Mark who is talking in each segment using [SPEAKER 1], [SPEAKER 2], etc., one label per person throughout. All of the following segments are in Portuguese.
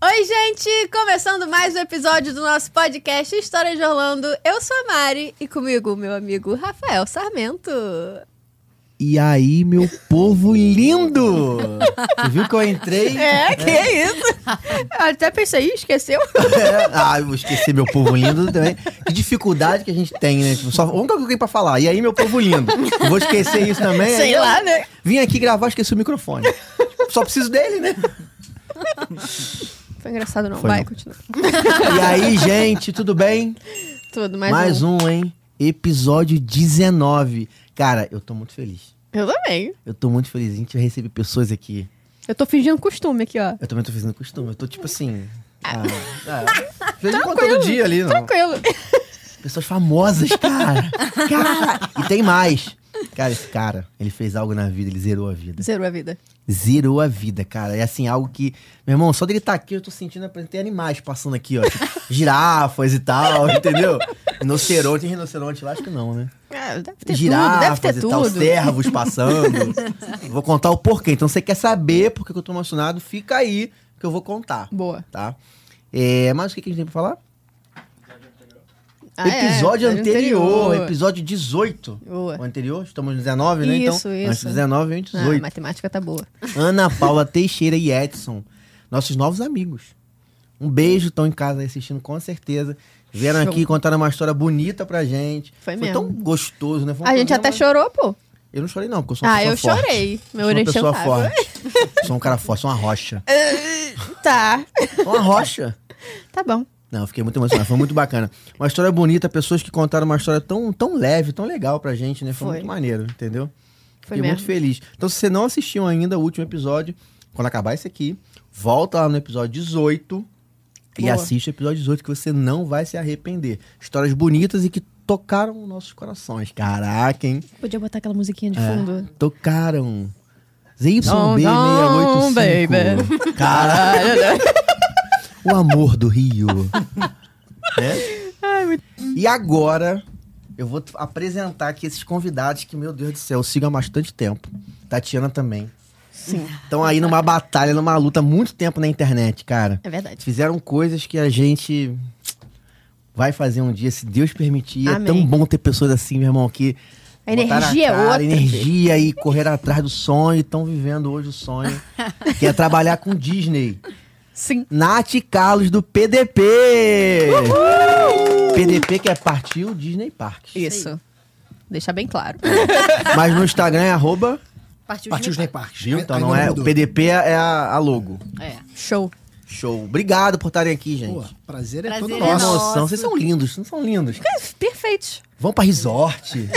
[SPEAKER 1] Oi, gente! Começando mais um episódio do nosso podcast História de Orlando. Eu sou a Mari e comigo meu amigo Rafael Sarmento.
[SPEAKER 2] E aí, meu povo lindo! Você viu que eu entrei?
[SPEAKER 1] É, que isso? Eu até pensei, "Ih, esqueceu?
[SPEAKER 2] É. Ah, eu vou esquecer meu povo lindo também. Que dificuldade que a gente tem, né? Tipo, só nunca alguém pra falar. E aí, meu povo lindo? Eu vou esquecer isso também. aí
[SPEAKER 1] Sei
[SPEAKER 2] eu
[SPEAKER 1] lá, né?
[SPEAKER 2] Vim aqui gravar, esqueci o microfone. Só preciso dele, né?
[SPEAKER 1] Foi engraçado, não.
[SPEAKER 2] Foi
[SPEAKER 1] Vai,
[SPEAKER 2] não.
[SPEAKER 1] continua.
[SPEAKER 2] E aí, gente, tudo bem?
[SPEAKER 1] Tudo, mais, um.
[SPEAKER 2] um. hein? Episódio 19. Cara, eu tô muito feliz.
[SPEAKER 1] Eu também.
[SPEAKER 2] Eu tô muito feliz. A gente vai receber pessoas aqui.
[SPEAKER 1] Eu tô fingindo costume aqui, ó.
[SPEAKER 2] Eu também tô fazendo costume. Eu tô tipo assim. Ah, ah, de vez em quando, todo dia ali, não.
[SPEAKER 1] Tranquilo.
[SPEAKER 2] Pessoas famosas, cara. cara. E tem mais. Cara, esse cara, ele fez algo na vida, ele zerou a vida.
[SPEAKER 1] Zerou a vida.
[SPEAKER 2] Zerou a vida, cara. É assim, algo que. Meu irmão, só dele estar aqui, eu tô sentindo. a presença- Tem animais passando aqui, ó. tipo, girafas e tal, entendeu? Rinoceronte, tem rinoceronte lá, acho que não, né?
[SPEAKER 1] Ah, deve ter tudo,
[SPEAKER 2] girafas
[SPEAKER 1] deve ter
[SPEAKER 2] e tal,
[SPEAKER 1] tudo.
[SPEAKER 2] servos passando. vou contar o porquê. Então, se você quer saber por que eu tô emocionado, fica aí que eu vou contar,
[SPEAKER 1] Boa.
[SPEAKER 2] tá? É, mas o que que a gente tem pra falar?
[SPEAKER 1] Ah, é,
[SPEAKER 2] episódio anterior, episódio 18.
[SPEAKER 1] Boa.
[SPEAKER 2] O anterior, estamos no 19, né? Então,
[SPEAKER 1] Isso, isso.
[SPEAKER 2] antes do 19, antes do
[SPEAKER 1] Ah,
[SPEAKER 2] 18.
[SPEAKER 1] a matemática tá boa.
[SPEAKER 2] Ana Paula Teixeira e Edson, nossos novos amigos. Um beijo, estão em casa aí assistindo com certeza. Vieram
[SPEAKER 1] Show.
[SPEAKER 2] aqui contaram uma história bonita pra gente.
[SPEAKER 1] Foi
[SPEAKER 2] Foi
[SPEAKER 1] mesmo.
[SPEAKER 2] tão gostoso, né? Foi um
[SPEAKER 1] A gente
[SPEAKER 2] programa-
[SPEAKER 1] até chorou, pô.
[SPEAKER 2] Eu não chorei, não, porque eu sou uma
[SPEAKER 1] Ah,
[SPEAKER 2] pessoa
[SPEAKER 1] eu
[SPEAKER 2] forte.
[SPEAKER 1] chorei. Meu
[SPEAKER 2] Sou uma
[SPEAKER 1] orelha
[SPEAKER 2] pessoa
[SPEAKER 1] chantava.
[SPEAKER 2] forte. sou um cara forte, sou uma rocha.
[SPEAKER 1] Tá.
[SPEAKER 2] Sou uma rocha.
[SPEAKER 1] Tá bom.
[SPEAKER 2] Não, eu fiquei muito emocionado. Foi muito bacana. Uma história bonita, pessoas que contaram uma história tão, tão leve, tão legal pra gente, né? Foi,
[SPEAKER 1] Foi.
[SPEAKER 2] muito maneiro, entendeu?
[SPEAKER 1] Foi
[SPEAKER 2] fiquei
[SPEAKER 1] mesmo.
[SPEAKER 2] muito feliz. Então, se você não assistiu ainda o último episódio, quando acabar esse aqui, volta lá no episódio 18 e
[SPEAKER 1] Boa.
[SPEAKER 2] assiste o episódio 18 que você não vai se arrepender. Histórias bonitas e que tocaram nossos corações. Caraca, hein?
[SPEAKER 1] Podia botar aquela musiquinha de
[SPEAKER 2] É.
[SPEAKER 1] fundo.
[SPEAKER 2] Tocaram.
[SPEAKER 1] Dom, dom, baby.
[SPEAKER 2] ZYB685. Caraca, né? o amor do Rio. né? E agora eu vou t- apresentar aqui esses convidados que, meu Deus do céu, eu sigo há bastante tempo. Tatiana também.
[SPEAKER 1] Sim.
[SPEAKER 2] Estão aí numa batalha, numa luta há muito tempo na internet, cara.
[SPEAKER 1] É verdade.
[SPEAKER 2] Fizeram coisas que a gente vai fazer um dia, se Deus permitir. É
[SPEAKER 1] Amém.
[SPEAKER 2] tão bom ter pessoas assim, meu irmão, que.
[SPEAKER 1] A
[SPEAKER 2] botaram
[SPEAKER 1] energia é
[SPEAKER 2] cara,
[SPEAKER 1] outra.
[SPEAKER 2] Energia e correr atrás do sonho. Estão vivendo hoje o sonho, que é trabalhar com Disney.
[SPEAKER 1] Sim.
[SPEAKER 2] Nath e Carlos do PDP. PDP que é Partiu Disney Parques.
[SPEAKER 1] Isso. É. Deixar bem claro.
[SPEAKER 2] Mas no Instagram é arroba.
[SPEAKER 3] Partiu,
[SPEAKER 4] Partiu Disney
[SPEAKER 3] Disney Park.
[SPEAKER 4] Parks.
[SPEAKER 2] Viu? Então
[SPEAKER 4] Ainda
[SPEAKER 2] não é. O
[SPEAKER 4] mudou.
[SPEAKER 2] PDP é a, a logo.
[SPEAKER 3] É.
[SPEAKER 1] Show.
[SPEAKER 2] Show. Obrigado por estarem aqui, gente.
[SPEAKER 4] Pô, prazer é
[SPEAKER 3] Prazer
[SPEAKER 4] todo
[SPEAKER 3] é
[SPEAKER 2] Nossa,
[SPEAKER 4] nosso.
[SPEAKER 3] nosso.
[SPEAKER 2] vocês são lindos, não são lindos.
[SPEAKER 1] Perfeito.
[SPEAKER 2] Vão pra resort.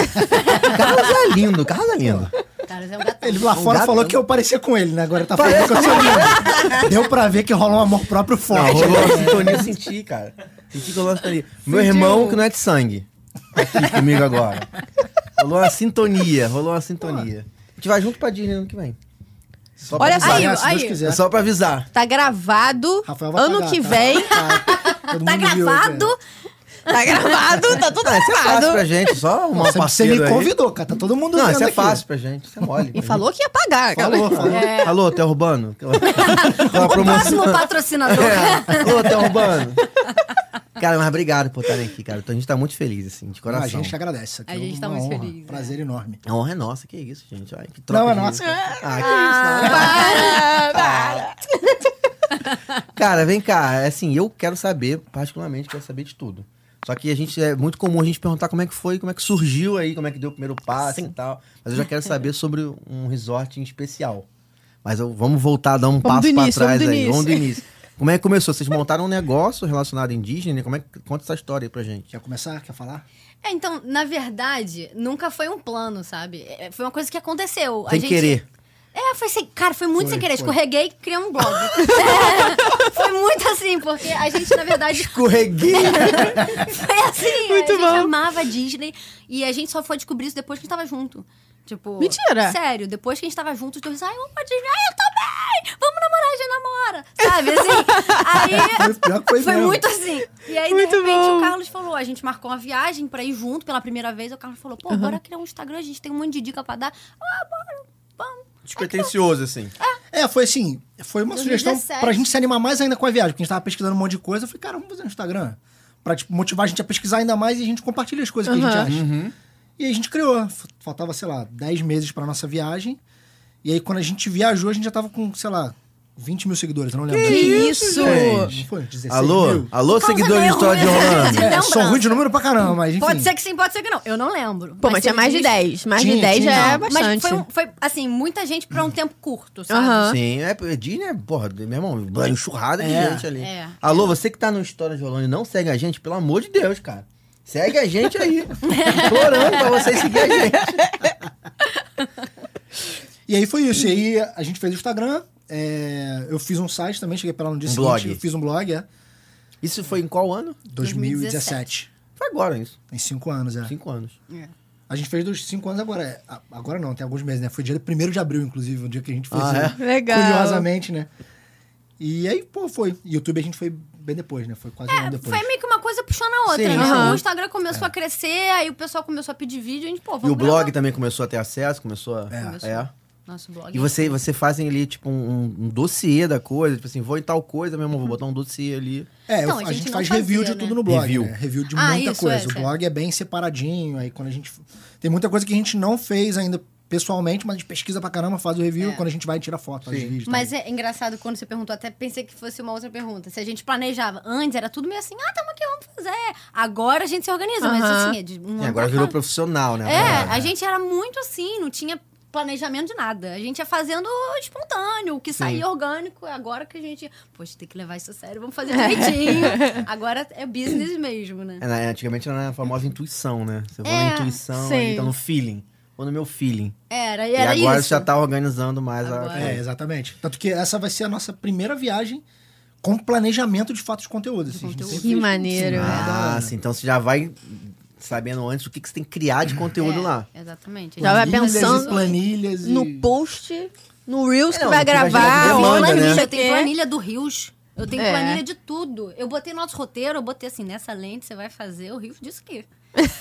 [SPEAKER 2] Carlos é lindo, Carlos é lindo.
[SPEAKER 3] Carlos é um gatão.
[SPEAKER 4] Ele lá
[SPEAKER 2] Um
[SPEAKER 4] fora
[SPEAKER 2] gato,
[SPEAKER 4] falou
[SPEAKER 2] né?
[SPEAKER 4] que eu parecia com ele, né? Agora tá falando que eu sou lindo. Deu pra ver que rola um amor próprio
[SPEAKER 2] Não,
[SPEAKER 4] forte.
[SPEAKER 2] rolou uma sintonia, eu senti, cara. Senti que eu sintonia. Meu irmão, que não é de sangue, aqui comigo agora. Rolou uma sintonia, rolou uma sintonia. A gente vai junto pra Disney ano que vem. Só pra
[SPEAKER 1] Olha
[SPEAKER 2] avisar.
[SPEAKER 1] aí,
[SPEAKER 4] né? Se Deus
[SPEAKER 1] aí.
[SPEAKER 4] quiser.
[SPEAKER 2] É só pra avisar.
[SPEAKER 1] Tá gravado.
[SPEAKER 4] Rafael vai
[SPEAKER 1] ano
[SPEAKER 4] pagar,
[SPEAKER 1] que
[SPEAKER 4] tá?
[SPEAKER 1] vem.
[SPEAKER 4] Tá, Todo
[SPEAKER 3] Tá
[SPEAKER 4] mundo viu,
[SPEAKER 3] gravado?
[SPEAKER 4] cara.
[SPEAKER 1] Tá gravado. Tá tudo
[SPEAKER 2] Ah, isso é fácil pra
[SPEAKER 1] gravado.
[SPEAKER 2] gente, só uma
[SPEAKER 4] Nossa, você
[SPEAKER 2] parceira
[SPEAKER 4] me
[SPEAKER 2] aí.
[SPEAKER 4] convidou, cara. Tá todo mundo
[SPEAKER 2] Não,
[SPEAKER 4] vendo
[SPEAKER 2] isso é
[SPEAKER 4] aqui.
[SPEAKER 2] fácil pra gente, isso é mole. É.
[SPEAKER 1] E falou que ia pagar. cara. É.
[SPEAKER 4] Falou, falou.
[SPEAKER 2] Alô, Hotel Urbano? Aquela, aquela
[SPEAKER 3] O
[SPEAKER 2] promoção.
[SPEAKER 3] próximo patrocinador.
[SPEAKER 2] É. Alô, Hotel Urbano. Cara, mas obrigado por estarem aqui, cara. Então, a gente tá muito feliz, assim, de
[SPEAKER 4] Ah, A
[SPEAKER 2] coração.
[SPEAKER 4] gente que agradece. é
[SPEAKER 3] A gente tá
[SPEAKER 4] uma
[SPEAKER 3] muito
[SPEAKER 4] honra,
[SPEAKER 3] feliz,
[SPEAKER 4] Prazer enorme.
[SPEAKER 2] A honra é nossa, que isso, gente. Ai, que troca
[SPEAKER 4] Não, é
[SPEAKER 2] de-
[SPEAKER 4] nossa.
[SPEAKER 2] Ah, que isso, não.
[SPEAKER 3] Ah,
[SPEAKER 1] Para, para.
[SPEAKER 2] Cara, vem cá, é assim, eu quero saber, particularmente, quero saber de tudo. Só que a gente é muito comum a gente perguntar como é que foi, como é que surgiu aí, como é que deu o primeiro passo e tal. Mas eu já quero saber sobre um resort em especial. Mas eu- vamos voltar, dar um
[SPEAKER 1] Vamos do
[SPEAKER 2] passo
[SPEAKER 1] início,
[SPEAKER 2] pra
[SPEAKER 1] vamos do
[SPEAKER 2] trás aí.
[SPEAKER 1] início.
[SPEAKER 2] Vamos do início. Como é que começou? Vocês montaram um negócio relacionado a indígena? né? Como é que conta essa história aí pra gente?
[SPEAKER 4] Quer começar? Quer falar?
[SPEAKER 3] É, então, na verdade, nunca foi um plano, sabe? É, Foi uma coisa que aconteceu.
[SPEAKER 2] Sem
[SPEAKER 3] a gente...
[SPEAKER 2] querer.
[SPEAKER 3] É, foi sem... Cara, foi muito
[SPEAKER 4] Foi,
[SPEAKER 3] sem querer.
[SPEAKER 4] foi.
[SPEAKER 3] Escorreguei e criei um blog. É, foi muito assim, porque a gente, na verdade,
[SPEAKER 2] Escorreguei.
[SPEAKER 3] foi assim.
[SPEAKER 1] Muito
[SPEAKER 3] a gente
[SPEAKER 1] bom.
[SPEAKER 3] amava Disney e a gente só foi descobrir isso depois que a gente tava junto. Tipo,
[SPEAKER 1] Mentira.
[SPEAKER 3] Sério, depois que a gente tava junto, os dois, ai, vamos pra Disney, ai, eu também! Vamos namorar, a gente namora! Sabe, assim? Aí,
[SPEAKER 4] Foi pior que foi
[SPEAKER 3] Foi
[SPEAKER 4] mesmo.
[SPEAKER 3] muito assim. E aí,
[SPEAKER 1] Muito
[SPEAKER 3] de repente,
[SPEAKER 1] bom.
[SPEAKER 3] o Carlos falou: a gente marcou uma viagem pra ir junto pela primeira vez. O Carlos falou: pô, bora criar um Instagram, a gente tem um monte de dica pra dar. Ah, bora, vamos.
[SPEAKER 2] despretensioso, assim.
[SPEAKER 4] É, foi assim, foi uma
[SPEAKER 3] 2017.
[SPEAKER 4] sugestão pra gente se animar mais ainda com a viagem, porque a gente tava pesquisando um monte de coisa. Eu falei, cara, vamos fazer no Instagram. Pra tipo, motivar a gente a pesquisar ainda mais e a gente compartilha as coisas que a gente acha.
[SPEAKER 2] Uhum.
[SPEAKER 4] E aí a gente criou. F- Faltava, sei lá, 10 meses pra nossa viagem. E aí quando a gente viajou, a gente já tava com, sei lá, 20 mil seguidores, eu não lembro. É,
[SPEAKER 1] Que isso!
[SPEAKER 4] Não foi? 16
[SPEAKER 2] Alô?
[SPEAKER 4] mil?
[SPEAKER 2] Alô,
[SPEAKER 3] Causa
[SPEAKER 2] seguidores
[SPEAKER 3] meio
[SPEAKER 2] do Todd de
[SPEAKER 3] ruim.
[SPEAKER 2] Orlando?
[SPEAKER 3] É,
[SPEAKER 4] É, sou ruim de número pra caramba, mas enfim.
[SPEAKER 3] Pode ser que sim, pode ser que não. Eu não lembro.
[SPEAKER 1] Pô, mas tinha mais de 10. Mais de
[SPEAKER 4] Tinha,
[SPEAKER 1] 10 já
[SPEAKER 4] tinha,
[SPEAKER 1] é
[SPEAKER 4] não.
[SPEAKER 1] bastante.
[SPEAKER 3] Mas foi, um- foi, assim, muita gente pra um tempo curto, sabe?
[SPEAKER 1] Aham.
[SPEAKER 2] Sim, é, é Disney, é, porra, meu irmão, é enxurrada de
[SPEAKER 4] É.
[SPEAKER 2] gente ali.
[SPEAKER 3] É.
[SPEAKER 2] Alô, você que tá no História de Orlando e não segue a gente, pelo amor de Deus, cara. Segue a gente aí. Implorando pra vocês seguir a gente.
[SPEAKER 4] E aí foi isso. E aí a gente fez o Instagram. é, eu fiz um site também, cheguei pra lá no dia
[SPEAKER 2] Um
[SPEAKER 4] seguinte.
[SPEAKER 2] blog.
[SPEAKER 4] Eu fiz um blog, é.
[SPEAKER 2] Isso foi em qual ano?
[SPEAKER 4] 2017.
[SPEAKER 2] Foi agora isso.
[SPEAKER 4] Em cinco anos, é.
[SPEAKER 2] Cinco anos.
[SPEAKER 4] A gente fez dos cinco anos agora. é. A- Agora não, tem alguns meses, né? Foi dia 1 de abril, inclusive, o dia que a gente fez.
[SPEAKER 2] Ah,
[SPEAKER 4] né?
[SPEAKER 1] é? Legal.
[SPEAKER 4] Curiosamente, né? E aí, pô, foi. YouTube a gente foi bem depois, né? Foi quase um ano depois.
[SPEAKER 3] É, Foi meio que uma coisa puxando a outra,
[SPEAKER 2] Sim,
[SPEAKER 3] né?
[SPEAKER 1] sim.
[SPEAKER 3] O Instagram começou a crescer, aí o pessoal começou a pedir vídeo, a gente, pô, vamos
[SPEAKER 2] E o
[SPEAKER 3] gravar
[SPEAKER 2] blog também começou a ter acesso, começou a...
[SPEAKER 3] Começou.
[SPEAKER 2] é.
[SPEAKER 3] Nosso blog.
[SPEAKER 2] E você, você fazem ali, tipo, um, um dossiê da coisa. Tipo assim, vou em tal coisa, meu irmão, vou botar um dossiê ali.
[SPEAKER 4] É, eu-
[SPEAKER 3] Então,
[SPEAKER 4] a,
[SPEAKER 3] a
[SPEAKER 4] gente,
[SPEAKER 3] gente não
[SPEAKER 4] faz
[SPEAKER 3] fazia,
[SPEAKER 4] review de
[SPEAKER 3] né?
[SPEAKER 4] tudo no blog.
[SPEAKER 2] Review.
[SPEAKER 4] né? Review de
[SPEAKER 3] Ah,
[SPEAKER 4] muita
[SPEAKER 3] isso,
[SPEAKER 4] coisa.
[SPEAKER 3] é,
[SPEAKER 4] o blog é. bem separadinho. Aí quando a gente. Tem muita coisa que a gente não fez ainda pessoalmente, mas a gente pesquisa pra caramba, faz o review. Quando a gente vai tirar foto, faz
[SPEAKER 2] Sim.
[SPEAKER 4] vídeo. tá e
[SPEAKER 3] É. Mas é engraçado quando você perguntou, até pensei que fosse uma outra pergunta. Se a gente planejava. Antes era tudo meio assim, ah, tamo aqui, vamos fazer. Agora a gente se organiza, mas
[SPEAKER 1] Aham.
[SPEAKER 3] assim, é de um
[SPEAKER 2] E
[SPEAKER 3] ano
[SPEAKER 2] agora
[SPEAKER 3] pra
[SPEAKER 2] virou
[SPEAKER 3] cá.
[SPEAKER 2] profissional, né?
[SPEAKER 3] É,
[SPEAKER 2] parada.
[SPEAKER 3] a gente era muito assim, não tinha planejamento de nada. A gente ia fazendo espontâneo, o que saía orgânico. é Agora que a gente, poxa, tem que levar isso a sério, vamos fazer direitinho. agora é business mesmo, né?
[SPEAKER 2] É, na- antigamente era na famosa intuição, né? Você vai
[SPEAKER 3] É,
[SPEAKER 2] na intuição,
[SPEAKER 1] sim.
[SPEAKER 2] ali, tá no feeling. Vou no meu feeling.
[SPEAKER 3] Era, e
[SPEAKER 2] É. E,
[SPEAKER 3] era
[SPEAKER 2] agora
[SPEAKER 3] isso.
[SPEAKER 2] você já tá organizando mais a.
[SPEAKER 3] Agora.
[SPEAKER 4] tal. É, exatamente. Tanto que essa vai ser a nossa primeira viagem com planejamento de fato de conteúdo. assim, a gente
[SPEAKER 3] conteúdo.
[SPEAKER 4] sempre
[SPEAKER 1] Que
[SPEAKER 4] fez
[SPEAKER 1] maneiro.
[SPEAKER 2] Ah, sim. Então você já vai sabendo antes o que, que você tem que criar de conteúdo
[SPEAKER 3] É,
[SPEAKER 2] lá.
[SPEAKER 3] Exatamente.
[SPEAKER 1] Já vai
[SPEAKER 4] planilhas e
[SPEAKER 1] pensando
[SPEAKER 4] planilhas e-
[SPEAKER 1] No post, no Reels
[SPEAKER 2] É,
[SPEAKER 1] que
[SPEAKER 2] não,
[SPEAKER 1] vai
[SPEAKER 2] que vai
[SPEAKER 1] gravar.
[SPEAKER 2] gerar
[SPEAKER 1] onde,
[SPEAKER 2] demanda,
[SPEAKER 1] não sei
[SPEAKER 2] né?
[SPEAKER 1] o
[SPEAKER 3] planilha, "Ah, eu tenho
[SPEAKER 1] quê.
[SPEAKER 3] planilha do Rios. Eu tenho
[SPEAKER 1] É.
[SPEAKER 3] planilha de tudo. Eu botei nosso roteiro, eu botei assim, nessa lente você vai fazer o Rios disso aqui.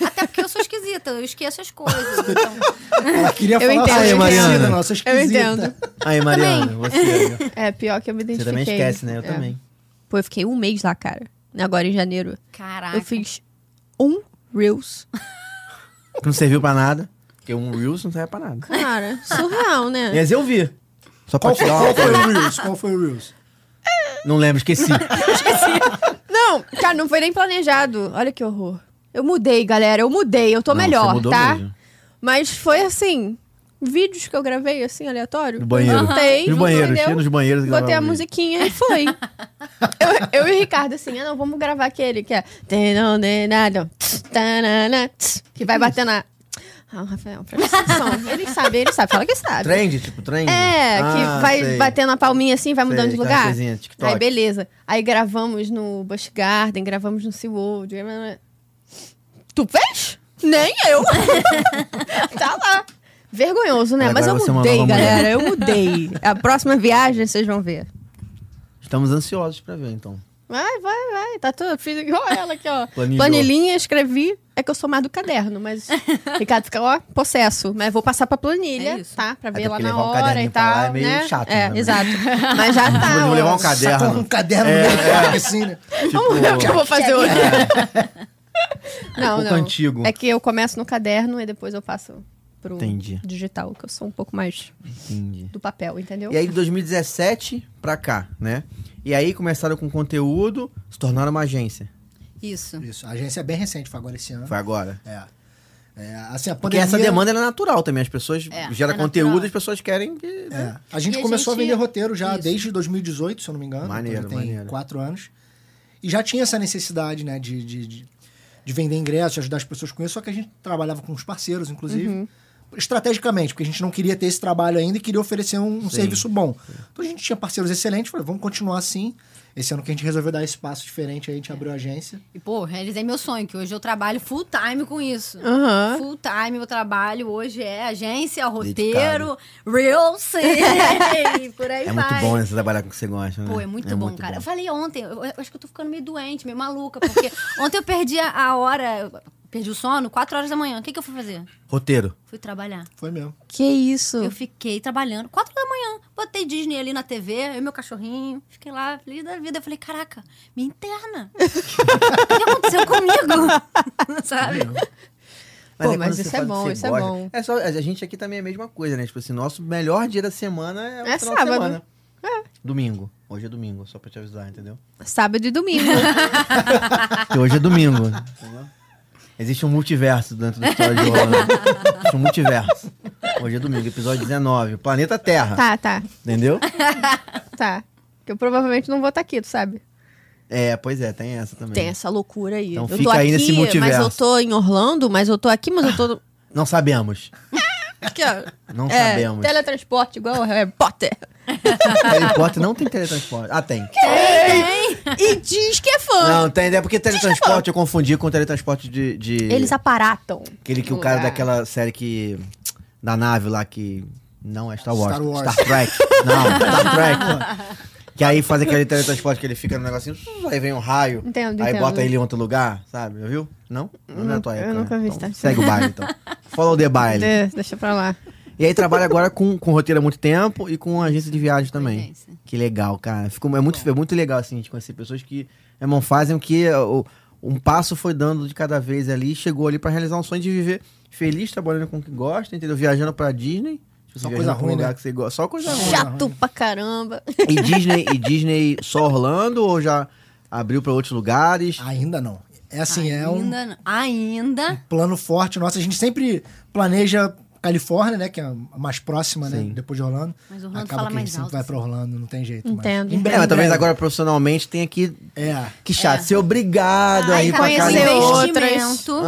[SPEAKER 3] Até porque eu sou esquisita, eu esqueço as coisas. Então...
[SPEAKER 4] Ela queria
[SPEAKER 1] Eu
[SPEAKER 4] falar
[SPEAKER 1] entendo,
[SPEAKER 4] nossa
[SPEAKER 2] eu entendo.
[SPEAKER 4] esquecida, nossa é
[SPEAKER 1] Eu
[SPEAKER 4] esquisita.
[SPEAKER 1] entendo.
[SPEAKER 2] Aí, Mariana, você.
[SPEAKER 1] É, pior que eu me
[SPEAKER 2] Você
[SPEAKER 1] identifiquei.
[SPEAKER 2] também esquece, né? Eu
[SPEAKER 1] É.
[SPEAKER 2] também.
[SPEAKER 1] Pô, eu fiquei um mês lá, cara. Agora em janeiro.
[SPEAKER 3] Caraca.
[SPEAKER 1] Eu fiz um Reels.
[SPEAKER 2] Que não serviu pra nada. Porque um Reels não serve pra nada.
[SPEAKER 1] Cara, surreal, né?
[SPEAKER 2] Mas eu vi. Só pra
[SPEAKER 4] Qual foi,
[SPEAKER 2] tirar uma
[SPEAKER 4] qual foi
[SPEAKER 2] coisa.
[SPEAKER 4] o Reels? Qual foi o Reels?
[SPEAKER 2] Não lembro, esqueci.
[SPEAKER 1] Não, cara, não foi nem planejado. Olha que horror. Eu mudei, galera. Eu mudei. Eu tô
[SPEAKER 2] Não,
[SPEAKER 1] melhor,
[SPEAKER 2] você mudou
[SPEAKER 1] tá?
[SPEAKER 2] mesmo.
[SPEAKER 1] Mas foi assim. Vídeos que eu gravei, assim, aleatório.
[SPEAKER 2] No banheiro.
[SPEAKER 1] Eu juntei,
[SPEAKER 2] Nos banheiros,
[SPEAKER 1] entendeu?
[SPEAKER 2] cheio nos banheiros. que
[SPEAKER 1] Botei
[SPEAKER 2] gravava
[SPEAKER 1] a
[SPEAKER 2] vídeo.
[SPEAKER 1] musiquinha e foi. eu, eu e o Ricardo, assim, ah, não, vamos gravar aquele que é. "Tenonenado, tss, tanana, tss", Que vai bater na. Ah, o Rafael, presta atenção. Ele sabe, ele sabe, fala que sabe.
[SPEAKER 2] Trend, tipo, trend.
[SPEAKER 1] É,
[SPEAKER 2] Ah,
[SPEAKER 1] que vai
[SPEAKER 2] sei.
[SPEAKER 1] batendo a palminha assim, vai mudando
[SPEAKER 2] Sei,
[SPEAKER 1] de
[SPEAKER 2] aquela
[SPEAKER 1] lugar.
[SPEAKER 2] coisinha, TikTok.
[SPEAKER 1] Aí, beleza. Aí gravamos no Busch Garden, gravamos no SeaWorld. Tu fez? Nem eu. tá lá. Vergonhoso, né?
[SPEAKER 2] Agora
[SPEAKER 1] Mas eu
[SPEAKER 2] você é uma
[SPEAKER 1] mudei,
[SPEAKER 2] nova mulher.
[SPEAKER 1] galera. Eu mudei. A próxima viagem vocês vão ver.
[SPEAKER 2] Estamos ansiosos pra ver, então.
[SPEAKER 1] Vai, vai, vai. Tá tudo. Fiz igual ela aqui, ó.
[SPEAKER 2] Planilhou.
[SPEAKER 1] Planilhinha, escrevi. É que eu sou mais do caderno, mas. Ricardo fica, ó, possesso. Mas vou passar pra planilha,
[SPEAKER 3] É isso.
[SPEAKER 1] tá? Pra ver
[SPEAKER 2] Até
[SPEAKER 1] lá
[SPEAKER 2] porque
[SPEAKER 1] na
[SPEAKER 2] levar um
[SPEAKER 1] hora e
[SPEAKER 2] caderninho pra
[SPEAKER 1] tal.
[SPEAKER 2] lá é meio
[SPEAKER 1] né?
[SPEAKER 2] chato,
[SPEAKER 1] É,
[SPEAKER 2] né?
[SPEAKER 1] exato. Mas já tá.
[SPEAKER 2] Vou
[SPEAKER 1] ó.
[SPEAKER 2] levar um tipo caderno. É,
[SPEAKER 4] Sacou um caderno no meio do parque, assim, né?
[SPEAKER 1] Vamos ver o que eu vou fazer hoje. não,
[SPEAKER 2] pouco
[SPEAKER 1] não.
[SPEAKER 2] antigo.
[SPEAKER 1] É que eu começo no caderno e depois eu passo pro
[SPEAKER 2] Entendi.
[SPEAKER 1] digital, que eu sou um pouco mais
[SPEAKER 2] Entendi.
[SPEAKER 1] do papel, entendeu?
[SPEAKER 2] E aí, de 2017 pra cá, né? E aí começaram com conteúdo, se tornaram uma agência.
[SPEAKER 3] Isso.
[SPEAKER 4] Isso, a agência é bem recente, foi agora esse ano.
[SPEAKER 2] Foi agora.
[SPEAKER 4] É. É, assim, a
[SPEAKER 2] Porque
[SPEAKER 4] pandemia...
[SPEAKER 2] essa demanda era natural também. As pessoas
[SPEAKER 3] É,
[SPEAKER 2] geram
[SPEAKER 3] é
[SPEAKER 2] conteúdo,
[SPEAKER 3] natural.
[SPEAKER 2] as pessoas querem. que-
[SPEAKER 4] É.
[SPEAKER 2] né?
[SPEAKER 4] A gente
[SPEAKER 3] E a
[SPEAKER 4] começou
[SPEAKER 3] gente-
[SPEAKER 4] a vender roteiro já
[SPEAKER 3] Isso.
[SPEAKER 4] desde 2018, se eu não me engano.
[SPEAKER 2] Maneiro,
[SPEAKER 4] então já tem
[SPEAKER 2] maneiro.
[SPEAKER 4] quatro anos. E já tinha essa necessidade, né, de, de, de, de vender ingressos, ajudar as pessoas com isso. Só que a gente trabalhava com os parceiros, inclusive.
[SPEAKER 3] Uhum.
[SPEAKER 4] Estrategicamente, porque a gente não queria ter esse trabalho ainda e queria oferecer um, um serviço bom. Então a gente tinha parceiros excelentes, falei, vamos continuar assim. Esse ano que a gente resolveu dar esse passo diferente, aí a
[SPEAKER 3] É.
[SPEAKER 4] gente abriu a agência.
[SPEAKER 3] E, pô, realizei meu sonho, que hoje eu trabalho full time com isso.
[SPEAKER 1] Aham.
[SPEAKER 3] Full time meu trabalho hoje é agência, roteiro, reels e e por aí
[SPEAKER 2] É
[SPEAKER 3] vai.
[SPEAKER 2] muito bom né, você trabalhar com o que você gosta, né?
[SPEAKER 3] Pô, é muito bom, cara. Eu falei ontem, eu, eu acho que eu tô ficando meio doente, meio maluca, porque ontem eu perdi a, a hora. eu Perdi o sono, 4 horas da manhã. O que, que eu fui fazer?
[SPEAKER 2] Roteiro.
[SPEAKER 3] Fui trabalhar.
[SPEAKER 4] Foi mesmo.
[SPEAKER 1] Que isso?
[SPEAKER 3] Eu fiquei trabalhando. 4 da manhã. Botei Disney ali na TV, eu e meu cachorrinho. Fiquei lá, feliz da vida. Eu falei, caraca, me interna. o que aconteceu comigo? Sabe?
[SPEAKER 1] Pô,
[SPEAKER 2] aí
[SPEAKER 1] mas
[SPEAKER 2] quando você
[SPEAKER 1] isso é
[SPEAKER 2] fala que
[SPEAKER 1] bom,
[SPEAKER 2] você
[SPEAKER 1] isso é
[SPEAKER 2] gosta-
[SPEAKER 1] bom.
[SPEAKER 2] É só, a gente aqui também é a mesma coisa, né? Tipo assim, nosso melhor dia da semana é o
[SPEAKER 1] É
[SPEAKER 2] final
[SPEAKER 1] sábado.
[SPEAKER 2] de semana. Domingo. Hoje é domingo, só pra te avisar, entendeu?
[SPEAKER 1] Sábado e domingo.
[SPEAKER 2] Porque hoje é domingo. entendeu? Existe um multiverso dentro do episódio de Orlando. Existe um multiverso. Hoje é domingo, episódio 19. Planeta Terra.
[SPEAKER 1] tá, tá,
[SPEAKER 2] Entendeu?
[SPEAKER 1] tá. Que eu provavelmente não vou estar aqui, tu sabe?
[SPEAKER 2] É, pois é, tem essa também.
[SPEAKER 1] Tem essa loucura aí.
[SPEAKER 2] Então
[SPEAKER 1] eu tô
[SPEAKER 2] fica aí
[SPEAKER 1] aqui,
[SPEAKER 2] nesse
[SPEAKER 1] mas
[SPEAKER 2] multiverso.
[SPEAKER 1] eu tô em Orlando, mas eu tô aqui, mas eu tô.
[SPEAKER 2] Não sabemos.
[SPEAKER 1] Aqui, ó.
[SPEAKER 2] Não
[SPEAKER 1] é,
[SPEAKER 2] sabemos.
[SPEAKER 1] Teletransporte igual o Harry Potter.
[SPEAKER 2] Harry Potter não tem teletransporte. Ah, tem.
[SPEAKER 1] e diz que é fã.
[SPEAKER 2] Não, tem. É porque teletransporte eu confundi com teletransporte de. de...
[SPEAKER 1] Eles aparatam.
[SPEAKER 2] Aquele que o cara
[SPEAKER 1] Lugar.
[SPEAKER 2] daquela série que. Da nave lá que. Não é Star Wars.
[SPEAKER 4] Star Wars.
[SPEAKER 2] Trek. Não, Star Trek. que aí faz aquele teletransporte que ele fica no negocinho, aí vem um raio.
[SPEAKER 1] Entendo,
[SPEAKER 2] aí
[SPEAKER 1] entendo.
[SPEAKER 2] bota ele em outro lugar, sabe? Já viu? Não? Não, é a
[SPEAKER 1] Então,
[SPEAKER 2] tua
[SPEAKER 1] né? eu
[SPEAKER 2] época.
[SPEAKER 1] nunca
[SPEAKER 2] né?
[SPEAKER 1] vi É.
[SPEAKER 2] Então,
[SPEAKER 1] Star Trek.
[SPEAKER 2] Segue o baile, então. Follow the baile.
[SPEAKER 1] De- deixa pra lá.
[SPEAKER 2] E aí trabalha agora com, com roteiro há muito tempo e com agência de viagem também.
[SPEAKER 1] né?
[SPEAKER 3] agência.
[SPEAKER 2] Que legal, cara. Ficou, é, muito, é muito legal, assim, a gente conhecer pessoas que, meu irmão, fazem o que o- um passo foi dando de cada vez ali e chegou ali pra realizar um sonho de viver feliz, trabalhando com o que gosta, entendeu? Viajando pra Disney. Tipo,
[SPEAKER 4] Só
[SPEAKER 2] viajando
[SPEAKER 4] coisa
[SPEAKER 2] pra um
[SPEAKER 4] ruim,
[SPEAKER 2] lugar
[SPEAKER 4] né?
[SPEAKER 2] que você gosta. Só coisa ruim.
[SPEAKER 1] Chato pra caramba.
[SPEAKER 2] E Disney, e Disney só Orlando ou já abriu pra outros lugares?
[SPEAKER 4] Ainda não. É assim, é um
[SPEAKER 3] Ainda não. Ainda.
[SPEAKER 4] plano forte nosso. A gente sempre planeja Califórnia, né? Que é a mais próxima, né? Depois de Orlando.
[SPEAKER 3] Mas Orlando
[SPEAKER 4] Acaba
[SPEAKER 3] fala
[SPEAKER 4] que a
[SPEAKER 3] mais
[SPEAKER 4] gente sempre
[SPEAKER 3] alto,
[SPEAKER 4] vai
[SPEAKER 3] assim.
[SPEAKER 4] pra Orlando, não tem jeito. mais.
[SPEAKER 1] Entendo.
[SPEAKER 4] Em
[SPEAKER 2] É,
[SPEAKER 4] breve,
[SPEAKER 2] mas talvez
[SPEAKER 4] em breve.
[SPEAKER 2] agora profissionalmente tenha que.
[SPEAKER 4] É.
[SPEAKER 2] Que chato, ser obrigado a
[SPEAKER 3] Ai,
[SPEAKER 2] ir Tá pra
[SPEAKER 1] conhecer
[SPEAKER 2] Califórnia.
[SPEAKER 1] outro.
[SPEAKER 3] investimento.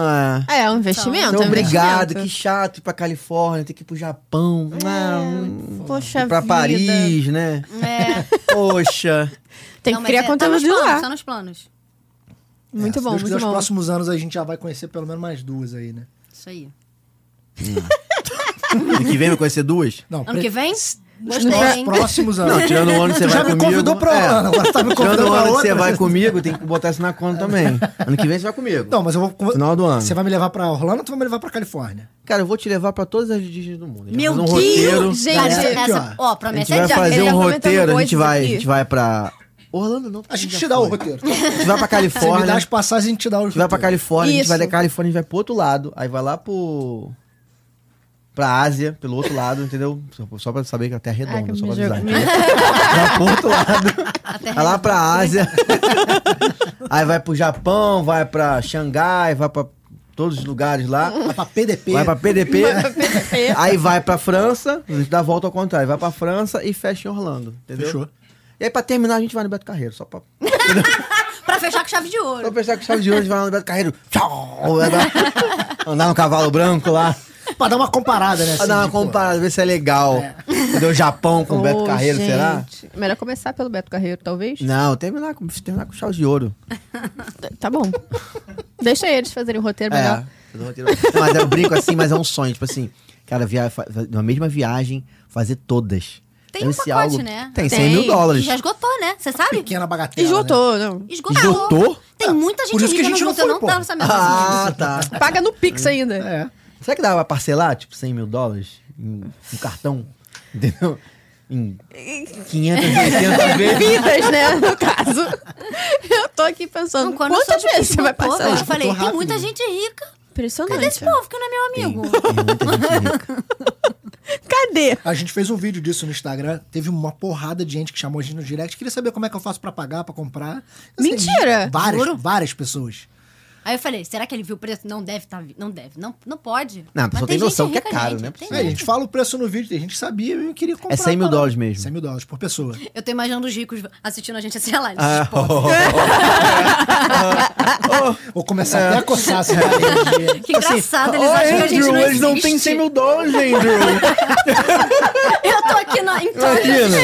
[SPEAKER 2] É.
[SPEAKER 1] É, um investimento.
[SPEAKER 2] Então,
[SPEAKER 1] é um
[SPEAKER 2] obrigado, que
[SPEAKER 1] investimento.
[SPEAKER 2] chato ir pra Califórnia, ter que ir pro Japão,
[SPEAKER 4] É,
[SPEAKER 2] ah,
[SPEAKER 1] Poxa
[SPEAKER 2] ir pra
[SPEAKER 1] vida.
[SPEAKER 2] Paris, né?
[SPEAKER 3] É.
[SPEAKER 2] Poxa.
[SPEAKER 1] Tem
[SPEAKER 3] Não,
[SPEAKER 1] que
[SPEAKER 3] mas
[SPEAKER 1] criar
[SPEAKER 3] é,
[SPEAKER 1] conteúdo
[SPEAKER 3] tá nos
[SPEAKER 1] de
[SPEAKER 3] planos,
[SPEAKER 1] lá.
[SPEAKER 3] Tá nos planos.
[SPEAKER 1] Muito
[SPEAKER 4] É,
[SPEAKER 1] bom,
[SPEAKER 4] se Deus quiser,
[SPEAKER 1] muito
[SPEAKER 4] Nos
[SPEAKER 1] bom.
[SPEAKER 4] próximos anos a gente já vai conhecer pelo menos mais duas aí, né?
[SPEAKER 3] Isso aí.
[SPEAKER 2] Ano que vem vai conhecer duas?
[SPEAKER 4] Não,
[SPEAKER 3] Ano
[SPEAKER 4] pre-
[SPEAKER 3] que vem?
[SPEAKER 4] os
[SPEAKER 3] Gostei,
[SPEAKER 4] pró-
[SPEAKER 3] hein?
[SPEAKER 4] próximos anos.
[SPEAKER 2] Não, tirando o ano que você
[SPEAKER 4] Tu
[SPEAKER 2] vai
[SPEAKER 4] já me
[SPEAKER 2] comigo. é.
[SPEAKER 4] convidou pra Orlando, agora tá me
[SPEAKER 2] Tirando
[SPEAKER 4] convidando
[SPEAKER 2] o
[SPEAKER 4] pra
[SPEAKER 2] ano que você
[SPEAKER 4] outra.
[SPEAKER 2] vai comigo, tem que botar isso na conta também. Ano que vem você vai comigo.
[SPEAKER 4] Não, mas eu vou.
[SPEAKER 2] Final do ano.
[SPEAKER 4] Então, Você vai me levar pra Orlando ou tu vai me levar pra Califórnia?
[SPEAKER 2] Cara, eu vou te levar pra todas as Disney do mundo. A gente
[SPEAKER 3] Meu
[SPEAKER 2] vai fazer um
[SPEAKER 3] Deus,
[SPEAKER 2] roteiro.
[SPEAKER 1] gente,
[SPEAKER 3] Cara,
[SPEAKER 4] Galera, aqui,
[SPEAKER 3] essa- Ó,
[SPEAKER 2] A gente
[SPEAKER 3] promessa é
[SPEAKER 2] vai
[SPEAKER 3] já.
[SPEAKER 2] fazer
[SPEAKER 1] ele
[SPEAKER 2] um
[SPEAKER 1] tá comentando
[SPEAKER 2] roteiro, a gente,
[SPEAKER 1] coisas
[SPEAKER 2] vai, a
[SPEAKER 1] aqui.
[SPEAKER 2] gente vai pra. Orlando não. porque
[SPEAKER 4] A gente
[SPEAKER 2] já
[SPEAKER 4] te dá o
[SPEAKER 2] foi.
[SPEAKER 4] roteiro.
[SPEAKER 2] A gente vai pra
[SPEAKER 4] Você me dá
[SPEAKER 2] Califórnia.
[SPEAKER 4] as passagens, a gente te dá o
[SPEAKER 2] A gente vai pra Califórnia, a gente
[SPEAKER 1] Isso.
[SPEAKER 2] vai da Califórnia, a gente vai pro outro lado, aí vai lá pro. pra Ásia, pelo outro lado, entendeu? Só, só pra saber que a Terra é
[SPEAKER 1] Ai,
[SPEAKER 2] redonda,
[SPEAKER 1] que
[SPEAKER 2] só
[SPEAKER 1] me
[SPEAKER 2] pra avisar.
[SPEAKER 1] jogo-
[SPEAKER 2] entendeu? vai pro outro lado,
[SPEAKER 1] é
[SPEAKER 2] vai lá pra Ásia, aí vai pro Japão, vai pra Xangai, vai pra todos os lugares lá,
[SPEAKER 4] Vai pra PDP.
[SPEAKER 2] vai pra PDP, aí vai pra França, a gente dá a volta ao contrário, vai pra França e fecha em Orlando, entendeu?
[SPEAKER 4] Fechou.
[SPEAKER 2] E aí pra terminar a gente vai no Beto Carreiro, só pra
[SPEAKER 3] Pra fechar com chave de
[SPEAKER 2] Só
[SPEAKER 3] ouro.
[SPEAKER 2] pensar que chave de ouro, a gente vai lá no Beto Carreiro. Tchau! vai dar- Andar no cavalo branco lá.
[SPEAKER 4] Pra dar uma comparada, né?
[SPEAKER 2] Pra dar uma
[SPEAKER 4] assim, tipo,
[SPEAKER 2] comparada, ver se é legal. Entendeu? Japão com o Beto
[SPEAKER 1] Ô,
[SPEAKER 2] Carreiro, será?
[SPEAKER 1] gente, Melhor começar pelo Beto Carreiro, talvez.
[SPEAKER 2] Não, terminar com, terminar com chave de ouro.
[SPEAKER 1] Tá bom. Deixa eles fazerem o roteiro
[SPEAKER 2] É.
[SPEAKER 1] melhor.
[SPEAKER 2] fazer um roteiro. Mas eu brinco assim, mas é um sonho. Tipo assim, cara, via, fa- na mesma viagem, fazer todas.
[SPEAKER 3] Tem
[SPEAKER 2] Deve
[SPEAKER 3] um
[SPEAKER 2] ser
[SPEAKER 3] pacote, né?
[SPEAKER 2] Tem, 100
[SPEAKER 1] Tem.
[SPEAKER 2] mil
[SPEAKER 3] Que
[SPEAKER 2] dólares.
[SPEAKER 3] já esgotou, né? Você sabe?
[SPEAKER 4] Pequena
[SPEAKER 2] é
[SPEAKER 4] bagatela. né?
[SPEAKER 1] E juntou,
[SPEAKER 2] né?
[SPEAKER 1] não.
[SPEAKER 3] Esgotou.
[SPEAKER 2] Esgotou?
[SPEAKER 3] Tem muita gente
[SPEAKER 4] Por isso que a
[SPEAKER 3] rica
[SPEAKER 4] gente
[SPEAKER 3] no
[SPEAKER 4] não
[SPEAKER 3] esgoto, eu
[SPEAKER 4] foi,
[SPEAKER 3] não
[SPEAKER 4] pô.
[SPEAKER 3] tava sabendo.
[SPEAKER 2] Ah, tá.
[SPEAKER 1] Paga no Pix ainda.
[SPEAKER 4] Né? É.
[SPEAKER 2] Será que dava pra parcelar, tipo, 100 mil dólares em um cartão? Entendeu? Em 580 vezes.
[SPEAKER 1] Vidas, né? No caso. Eu tô aqui pensando.
[SPEAKER 3] Não, quando eu
[SPEAKER 1] quantas
[SPEAKER 3] soube que
[SPEAKER 1] vezes você vai
[SPEAKER 3] esgotou,
[SPEAKER 1] passar?
[SPEAKER 3] velho,
[SPEAKER 1] lá?
[SPEAKER 3] Eu falei,
[SPEAKER 2] Esgotou
[SPEAKER 3] tem muita
[SPEAKER 2] rápido.
[SPEAKER 3] gente rica. Cadê
[SPEAKER 1] Impressionante.
[SPEAKER 3] esse povo que não é meu
[SPEAKER 2] Tem,
[SPEAKER 3] amigo?
[SPEAKER 2] tem muita gente rica.
[SPEAKER 1] Cadê?
[SPEAKER 4] A gente fez um vídeo disso no Instagram. Teve uma porrada de gente que chamou a gente no direct. Queria saber como é que eu faço pra pagar, pra comprar. Assim,
[SPEAKER 1] Mentira!
[SPEAKER 4] Várias,
[SPEAKER 3] Juro?
[SPEAKER 4] várias pessoas.
[SPEAKER 3] Aí eu falei, será que ele viu o preço? Não deve tá, vi- não deve, não, não pode.
[SPEAKER 2] Não, a
[SPEAKER 3] Mas
[SPEAKER 2] pessoa tem
[SPEAKER 3] gente
[SPEAKER 2] noção que é
[SPEAKER 3] rica,
[SPEAKER 2] caro,
[SPEAKER 3] gente,
[SPEAKER 2] né?
[SPEAKER 3] tem
[SPEAKER 4] Aí, a gente fala o preço no vídeo. A gente que sabia e queria comprar.
[SPEAKER 2] É 100 mil
[SPEAKER 4] a parada.
[SPEAKER 2] dólares mesmo.
[SPEAKER 4] 100 mil dólares por pessoa.
[SPEAKER 3] Eu tô imaginando os ricos assistindo a gente assim, olha lá, eles
[SPEAKER 2] Ah,
[SPEAKER 3] pobres.
[SPEAKER 4] Vou começar
[SPEAKER 2] É.
[SPEAKER 4] até a coçar essa energia.
[SPEAKER 3] Que engraçado, eles acham que a gente não
[SPEAKER 2] eles não
[SPEAKER 3] existe.
[SPEAKER 2] têm 100 mil dólares, Andrew.
[SPEAKER 3] Eu tô aqui na... Então,
[SPEAKER 2] Imagina.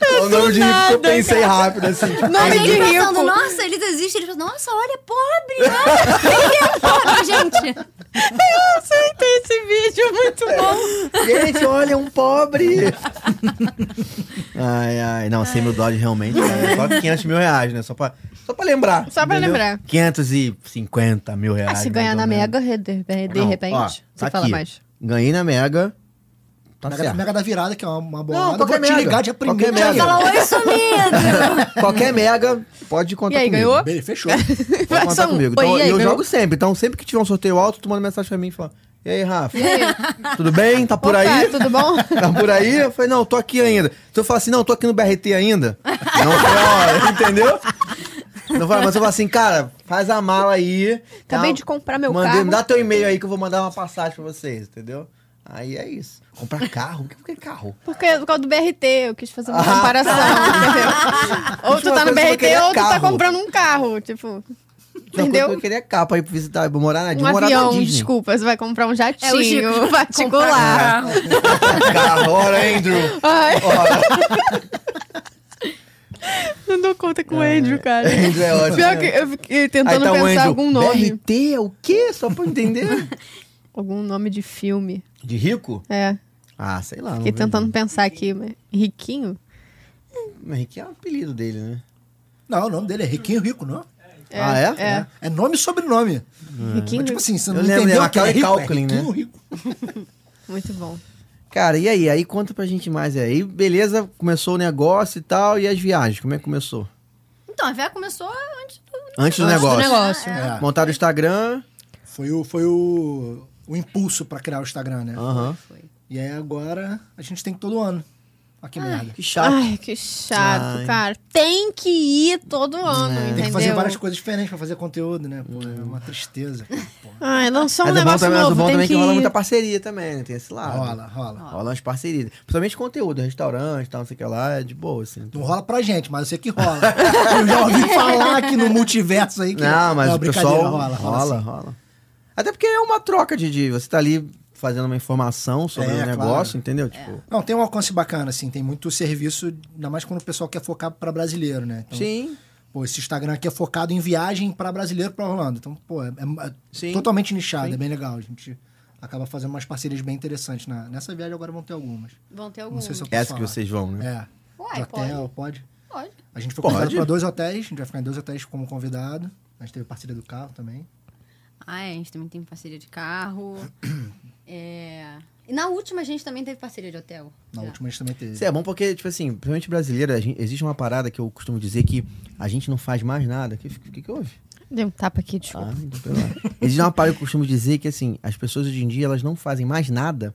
[SPEAKER 2] É o nome de rico que eu pensei rápido, assim. tipo,
[SPEAKER 3] a
[SPEAKER 1] Nome de
[SPEAKER 3] gente pensando,
[SPEAKER 1] rico.
[SPEAKER 3] nossa, eles existem. Eles falam, nossa, olha, é pobre, olha. Ele é pobre, gente.
[SPEAKER 1] Eu aceitei esse vídeo. vídeo muito bom.
[SPEAKER 2] Gente, olha, um pobre! ai, ai. Não, 100 mil dólares realmente, né? Só 500 mil reais, né? Só pra, só pra lembrar.
[SPEAKER 1] Só pra
[SPEAKER 2] entendeu?
[SPEAKER 1] lembrar.
[SPEAKER 2] 550 mil reais.
[SPEAKER 1] Ah, se
[SPEAKER 2] mais
[SPEAKER 1] ganhar
[SPEAKER 2] ou
[SPEAKER 1] na
[SPEAKER 2] menos.
[SPEAKER 1] Mega, re- de, de
[SPEAKER 2] Não,
[SPEAKER 1] repente,
[SPEAKER 2] ó,
[SPEAKER 1] você
[SPEAKER 2] tá
[SPEAKER 1] fala
[SPEAKER 2] aqui.
[SPEAKER 1] mais.
[SPEAKER 2] Ganhei na Mega. Tá
[SPEAKER 4] Mega,
[SPEAKER 2] certo.
[SPEAKER 4] mega da virada, que é uma, uma bola.
[SPEAKER 2] Não,
[SPEAKER 4] Eu
[SPEAKER 2] qualquer
[SPEAKER 4] vou te
[SPEAKER 2] mega.
[SPEAKER 4] ligar dia
[SPEAKER 2] Qualquer
[SPEAKER 4] primeiro. de
[SPEAKER 2] mega.
[SPEAKER 4] abril.
[SPEAKER 3] Fala, oi, sumido!
[SPEAKER 2] Qualquer Mega, pode contar
[SPEAKER 1] E aí,
[SPEAKER 2] comigo.
[SPEAKER 1] ganhou?
[SPEAKER 4] Beleza, fechou.
[SPEAKER 2] Pode
[SPEAKER 1] Só
[SPEAKER 2] contar
[SPEAKER 1] um,
[SPEAKER 2] comigo.
[SPEAKER 1] oi,
[SPEAKER 2] Então,
[SPEAKER 1] e aí,
[SPEAKER 2] eu
[SPEAKER 1] ganhou?
[SPEAKER 2] jogo sempre. Então, sempre que tiver um sorteio alto, tu manda mensagem pra mim e fala: E aí, Rafa? Tudo bem? Tá por
[SPEAKER 1] Opa,
[SPEAKER 2] aí?
[SPEAKER 1] tudo bom?
[SPEAKER 2] Tá por aí? Eu falei, não, tô aqui ainda. Se eu falar assim, não, tô aqui no BRT ainda, não foi a hora, entendeu? Não fala, mas eu falo assim, cara, faz a mala aí.
[SPEAKER 1] Acabei
[SPEAKER 2] tá?
[SPEAKER 1] de comprar meu
[SPEAKER 2] Mandei,
[SPEAKER 1] carro.
[SPEAKER 2] Me dá teu e-mail aí que eu vou mandar uma passagem pra vocês, entendeu? Aí é isso. Comprar carro? O que- o que é carro?
[SPEAKER 1] Porque é por causa do BRT, eu quis fazer uma
[SPEAKER 2] Ah, tá.
[SPEAKER 1] comparação, entendeu? Ou tu
[SPEAKER 2] Última
[SPEAKER 1] tá no
[SPEAKER 2] coisa que eu
[SPEAKER 1] BRT
[SPEAKER 2] queria é
[SPEAKER 1] ou tu tá
[SPEAKER 2] carro.
[SPEAKER 1] comprando um carro, tipo. Entendeu?
[SPEAKER 2] Eu queria capa aí pra visitar, pra morar na
[SPEAKER 1] Um
[SPEAKER 2] Disney. É morar na
[SPEAKER 1] avião,
[SPEAKER 2] Disney.
[SPEAKER 1] desculpa, você vai comprar um
[SPEAKER 3] É o Chico.
[SPEAKER 1] jatinho
[SPEAKER 3] Comprar
[SPEAKER 1] particular.
[SPEAKER 3] carro.
[SPEAKER 2] Carro, ora, Andrew.
[SPEAKER 1] Ai,
[SPEAKER 2] Ora.
[SPEAKER 1] não dou conta com o Andrew, cara.
[SPEAKER 2] Andrew é ótimo. tá
[SPEAKER 1] Pior que eu fiquei tentando
[SPEAKER 2] o
[SPEAKER 1] pensar
[SPEAKER 2] Andrew,
[SPEAKER 1] algum nome.
[SPEAKER 2] BRT é o quê? Só pra eu entender.
[SPEAKER 1] Algum nome de filme.
[SPEAKER 2] De rico?
[SPEAKER 1] É,
[SPEAKER 2] Ah, sei lá. não
[SPEAKER 1] fiquei
[SPEAKER 2] vejo.
[SPEAKER 1] tentando pensar aqui. mas- Riquinho?
[SPEAKER 2] Mas rico é o apelido dele, né?
[SPEAKER 4] Não, o nome dele é Riquinho Rico, não?
[SPEAKER 2] ah, é?
[SPEAKER 1] É.
[SPEAKER 4] É nome e sobrenome.
[SPEAKER 1] Riquinho?
[SPEAKER 4] Mas, tipo assim, você
[SPEAKER 2] Eu
[SPEAKER 4] não
[SPEAKER 2] lembro,
[SPEAKER 4] entendeu
[SPEAKER 2] é
[SPEAKER 4] o que
[SPEAKER 2] Macaulay
[SPEAKER 4] é rico,
[SPEAKER 2] Culkin,
[SPEAKER 4] é
[SPEAKER 2] né?
[SPEAKER 4] riquinho, rico.
[SPEAKER 1] Muito bom.
[SPEAKER 2] Cara, e aí? Aí conta pra gente mais aí. Beleza, começou o negócio e tal. E as viagens? Como é que começou?
[SPEAKER 3] Então, a véia começou antes do
[SPEAKER 2] Antes
[SPEAKER 1] Gosto
[SPEAKER 2] do
[SPEAKER 1] do negócio.
[SPEAKER 2] negócio.
[SPEAKER 4] É.
[SPEAKER 2] Montaram o Instagram.
[SPEAKER 4] Foi o, foi o, o impulso pra criar o Instagram, né?
[SPEAKER 2] Aham.
[SPEAKER 4] E aí agora a gente tem que todo ano. Olha que merda.
[SPEAKER 2] Que chato.
[SPEAKER 1] Ai, que chato,
[SPEAKER 2] Ai. É,
[SPEAKER 1] cara. Tem que ir todo ano, entendeu?
[SPEAKER 4] Tem que fazer várias coisas diferentes pra fazer conteúdo, né? Pô,
[SPEAKER 2] Uhum.
[SPEAKER 4] é uma tristeza. Pô,
[SPEAKER 1] Ai, lançou um
[SPEAKER 2] mas o bom
[SPEAKER 1] negócio
[SPEAKER 2] também, mas o
[SPEAKER 1] novo,
[SPEAKER 2] bom
[SPEAKER 1] tem
[SPEAKER 2] também é
[SPEAKER 1] que
[SPEAKER 2] que rola
[SPEAKER 1] ir.
[SPEAKER 2] muita parceria também, né? Tem esse lado.
[SPEAKER 4] Ah, rola, rola.
[SPEAKER 2] Rola umas parcerias. Principalmente conteúdo, restaurante, tal, não sei o que lá. É de boa, assim.
[SPEAKER 4] Não rola pra gente, mas eu sei que rola. eu já ouvi falar aqui no multiverso aí que
[SPEAKER 2] Não, mas
[SPEAKER 4] Não,
[SPEAKER 2] o
[SPEAKER 4] brincadeira,
[SPEAKER 2] pessoal
[SPEAKER 4] rola, rola. sim.
[SPEAKER 2] rola. Até porque é uma troca de, de- você tá ali fazendo uma informação sobre
[SPEAKER 4] É,
[SPEAKER 2] um
[SPEAKER 4] claro.
[SPEAKER 2] negócio, entendeu? Tipo,
[SPEAKER 4] Não, tem um alcance bacana, assim, tem muito serviço, ainda mais quando o pessoal quer focar pra brasileiro, né? Então,
[SPEAKER 2] sim.
[SPEAKER 4] Pô, esse Instagram aqui é focado em viagem pra brasileiro pra Orlando. Então, pô, é, é- é
[SPEAKER 2] Sim.
[SPEAKER 4] totalmente nichado, é bem legal. A gente acaba fazendo umas parcerias bem interessantes. na- nessa viagem agora vão ter algumas.
[SPEAKER 3] Vão ter algum.
[SPEAKER 4] Não sei se eu posso
[SPEAKER 2] Essa que
[SPEAKER 4] falar.
[SPEAKER 2] vocês vão, né?
[SPEAKER 4] É.
[SPEAKER 3] Uai,
[SPEAKER 4] de
[SPEAKER 3] pode.
[SPEAKER 4] hotel, pode.
[SPEAKER 3] Pode.
[SPEAKER 4] A gente foi
[SPEAKER 2] Pode.
[SPEAKER 4] convidado pra dois hotéis, a gente vai ficar em dois hotéis como convidado. A gente teve parceria do carro também.
[SPEAKER 3] Ah, é, a gente também tem parceria de carro. é... E na última a gente também teve parceria de hotel.
[SPEAKER 4] Na
[SPEAKER 3] É.
[SPEAKER 4] última a gente também teve.
[SPEAKER 2] Isso é bom porque, tipo assim, principalmente brasileiro, a gente- existe uma parada que eu costumo dizer que a gente não faz mais nada. O que, que, que houve?
[SPEAKER 1] Dei um tapa aqui, desculpa.
[SPEAKER 2] Ah, então, sei lá. existe uma parada que eu costumo dizer que, assim, as pessoas hoje em dia, elas não fazem mais nada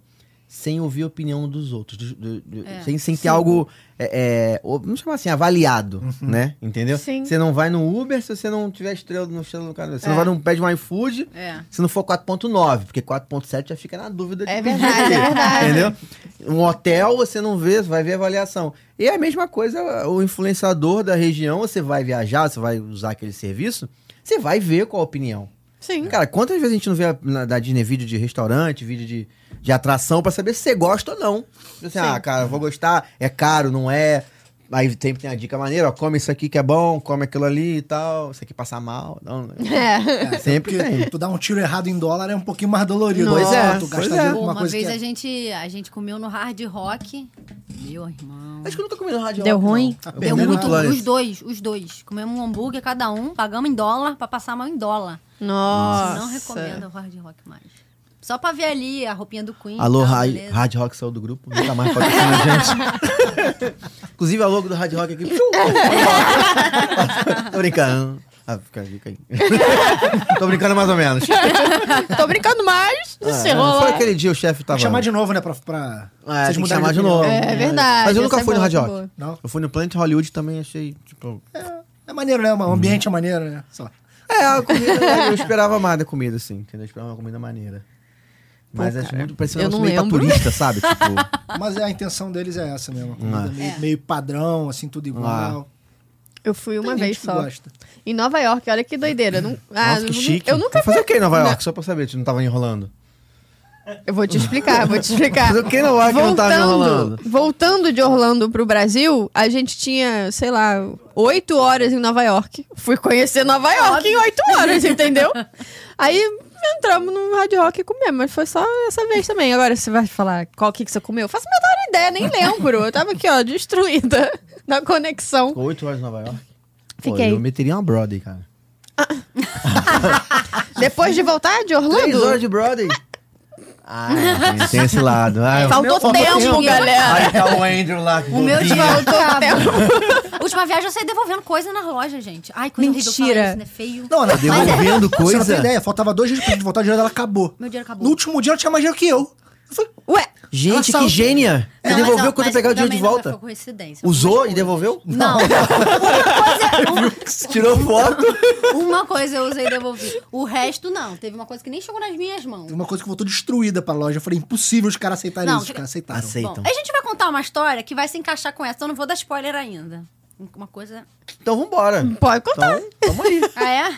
[SPEAKER 2] sem ouvir a opinião dos outros, do- do- do- sem, sem ter algo, é, é, o- vamos chamar assim, avaliado, né? Entendeu?
[SPEAKER 1] Sim.
[SPEAKER 2] Você não vai no Uber se você não tiver estrela no estrela no cara. Você não
[SPEAKER 1] É.
[SPEAKER 2] vai num pede um iFood
[SPEAKER 3] É.
[SPEAKER 2] se não for 4.9, porque 4.7 já fica na dúvida. de
[SPEAKER 1] É
[SPEAKER 2] pedir.
[SPEAKER 1] verdade, é verdade.
[SPEAKER 2] Entendeu? Um hotel você não vê, você vai ver a avaliação. E é a mesma coisa, o influenciador da região, você vai viajar, você vai usar aquele serviço, você vai ver qual a opinião.
[SPEAKER 1] Sim.
[SPEAKER 2] Cara, quantas vezes a gente não vê a- na- da Disney vídeo de restaurante, vídeo de, de atração, pra saber se você gosta ou não? Tipo Assim, ah, cara, eu vou gostar, é caro, não é. Aí sempre tem a dica maneira, ó, come isso aqui que é bom, come aquilo ali e tal, isso aqui passa mal. Não, não.
[SPEAKER 1] É.
[SPEAKER 4] É,
[SPEAKER 2] Sempre
[SPEAKER 4] porque
[SPEAKER 2] tem.
[SPEAKER 4] Tu dá um tiro errado em dólar é um pouquinho mais dolorido.
[SPEAKER 2] Pois é,
[SPEAKER 4] Tu
[SPEAKER 2] pois
[SPEAKER 4] gasta
[SPEAKER 2] é.
[SPEAKER 4] dinheiro
[SPEAKER 3] Pô,
[SPEAKER 4] com uma,
[SPEAKER 3] uma
[SPEAKER 4] coisa
[SPEAKER 3] vez
[SPEAKER 4] que é-
[SPEAKER 3] a gente, a gente comeu no Hard Rock. Meu irmão.
[SPEAKER 2] Acho que eu não tô comendo rádio.
[SPEAKER 1] Deu ruim?
[SPEAKER 4] Tá
[SPEAKER 3] Deu
[SPEAKER 4] perdendo
[SPEAKER 3] muito,
[SPEAKER 4] nada.
[SPEAKER 3] os dois, os dois. Comemos um hambúrguer cada um, pagamos em dólar pra passar mal em dólar.
[SPEAKER 1] Nossa.
[SPEAKER 3] Não recomendo o Hard Rock mais. Só pra ver ali a roupinha do Queen.
[SPEAKER 2] Alô,
[SPEAKER 3] tá,
[SPEAKER 2] Ra-
[SPEAKER 3] beleza.
[SPEAKER 2] Hard Rock saiu do grupo. Nunca mais patrocina a gente. Inclusive, a logo do Hard Rock aqui. Tô brincando. Ah, fica a dica aí. Tô brincando mais ou menos.
[SPEAKER 1] Tô brincando mais.
[SPEAKER 2] Ah,
[SPEAKER 1] Encerrou
[SPEAKER 2] foi
[SPEAKER 1] lá.
[SPEAKER 2] aquele dia o chefe
[SPEAKER 4] Tem
[SPEAKER 2] tava.
[SPEAKER 4] que chamar de novo, né? Pra, pra
[SPEAKER 2] Tá É, tem que
[SPEAKER 4] mudarem
[SPEAKER 2] chamar de
[SPEAKER 4] opinião.
[SPEAKER 2] novo.
[SPEAKER 1] É verdade.
[SPEAKER 2] Mas eu
[SPEAKER 1] essa
[SPEAKER 2] nunca
[SPEAKER 1] é
[SPEAKER 2] fui
[SPEAKER 1] boa,
[SPEAKER 2] no Hard
[SPEAKER 1] essa é
[SPEAKER 2] Rock.
[SPEAKER 1] boa.
[SPEAKER 4] Não?
[SPEAKER 2] Eu fui no Planet Hollywood também, achei, tipo.
[SPEAKER 4] É maneiro, né? O ambiente é maneiro, né? Sei lá.
[SPEAKER 2] É, a comida. eu esperava mais da comida, assim, entendeu? Eu esperava uma comida maneira. Mas acho
[SPEAKER 1] cara,
[SPEAKER 2] muito parecendo
[SPEAKER 1] eu
[SPEAKER 2] um
[SPEAKER 1] não
[SPEAKER 2] meio pra
[SPEAKER 1] lembro.
[SPEAKER 2] turista, sabe? Tipo.
[SPEAKER 4] Mas a intenção deles é essa mesmo. a comida
[SPEAKER 2] Ah.
[SPEAKER 4] meio, meio padrão, assim, tudo igual.
[SPEAKER 2] é.
[SPEAKER 1] Eu fui uma
[SPEAKER 4] Tem
[SPEAKER 1] vez
[SPEAKER 4] gente que
[SPEAKER 1] só.
[SPEAKER 4] gosta.
[SPEAKER 1] Em Nova York, olha que doideira. Não- ah,
[SPEAKER 2] Nossa,
[SPEAKER 1] eu
[SPEAKER 2] que
[SPEAKER 1] nu-
[SPEAKER 2] chique.
[SPEAKER 1] Eu nunca
[SPEAKER 2] Vai fazer
[SPEAKER 1] fui.
[SPEAKER 2] o que em Nova York? Só pra saber, tu não tava enrolando.
[SPEAKER 1] Eu vou te explicar, vou te explicar.
[SPEAKER 2] Fazer o que em Nova York que não tá tava enrolando?
[SPEAKER 1] Voltando, voltando de Orlando pro Brasil, a gente tinha, sei lá, oito horas em Nova York. Fui conhecer Nova York em oito horas, entendeu? Aí Entramos no Hard Rock e comemos, mas foi só essa vez também. Agora, você vai falar qual que, que você comeu? Eu faço a menor ideia, nem lembro. Eu tava aqui, ó, destruída na conexão.
[SPEAKER 2] Ficou 8 horas em Nova York.
[SPEAKER 1] Fiquei.
[SPEAKER 2] eu meteria uma Broadway, cara.
[SPEAKER 1] Depois de voltar de
[SPEAKER 2] 3 horas
[SPEAKER 1] Orlando,
[SPEAKER 2] de Broadway? Ah, tem, tem esse lado. Ah,
[SPEAKER 1] faltou
[SPEAKER 4] Meu,
[SPEAKER 1] tempo,
[SPEAKER 4] faltou tempo.
[SPEAKER 1] galera.
[SPEAKER 2] Aí tá o Andrew lá.
[SPEAKER 3] O meu tá,
[SPEAKER 2] bovinho.
[SPEAKER 3] dia
[SPEAKER 1] Faltou tempo.
[SPEAKER 3] Última viagem eu saí devolvendo coisa na loja, gente. Ai, coisa horrível
[SPEAKER 1] Mentira.
[SPEAKER 3] falar isso, né? Feio.
[SPEAKER 4] Não, ela
[SPEAKER 2] Tá Devolvendo
[SPEAKER 4] Você não tem
[SPEAKER 2] coisa.
[SPEAKER 4] ideia, faltava dois dias pra gente voltar, o dinheiro dela acabou.
[SPEAKER 3] Meu dinheiro acabou.
[SPEAKER 4] No último dia ela tinha mais dinheiro que eu. Eu falei,
[SPEAKER 1] Ué,
[SPEAKER 2] Gente,
[SPEAKER 4] Ela
[SPEAKER 2] que
[SPEAKER 4] saltou.
[SPEAKER 2] gênia. Você
[SPEAKER 3] Não, mas
[SPEAKER 2] devolveu
[SPEAKER 3] não,
[SPEAKER 2] quando
[SPEAKER 3] mas
[SPEAKER 2] pegar é o dinheiro de
[SPEAKER 3] também não
[SPEAKER 2] volta.
[SPEAKER 3] foi coincidência.
[SPEAKER 2] Usou
[SPEAKER 3] Algumas
[SPEAKER 2] e
[SPEAKER 3] coisas.
[SPEAKER 2] devolveu?
[SPEAKER 3] Não. Uma coisa-
[SPEAKER 2] Tirou foto.
[SPEAKER 3] Uma coisa eu usei e devolvi. O resto, não. Teve uma coisa que nem chegou nas minhas mãos.
[SPEAKER 4] uma coisa que voltou destruída pra loja. Eu falei, impossível os caras aceitarem
[SPEAKER 3] Não,
[SPEAKER 4] isso. Os caras aceitaram.
[SPEAKER 2] Aceita.
[SPEAKER 3] Bom,
[SPEAKER 2] Então.
[SPEAKER 3] a gente vai contar uma história que vai se encaixar com essa. Eu não vou dar spoiler ainda. Uma coisa...
[SPEAKER 2] Então vambora.
[SPEAKER 3] Um
[SPEAKER 1] pode contar.
[SPEAKER 2] Então, tamo aí.
[SPEAKER 3] Ah, é?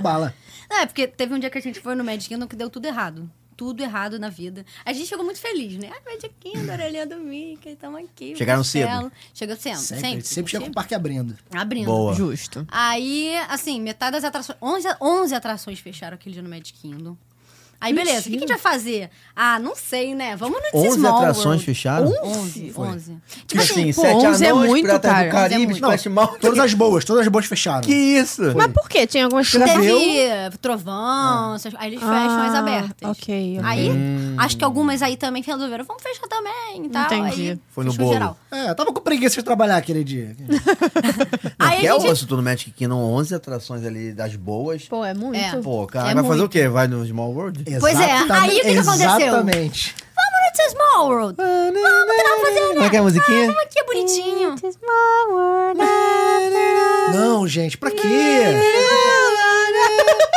[SPEAKER 4] bala.
[SPEAKER 3] Não, é porque teve um dia que a gente foi no Magic Kingdom que deu tudo errado. Tudo errado na vida. A gente chegou muito feliz, né? Ah, Magic Kingdom, orelhinha do Mickey, estamos aqui.
[SPEAKER 2] Chegaram
[SPEAKER 3] Marcelo. Chegou cedo.
[SPEAKER 4] Sempre,
[SPEAKER 3] Sempre.
[SPEAKER 4] sempre, chega com o parque abrindo.
[SPEAKER 3] Abrindo.
[SPEAKER 2] Boa.
[SPEAKER 1] Justo.
[SPEAKER 3] Aí, assim, metade das atrações. 11, a- 11 atrações fecharam aquele dia no Magic Kingdom. Aí, beleza, o que que a gente vai fazer? Ah, não sei, né? Vamos no
[SPEAKER 2] 11
[SPEAKER 3] Small
[SPEAKER 2] atrações
[SPEAKER 3] World.
[SPEAKER 2] fecharam?
[SPEAKER 3] 11, 11.
[SPEAKER 2] Tipo assim,
[SPEAKER 1] pô,
[SPEAKER 2] sete
[SPEAKER 1] 11 é
[SPEAKER 2] anões,
[SPEAKER 1] muito,
[SPEAKER 2] Piratas
[SPEAKER 1] cara.
[SPEAKER 2] do
[SPEAKER 3] 11 é
[SPEAKER 2] Caribe,
[SPEAKER 3] muito.
[SPEAKER 2] Splash Mountain.
[SPEAKER 4] Todas as boas, todas as boas fecharam.
[SPEAKER 2] Que isso?
[SPEAKER 1] Mas por quê? Tinha algumas
[SPEAKER 4] Choveu.
[SPEAKER 1] coisas...
[SPEAKER 3] Teve trovão, essas- aí eles fecham as
[SPEAKER 1] Ah,
[SPEAKER 3] abertas.
[SPEAKER 1] ok, ok.
[SPEAKER 3] Aí,
[SPEAKER 2] Hum.
[SPEAKER 3] acho que algumas aí também resolveram, vamos fechar também e tal.
[SPEAKER 1] Entendi.
[SPEAKER 3] Aí,
[SPEAKER 2] Foi no
[SPEAKER 3] fechou
[SPEAKER 2] bolo.
[SPEAKER 3] geral.
[SPEAKER 4] É, eu tava com preguiça de trabalhar aquele dia.
[SPEAKER 3] Aí
[SPEAKER 2] Que é
[SPEAKER 3] a
[SPEAKER 2] o
[SPEAKER 3] gente...
[SPEAKER 2] assunto do Magic Kingdom, 11 atrações ali das boas.
[SPEAKER 1] Pô, é muito.
[SPEAKER 3] É.
[SPEAKER 2] Pô, cara,
[SPEAKER 3] É
[SPEAKER 2] vai fazer
[SPEAKER 3] muito.
[SPEAKER 2] o quê? Vai no Small World?
[SPEAKER 3] Pois é, aí o que que aconteceu?
[SPEAKER 4] Exatamente.
[SPEAKER 3] Vamos no Small World.
[SPEAKER 2] Como é que é a musiquinha?
[SPEAKER 3] Vamos aqui, é bonitinho.
[SPEAKER 4] Não, gente, pra quê?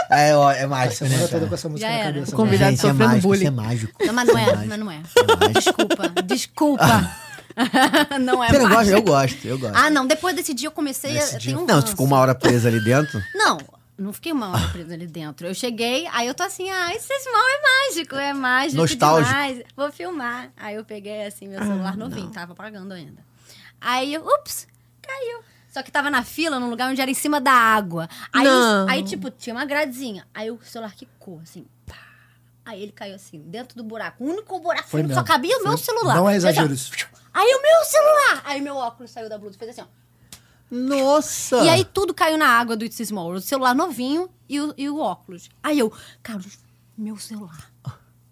[SPEAKER 2] É, ó, é mágico, né,
[SPEAKER 4] Semana toda
[SPEAKER 2] cara?
[SPEAKER 4] com essa música
[SPEAKER 3] Já
[SPEAKER 4] na
[SPEAKER 3] era.
[SPEAKER 4] cabeça.
[SPEAKER 1] O convidado
[SPEAKER 2] Gente, é
[SPEAKER 1] sofrendo
[SPEAKER 2] mágico,
[SPEAKER 1] bullying.
[SPEAKER 2] isso é mágico.
[SPEAKER 3] Não, mas
[SPEAKER 2] Isso
[SPEAKER 3] não é,
[SPEAKER 2] mágico.
[SPEAKER 3] mas não é.
[SPEAKER 2] Mágico.
[SPEAKER 3] Desculpa, desculpa. não é
[SPEAKER 2] Ah. Você não gosta?
[SPEAKER 3] mágico.
[SPEAKER 2] Eu gosto, eu gosto.
[SPEAKER 3] Ah, não, depois desse dia eu comecei
[SPEAKER 2] Nesse
[SPEAKER 3] a.
[SPEAKER 2] dia-
[SPEAKER 3] Tem um
[SPEAKER 2] não,
[SPEAKER 3] ranço.
[SPEAKER 2] tu ficou uma hora presa ali dentro?
[SPEAKER 3] Não, não fiquei uma hora presa ali dentro. Eu cheguei, aí eu tô assim, ah, esse mal é mágico, é mágico
[SPEAKER 2] Nostálgico.
[SPEAKER 3] demais. Vou filmar. Aí eu peguei assim, meu celular novinho, tava apagando ainda. Aí eu, ups, caiu. Só que tava na fila, num lugar onde era em cima da água. Aí,
[SPEAKER 1] Não.
[SPEAKER 3] aí tipo, tinha uma gradezinha. Aí o celular quicou, assim, pá. Aí ele caiu assim, dentro do buraco. O único buraco
[SPEAKER 4] Foi
[SPEAKER 3] que só
[SPEAKER 4] mesmo.
[SPEAKER 3] cabia o meu
[SPEAKER 4] Foi-
[SPEAKER 3] celular.
[SPEAKER 4] Não é
[SPEAKER 3] Fez assim,
[SPEAKER 4] exagero
[SPEAKER 3] ó.
[SPEAKER 4] isso.
[SPEAKER 3] Aí o meu celular! Aí meu óculos saiu da blusa, fez assim, ó.
[SPEAKER 2] Nossa!
[SPEAKER 3] E aí tudo caiu na água do It's Small World. O celular novinho e o, e o óculos. Aí eu, Carlos, meu celular.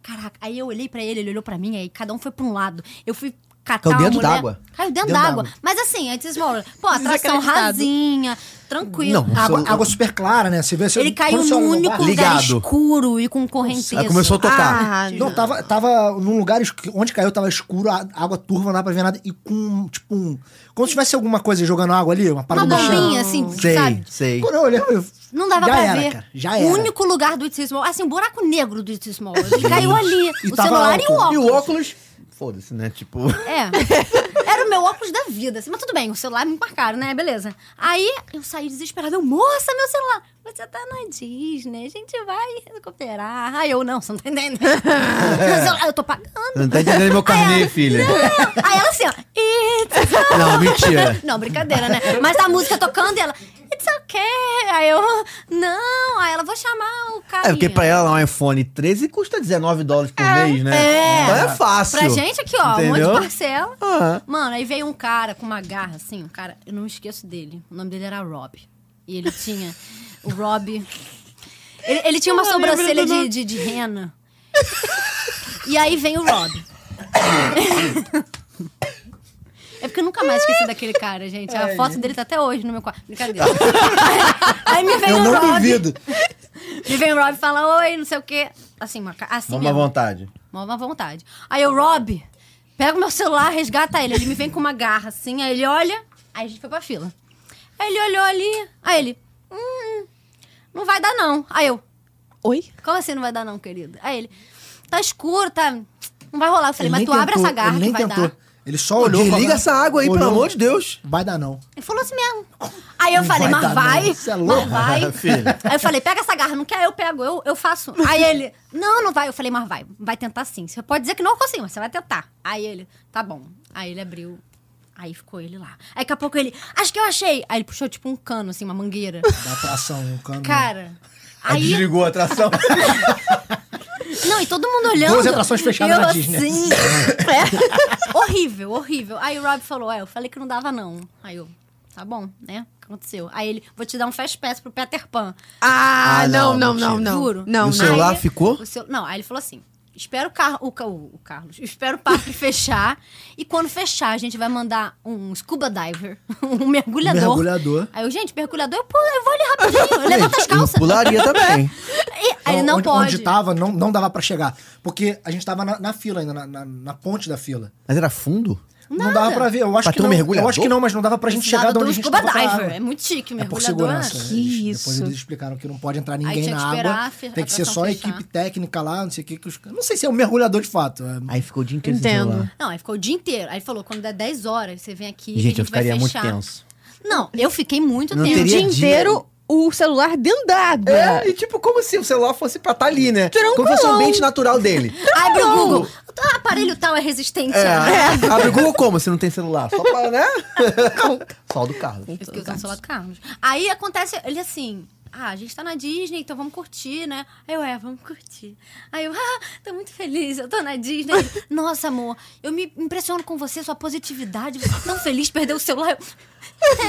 [SPEAKER 3] Caraca. Aí eu olhei pra ele, ele olhou pra mim, aí cada um foi pra um lado. Eu fui catar
[SPEAKER 2] Caiu
[SPEAKER 3] uma
[SPEAKER 2] dentro
[SPEAKER 3] mulher-
[SPEAKER 2] d'água?
[SPEAKER 3] Caiu dentro,
[SPEAKER 4] Dentro
[SPEAKER 3] d'água.
[SPEAKER 4] d'água.
[SPEAKER 3] Mas assim, It's Small World. Pô, atração
[SPEAKER 1] Desacreditado.
[SPEAKER 3] rasinha, tranquilo.
[SPEAKER 2] Não,
[SPEAKER 4] Água,
[SPEAKER 2] Sou-
[SPEAKER 4] água super clara, né? Você vê você-
[SPEAKER 3] Ele caiu
[SPEAKER 4] quando você
[SPEAKER 3] num
[SPEAKER 4] olha
[SPEAKER 3] único
[SPEAKER 4] bar-
[SPEAKER 3] lugar
[SPEAKER 2] Ligado.
[SPEAKER 3] escuro e com correnteza.
[SPEAKER 2] Aí começou a tocar.
[SPEAKER 1] Ah,
[SPEAKER 4] Não, tava, tava num lugar escu- onde caiu, tava escuro, a água turva, não dava pra ver nada. E com, tipo, um. Como se tivesse alguma coisa jogando água ali, uma
[SPEAKER 3] Uma
[SPEAKER 4] parada no chão.
[SPEAKER 3] bombinha, assim,
[SPEAKER 2] sei,
[SPEAKER 3] sabe?
[SPEAKER 2] sei.
[SPEAKER 4] Quando eu olhei, eu falei,
[SPEAKER 3] Não dava
[SPEAKER 4] já
[SPEAKER 3] pra
[SPEAKER 4] era,
[SPEAKER 3] ver.
[SPEAKER 4] Cara, já
[SPEAKER 3] O
[SPEAKER 4] era.
[SPEAKER 3] único lugar do It's Small World, assim, o buraco negro do It's Small World. Ele caiu ali.
[SPEAKER 4] E
[SPEAKER 3] o
[SPEAKER 4] tava
[SPEAKER 3] celular e o
[SPEAKER 4] álcool.
[SPEAKER 3] óculos.
[SPEAKER 2] E o óculos? Foda-se, né? Tipo.
[SPEAKER 3] É. Era o meu óculos da vida. assim, Mas tudo bem, o celular é muito mais caro, né? Beleza. Aí eu saí desesperada. Eu, moça, meu celular. Você tá na Disney, a gente vai recuperar. Aí eu, não, você não tá entendendo. Meu celular, eu tô pagando.
[SPEAKER 2] Não tá entendendo meu carnê, filha.
[SPEAKER 3] Aí ela assim, ó. It's
[SPEAKER 2] Não, mentira.
[SPEAKER 3] não, brincadeira, né? Mas a música tocando e ela, it's okay. Aí eu, não. Aí ela, vou chamar o cara.
[SPEAKER 2] É porque pra ela um iPhone 13 custa 19 dólares por mês, né?
[SPEAKER 3] É.
[SPEAKER 2] Então é fácil.
[SPEAKER 3] Pra gente aqui, ó, um monte de
[SPEAKER 2] Entendeu?
[SPEAKER 3] parcela.
[SPEAKER 2] Ah.
[SPEAKER 3] Mano, aí veio um cara com uma garra, assim, um cara, eu não esqueço dele. O nome dele era Rob. E ele tinha. o Rob. Ele, ele tinha uma
[SPEAKER 1] Eu não lembro
[SPEAKER 3] sobrancelha
[SPEAKER 1] do
[SPEAKER 3] de,
[SPEAKER 1] nome.
[SPEAKER 3] de, de rena. E aí vem o Rob. É porque eu nunca mais esqueci daquele cara, gente. A foto dele tá até hoje no meu quarto. Brincadeira. Aí me vem
[SPEAKER 4] Eu
[SPEAKER 3] o
[SPEAKER 4] não
[SPEAKER 3] Rob.
[SPEAKER 4] duvido.
[SPEAKER 3] Me vem o Rob e fala, oi, não sei o quê. Assim, uma, ca- assim
[SPEAKER 2] Vamos à
[SPEAKER 3] mesmo.
[SPEAKER 2] vontade.
[SPEAKER 3] Mó uma vontade. Aí eu, Rob, pega o meu celular, resgata ele. Ele me vem com uma garra assim, aí ele olha, aí a gente foi pra fila. Aí ele olhou ali, aí ele, hum, não vai dar não. Aí eu,
[SPEAKER 1] Oi?
[SPEAKER 3] como assim não vai dar não, querido? Aí ele, tá escuro, tá. Não vai rolar. Eu falei,
[SPEAKER 4] Ele
[SPEAKER 3] mas
[SPEAKER 4] nem
[SPEAKER 3] tu abre
[SPEAKER 4] tentou,
[SPEAKER 3] essa garra
[SPEAKER 4] Ele
[SPEAKER 3] que
[SPEAKER 4] nem
[SPEAKER 3] vai
[SPEAKER 4] tentou.
[SPEAKER 3] dar.
[SPEAKER 4] Ele só olhou.
[SPEAKER 2] Desliga
[SPEAKER 4] falou,
[SPEAKER 2] essa água aí, pelo
[SPEAKER 4] olhou,
[SPEAKER 2] amor de Deus.
[SPEAKER 4] Vai dar não.
[SPEAKER 3] Ele falou assim mesmo. Aí eu falei, mas
[SPEAKER 4] vai dar
[SPEAKER 3] vai,
[SPEAKER 4] não, você é
[SPEAKER 3] mas
[SPEAKER 4] louco."
[SPEAKER 3] vai.
[SPEAKER 2] Filha.
[SPEAKER 3] Aí eu falei, pega essa garra, não quer? Eu pego, eu, eu faço. Aí ele, não, não vai. Eu falei, mas vai, vai tentar sim. Você pode dizer que não consigo, mas você vai tentar. Aí ele, tá bom. Aí ele abriu. Aí ficou ele lá. Aí daqui a
[SPEAKER 4] Uhum.
[SPEAKER 3] pouco ele, acho que eu achei. Aí ele puxou tipo um cano, assim, uma mangueira.
[SPEAKER 4] Dá atração, um cano.
[SPEAKER 3] Cara.
[SPEAKER 2] Aí
[SPEAKER 3] Aí-
[SPEAKER 2] desligou a atração.
[SPEAKER 3] Não, e todo mundo olhando.
[SPEAKER 4] Duas atrações fechadas
[SPEAKER 3] Eu
[SPEAKER 4] na Disney.
[SPEAKER 3] assim. É. horrível, horrível. Aí o Rob falou, é, eu falei que não dava não. Aí eu, tá bom, né? O que aconteceu? Aí ele, vou te dar um fast pass pro Peter Pan.
[SPEAKER 1] Ah,
[SPEAKER 2] Ah,
[SPEAKER 1] não,
[SPEAKER 2] não,
[SPEAKER 1] não, não,
[SPEAKER 2] mentira.
[SPEAKER 1] não.
[SPEAKER 3] Juro.
[SPEAKER 1] Não,
[SPEAKER 2] E o
[SPEAKER 1] não.
[SPEAKER 2] celular? lá
[SPEAKER 3] Aí-
[SPEAKER 2] ficou?
[SPEAKER 3] o seu- não, aí ele falou assim: espera o, Car... o, Ca- o Carlos, espera o parque fechar. E quando fechar, a gente vai mandar um scuba diver, um mergulhador.
[SPEAKER 4] Mergulhador.
[SPEAKER 3] Aí eu, gente, mergulhador, eu, pulo, eu vou ali rapidinho, eu levanto as calças.
[SPEAKER 2] Eu pularia também.
[SPEAKER 3] E- aí ele não
[SPEAKER 4] Então, onde,
[SPEAKER 3] pode.
[SPEAKER 4] Onde tá?" tava, não, não dava pra chegar. Porque a gente tava na, na fila ainda, na, na- na ponte da fila.
[SPEAKER 2] Mas era fundo?
[SPEAKER 4] Não dava pra ver. Eu acho,
[SPEAKER 2] Pra
[SPEAKER 4] que
[SPEAKER 2] ter um
[SPEAKER 4] não, eu
[SPEAKER 2] mergulhador?
[SPEAKER 4] acho que não, mas não dava pra gente
[SPEAKER 3] Precisava
[SPEAKER 4] chegar
[SPEAKER 3] do
[SPEAKER 4] de onde a gente
[SPEAKER 3] scuba
[SPEAKER 4] tava pra
[SPEAKER 3] diver.
[SPEAKER 4] água.
[SPEAKER 3] É muito chique,
[SPEAKER 4] É por
[SPEAKER 3] mergulhador. né?
[SPEAKER 4] segurança.
[SPEAKER 1] Que
[SPEAKER 4] eles- Depois
[SPEAKER 1] isso.
[SPEAKER 4] eles explicaram que não pode entrar
[SPEAKER 3] Aí
[SPEAKER 4] ninguém
[SPEAKER 3] tinha que
[SPEAKER 4] na
[SPEAKER 3] esperar
[SPEAKER 4] água.
[SPEAKER 3] a fe-
[SPEAKER 4] Tem que ser
[SPEAKER 3] atração
[SPEAKER 4] só a
[SPEAKER 3] fechar.
[SPEAKER 4] equipe técnica lá, não sei o que. que os- Não sei se é um mergulhador de fato. é-
[SPEAKER 2] Aí ficou o dia inteiro sem
[SPEAKER 1] Entendo.
[SPEAKER 2] celular.
[SPEAKER 3] Não, aí ficou o dia inteiro. Aí ele falou: quando der 10 horas, você vem aqui.
[SPEAKER 2] Gente,
[SPEAKER 3] a
[SPEAKER 2] eu
[SPEAKER 3] gente vai
[SPEAKER 2] ficaria muito
[SPEAKER 3] fechar.
[SPEAKER 2] tenso.
[SPEAKER 3] Não, eu fiquei muito
[SPEAKER 2] Não
[SPEAKER 1] E
[SPEAKER 3] tenso.
[SPEAKER 1] o
[SPEAKER 2] teria
[SPEAKER 1] dia
[SPEAKER 2] dia.
[SPEAKER 1] inteiro o celular dentro da água.
[SPEAKER 2] É, e tipo, como se o celular fosse pra estar ali, né? Como se fosse o ambiente natural dele.
[SPEAKER 3] Abre o Google. O aparelho tal é resistente.
[SPEAKER 2] É.
[SPEAKER 3] a-
[SPEAKER 2] Abre o Google como se não tem celular? Só pra, né? Só o do Carlos.
[SPEAKER 3] Eu fiquei usando o celular do Carlos. Aí acontece, ele assim. Ah, a gente tá na Disney, então vamos curtir, né? Aí eu, é, vamos curtir. Aí eu, ah, tô muito feliz, eu tô na Disney. Ele, Nossa, amor, eu me impressiono com você, sua positividade. Você tá tão feliz, perdeu o celular.
[SPEAKER 2] Tipo
[SPEAKER 3] Eu,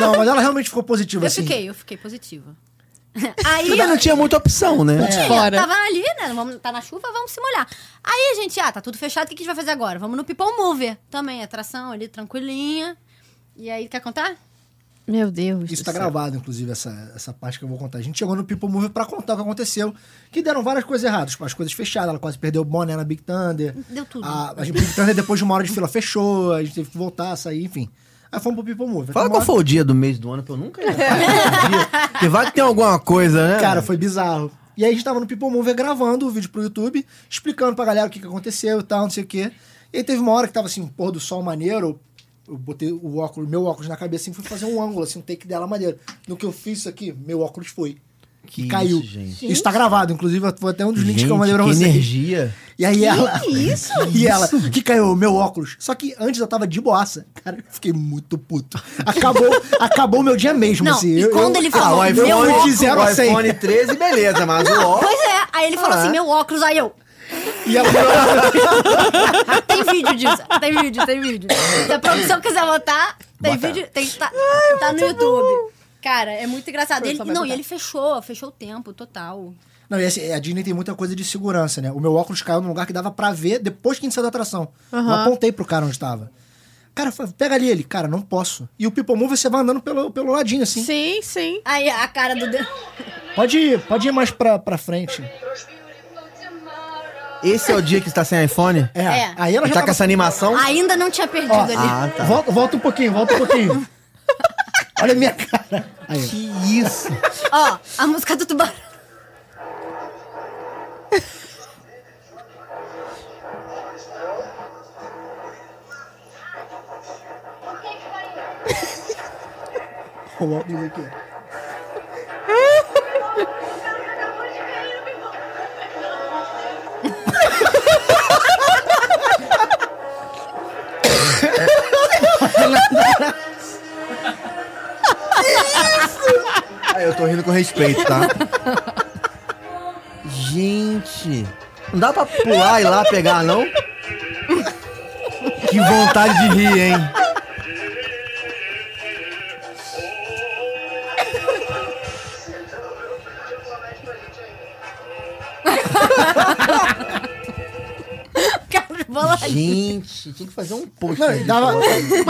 [SPEAKER 4] Não, mas ela realmente ficou positiva,
[SPEAKER 3] eu
[SPEAKER 4] assim.
[SPEAKER 3] fiquei, eu fiquei positiva. Aí
[SPEAKER 2] Também não tinha muita opção, né?
[SPEAKER 3] tinha,
[SPEAKER 1] É. fora.
[SPEAKER 3] tava ali, né? Vamos, tá na chuva, vamos se molhar. Aí, gente, ah, tá tudo fechado, o que que a gente vai fazer agora? Vamos no People Mover também, atração ali, tranquilinha. E aí, quer contar?
[SPEAKER 1] Meu Deus.
[SPEAKER 4] Isso
[SPEAKER 1] do
[SPEAKER 4] tá
[SPEAKER 1] céu.
[SPEAKER 4] gravado, inclusive, essa, essa parte que eu vou contar. A gente chegou no People Mover pra contar o que aconteceu, que deram várias coisas erradas. As coisas fechadas, ela quase perdeu o boné na Big Thunder.
[SPEAKER 3] Deu tudo.
[SPEAKER 4] A, a gente- Big Thunder, depois de uma hora de fila, fechou. A gente teve que voltar, sair, enfim. Aí fomos pro People
[SPEAKER 3] É.
[SPEAKER 4] Mover.
[SPEAKER 2] Fala
[SPEAKER 4] Uma
[SPEAKER 2] qual
[SPEAKER 4] hora-
[SPEAKER 2] foi o dia do mês do ano que eu nunca ia. Porque vai que tem alguma coisa, né?
[SPEAKER 4] Cara, foi bizarro. E aí a gente tava no People Mover gravando o vídeo pro YouTube, explicando pra galera o que, que aconteceu e tal, não sei o quê. E aí teve uma hora que tava assim, um pôr do sol maneiro. Eu botei o óculos, meu óculos na cabeça e fui fazer um ângulo, assim, um take dela maneiro. No que eu fiz isso aqui, meu óculos foi.
[SPEAKER 2] Que
[SPEAKER 4] e caiu.
[SPEAKER 2] isso, gente.
[SPEAKER 4] tá gravado, inclusive, foi até um dos links
[SPEAKER 2] Gente,
[SPEAKER 4] que eu mandei pra
[SPEAKER 2] que
[SPEAKER 4] vocês.
[SPEAKER 2] energia.
[SPEAKER 4] E aí ela. Isso? E ela, que caiu meu óculos. Só que antes eu tava de boaça. Cara, eu fiquei muito puto. Acabou, acabou meu dia mesmo,
[SPEAKER 3] Não,
[SPEAKER 4] assim.
[SPEAKER 3] e
[SPEAKER 4] eu-
[SPEAKER 3] quando
[SPEAKER 4] eu-
[SPEAKER 3] ele falou,
[SPEAKER 4] ah, o
[SPEAKER 3] meu
[SPEAKER 4] iPhone de
[SPEAKER 3] óculos.
[SPEAKER 4] zero a
[SPEAKER 2] o
[SPEAKER 4] 100.
[SPEAKER 2] iPhone 13, beleza, mas o ó...
[SPEAKER 3] Pois é, aí ele falou
[SPEAKER 2] Ah,
[SPEAKER 3] assim,
[SPEAKER 2] é?
[SPEAKER 3] meu óculos, aí eu... "Ah,
[SPEAKER 4] E ela
[SPEAKER 3] Tem vídeo disso. Tem vídeo, tem vídeo. Se a produção quiser botar, tem
[SPEAKER 2] Bota.
[SPEAKER 3] vídeo. Tem, tá
[SPEAKER 4] é
[SPEAKER 3] tá no YouTube. Cara, é muito engraçado. Ele, não, e ele fechou, fechou o tempo total.
[SPEAKER 4] Não, e assim, a Disney tem muita coisa de segurança, né? O meu óculos caiu num lugar que dava pra ver depois que a gente saiu da atração. Eu apontei pro cara onde tava. Cara, eu falei, pega ali ele. Cara, não posso. E o People Mover você vai andando pelo, pelo ladinho, assim.
[SPEAKER 1] Sim, sim.
[SPEAKER 3] Aí a cara do. de-
[SPEAKER 4] Pode ir, pode ir mais pra, pra frente.
[SPEAKER 2] Esse é o dia que você tá sem iPhone?
[SPEAKER 4] É,
[SPEAKER 3] É.
[SPEAKER 4] aí ela
[SPEAKER 2] Tá
[SPEAKER 4] já
[SPEAKER 2] com
[SPEAKER 4] tava-
[SPEAKER 2] essa animação?
[SPEAKER 3] Ainda não tinha perdido
[SPEAKER 4] Ó,
[SPEAKER 3] ali.
[SPEAKER 2] Ah, tá.
[SPEAKER 4] Volta, volta um pouquinho, volta um pouquinho. Olha a minha cara. Aí,
[SPEAKER 2] Que isso.
[SPEAKER 3] Ó, a música do tubarão.
[SPEAKER 4] ó, o óculos aqui. ó.
[SPEAKER 2] Ah, eu tô rindo com respeito, tá? Gente, não dá pra pular e lá pegar, não? Que vontade de rir, hein?
[SPEAKER 3] Cara, bola
[SPEAKER 2] Gente, tinha que fazer um post.
[SPEAKER 4] Não, e dava,
[SPEAKER 1] Uma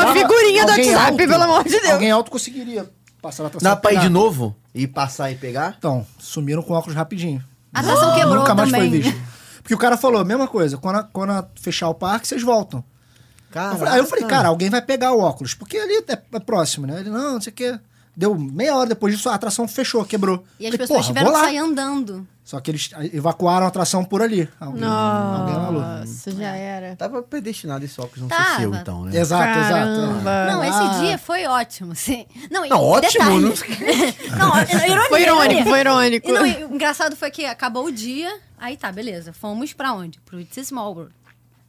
[SPEAKER 4] dava-
[SPEAKER 1] figurinha do
[SPEAKER 4] alguém
[SPEAKER 1] WhatsApp,
[SPEAKER 4] alto-
[SPEAKER 1] pelo amor de Deus.
[SPEAKER 4] Alguém alto conseguiria passar na atração.
[SPEAKER 2] Dá pra ir
[SPEAKER 4] pegar.
[SPEAKER 2] de novo? E passar e pegar?
[SPEAKER 4] Então, sumiram com o óculos rapidinho.
[SPEAKER 3] A atração quebrou
[SPEAKER 4] Nunca mais
[SPEAKER 3] também.
[SPEAKER 4] foi visto. Porque o cara falou a mesma coisa. Quando, a- quando a fechar o parque, vocês voltam.
[SPEAKER 3] Ah,
[SPEAKER 4] Eu falei- aí eu falei, cara, alguém vai pegar o óculos. Porque ali é, é próximo, né? Ele, não, não sei o quê. Deu meia hora depois disso, a atração fechou, quebrou.
[SPEAKER 3] E as
[SPEAKER 4] Falei,
[SPEAKER 3] pessoas
[SPEAKER 4] "Porra,
[SPEAKER 3] tiveram
[SPEAKER 4] vou
[SPEAKER 3] que
[SPEAKER 4] lá."
[SPEAKER 3] sair andando.
[SPEAKER 4] Só que eles evacuaram a atração por ali. Alguém, alguém maluco.
[SPEAKER 1] Nossa, já era.
[SPEAKER 2] Tava predestinado esse óculos não ser
[SPEAKER 3] Tava.
[SPEAKER 2] seu, então, né?
[SPEAKER 4] Exato, exato.
[SPEAKER 1] Caramba.
[SPEAKER 4] é.
[SPEAKER 3] Não, esse
[SPEAKER 4] Ah.
[SPEAKER 3] dia foi ótimo, sim. Não, e
[SPEAKER 2] Não, ótimo,
[SPEAKER 3] detalhe- não, é, ironia,
[SPEAKER 1] Foi
[SPEAKER 3] ironia.
[SPEAKER 1] irônico, foi irônico.
[SPEAKER 3] E não, e o engraçado foi que acabou o dia, aí tá, beleza. Fomos pra onde? Pro It's a Small World.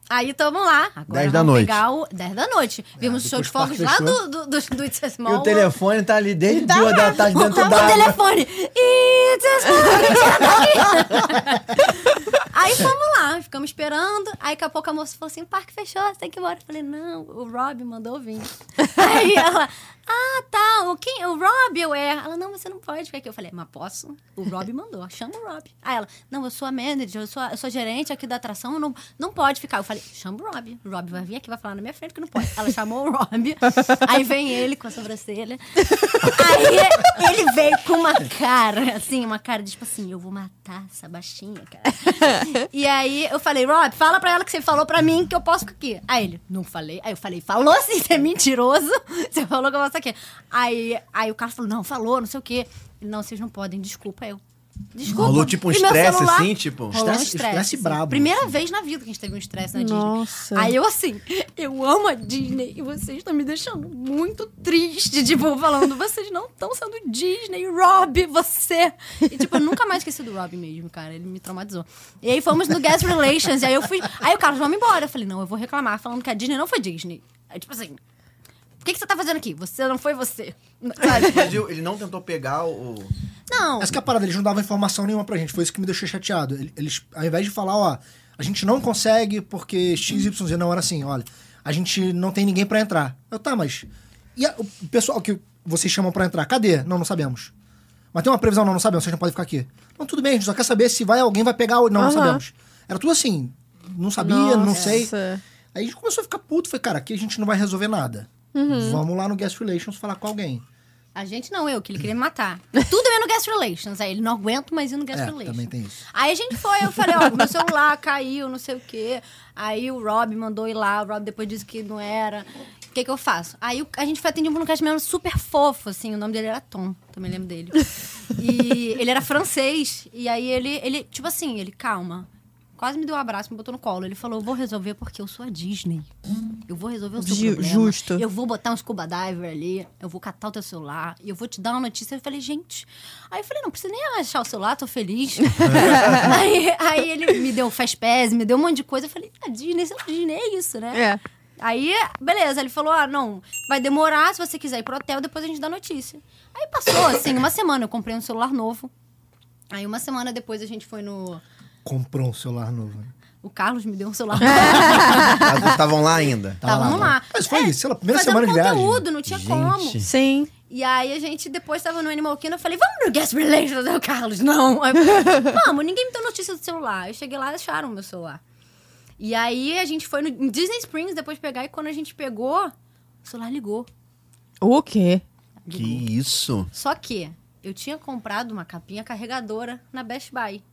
[SPEAKER 3] Aí tamo lá. Agora
[SPEAKER 2] 10 da
[SPEAKER 3] vamos
[SPEAKER 2] noite.
[SPEAKER 3] Pegar o... 10 da noite. Vimos o show
[SPEAKER 4] depois
[SPEAKER 3] de
[SPEAKER 4] o parque
[SPEAKER 3] fogos lá
[SPEAKER 4] fechou.
[SPEAKER 3] do, do, do, do It's a
[SPEAKER 2] E
[SPEAKER 3] Small
[SPEAKER 2] o
[SPEAKER 3] World.
[SPEAKER 2] telefone tá ali desde
[SPEAKER 1] Tá.
[SPEAKER 2] duas da tarde dentro
[SPEAKER 3] Tava o
[SPEAKER 2] da água.
[SPEAKER 3] telefone. It's a small world. Aí fomos lá, ficamos esperando. Aí daqui a pouco a moça falou assim: o parque fechou, você tem que ir embora. Eu falei, não, o Rob mandou vir. Aí ela, ah, tá, o, quem, o Rob eu é. Ela, não, você não pode ficar aqui. Eu falei, mas posso? O Rob mandou, chama o Rob. Aí ela, não, eu sou a manager, eu sou, a- eu sou gerente aqui da atração, não, não pode ficar. Eu falei, chama o Rob. O Rob vai vir aqui, vai falar na minha frente que não pode. Ela chamou o Rob. Aí vem ele com a sobrancelha. Aí ele veio com uma cara, assim, uma cara de tipo assim, eu vou matar essa baixinha, cara. E aí eu falei, Rob, fala pra ela que você falou pra mim que eu posso ficar aqui. Aí ele, não falei. Aí eu falei, falou sim, você é mentiroso. Você falou que eu posso aqui. Aí, aí o cara falou, não, falou, não sei o quê. Ele, não, vocês não podem, desculpa, eu. Desculpa.
[SPEAKER 2] Rolou tipo um
[SPEAKER 3] E meu
[SPEAKER 2] estresse
[SPEAKER 3] celular-
[SPEAKER 2] assim, tipo.
[SPEAKER 3] Rolou um
[SPEAKER 4] Estresse- estresse
[SPEAKER 3] assim.
[SPEAKER 2] né?
[SPEAKER 4] brabo.
[SPEAKER 3] Primeira vez na vida que a gente teve um estresse na
[SPEAKER 1] Nossa.
[SPEAKER 3] Disney. Aí eu assim, eu amo a Disney e vocês estão me deixando muito triste. Tipo, falando, vocês não estão sendo Disney, Rob, você. E tipo, eu nunca mais esqueci do Rob mesmo, cara. Ele me traumatizou. E aí fomos no Guest Relations, e aí eu fui. Aí o Carlos, vamos embora. Eu falei, não, eu vou reclamar, falando que a Disney não foi Disney. Aí, tipo assim. O que, que você tá fazendo aqui? Você não foi você. Sabe?
[SPEAKER 2] Mas eu- Ele não tentou pegar o.
[SPEAKER 3] Não.
[SPEAKER 4] Essa que é a parada, eles não davam informação nenhuma pra gente. Foi isso que me deixou chateado. Ele- Eles, ao invés de falar, ó, a gente não consegue porque XYZ não era assim, olha, a gente não tem ninguém pra entrar. Eu, tá, mas. E a- o pessoal que vocês chamam pra entrar, cadê? Não, não sabemos. Mas tem uma previsão, não, não sabemos, vocês não podem ficar aqui. Não, tudo bem, a gente só quer saber se vai alguém vai pegar ou não, não
[SPEAKER 1] Aham.
[SPEAKER 4] sabemos. Era tudo assim, não sabia, não
[SPEAKER 1] Nossa.
[SPEAKER 4] sei. Aí a gente começou a ficar puto, falei, cara, aqui a gente não vai resolver nada. Vamos lá no Guest Relations falar com alguém.
[SPEAKER 3] A gente não, eu, que ele queria me matar. Tudo é no Guest Relations. Aí ele não aguento mais ir no Guest
[SPEAKER 4] É,
[SPEAKER 3] Relations.
[SPEAKER 4] também tem isso.
[SPEAKER 3] Aí a gente foi, eu falei, ó, meu celular caiu, não sei o quê. Aí o Rob mandou ir lá, o Rob depois disse que não era. O que que eu faço? Aí o- a gente foi atendido por um cast member super fofo, assim, o nome dele era Tom, também lembro dele. E ele era francês, e aí ele, ele tipo assim, ele, calma. Quase me deu um abraço, me botou no colo. Ele falou, eu vou resolver porque eu sou a Disney. Eu vou resolver o seu
[SPEAKER 1] Ju-
[SPEAKER 3] problema.
[SPEAKER 1] justo.
[SPEAKER 3] Eu eu vou botar um scuba diver ali, eu vou catar o teu celular, e eu vou te dar uma notícia. Eu falei, gente. Aí eu falei, não precisa nem achar o celular, tô feliz. aí, aí ele me deu fast pass, me deu um monte de coisa. Eu falei, ah, Disney, você é Disney, é isso, né?
[SPEAKER 1] É.
[SPEAKER 3] Aí, beleza, ele falou: ah, não, vai demorar, se você quiser ir pro hotel, depois a gente dá notícia. Aí passou, assim, uma semana, eu comprei um celular novo. Aí uma semana depois a gente foi no.
[SPEAKER 4] Comprou um celular novo. né?
[SPEAKER 3] O Carlos me deu um celular
[SPEAKER 2] Elas estavam lá ainda.
[SPEAKER 4] Tava
[SPEAKER 3] Tava no
[SPEAKER 4] lá.
[SPEAKER 3] mar.
[SPEAKER 4] Mas foi isso, sei lá, primeira
[SPEAKER 3] É, fazendo
[SPEAKER 4] semana de viagem.
[SPEAKER 3] conteúdo, não tinha como.
[SPEAKER 2] Gente.
[SPEAKER 1] Sim.
[SPEAKER 3] E aí a gente depois tava no Animal Kingdom, eu falei, vamos no Guest Relations, Aí o Carlos, não. Aí eu falei, vamos, ninguém me deu notícia do celular. Eu cheguei lá e acharam o meu celular. E aí a gente foi no em Disney Springs depois pegar, e quando a gente pegou, o celular ligou.
[SPEAKER 1] O quê?
[SPEAKER 2] Que isso?
[SPEAKER 3] Só que eu tinha comprado uma capinha carregadora na Best Buy.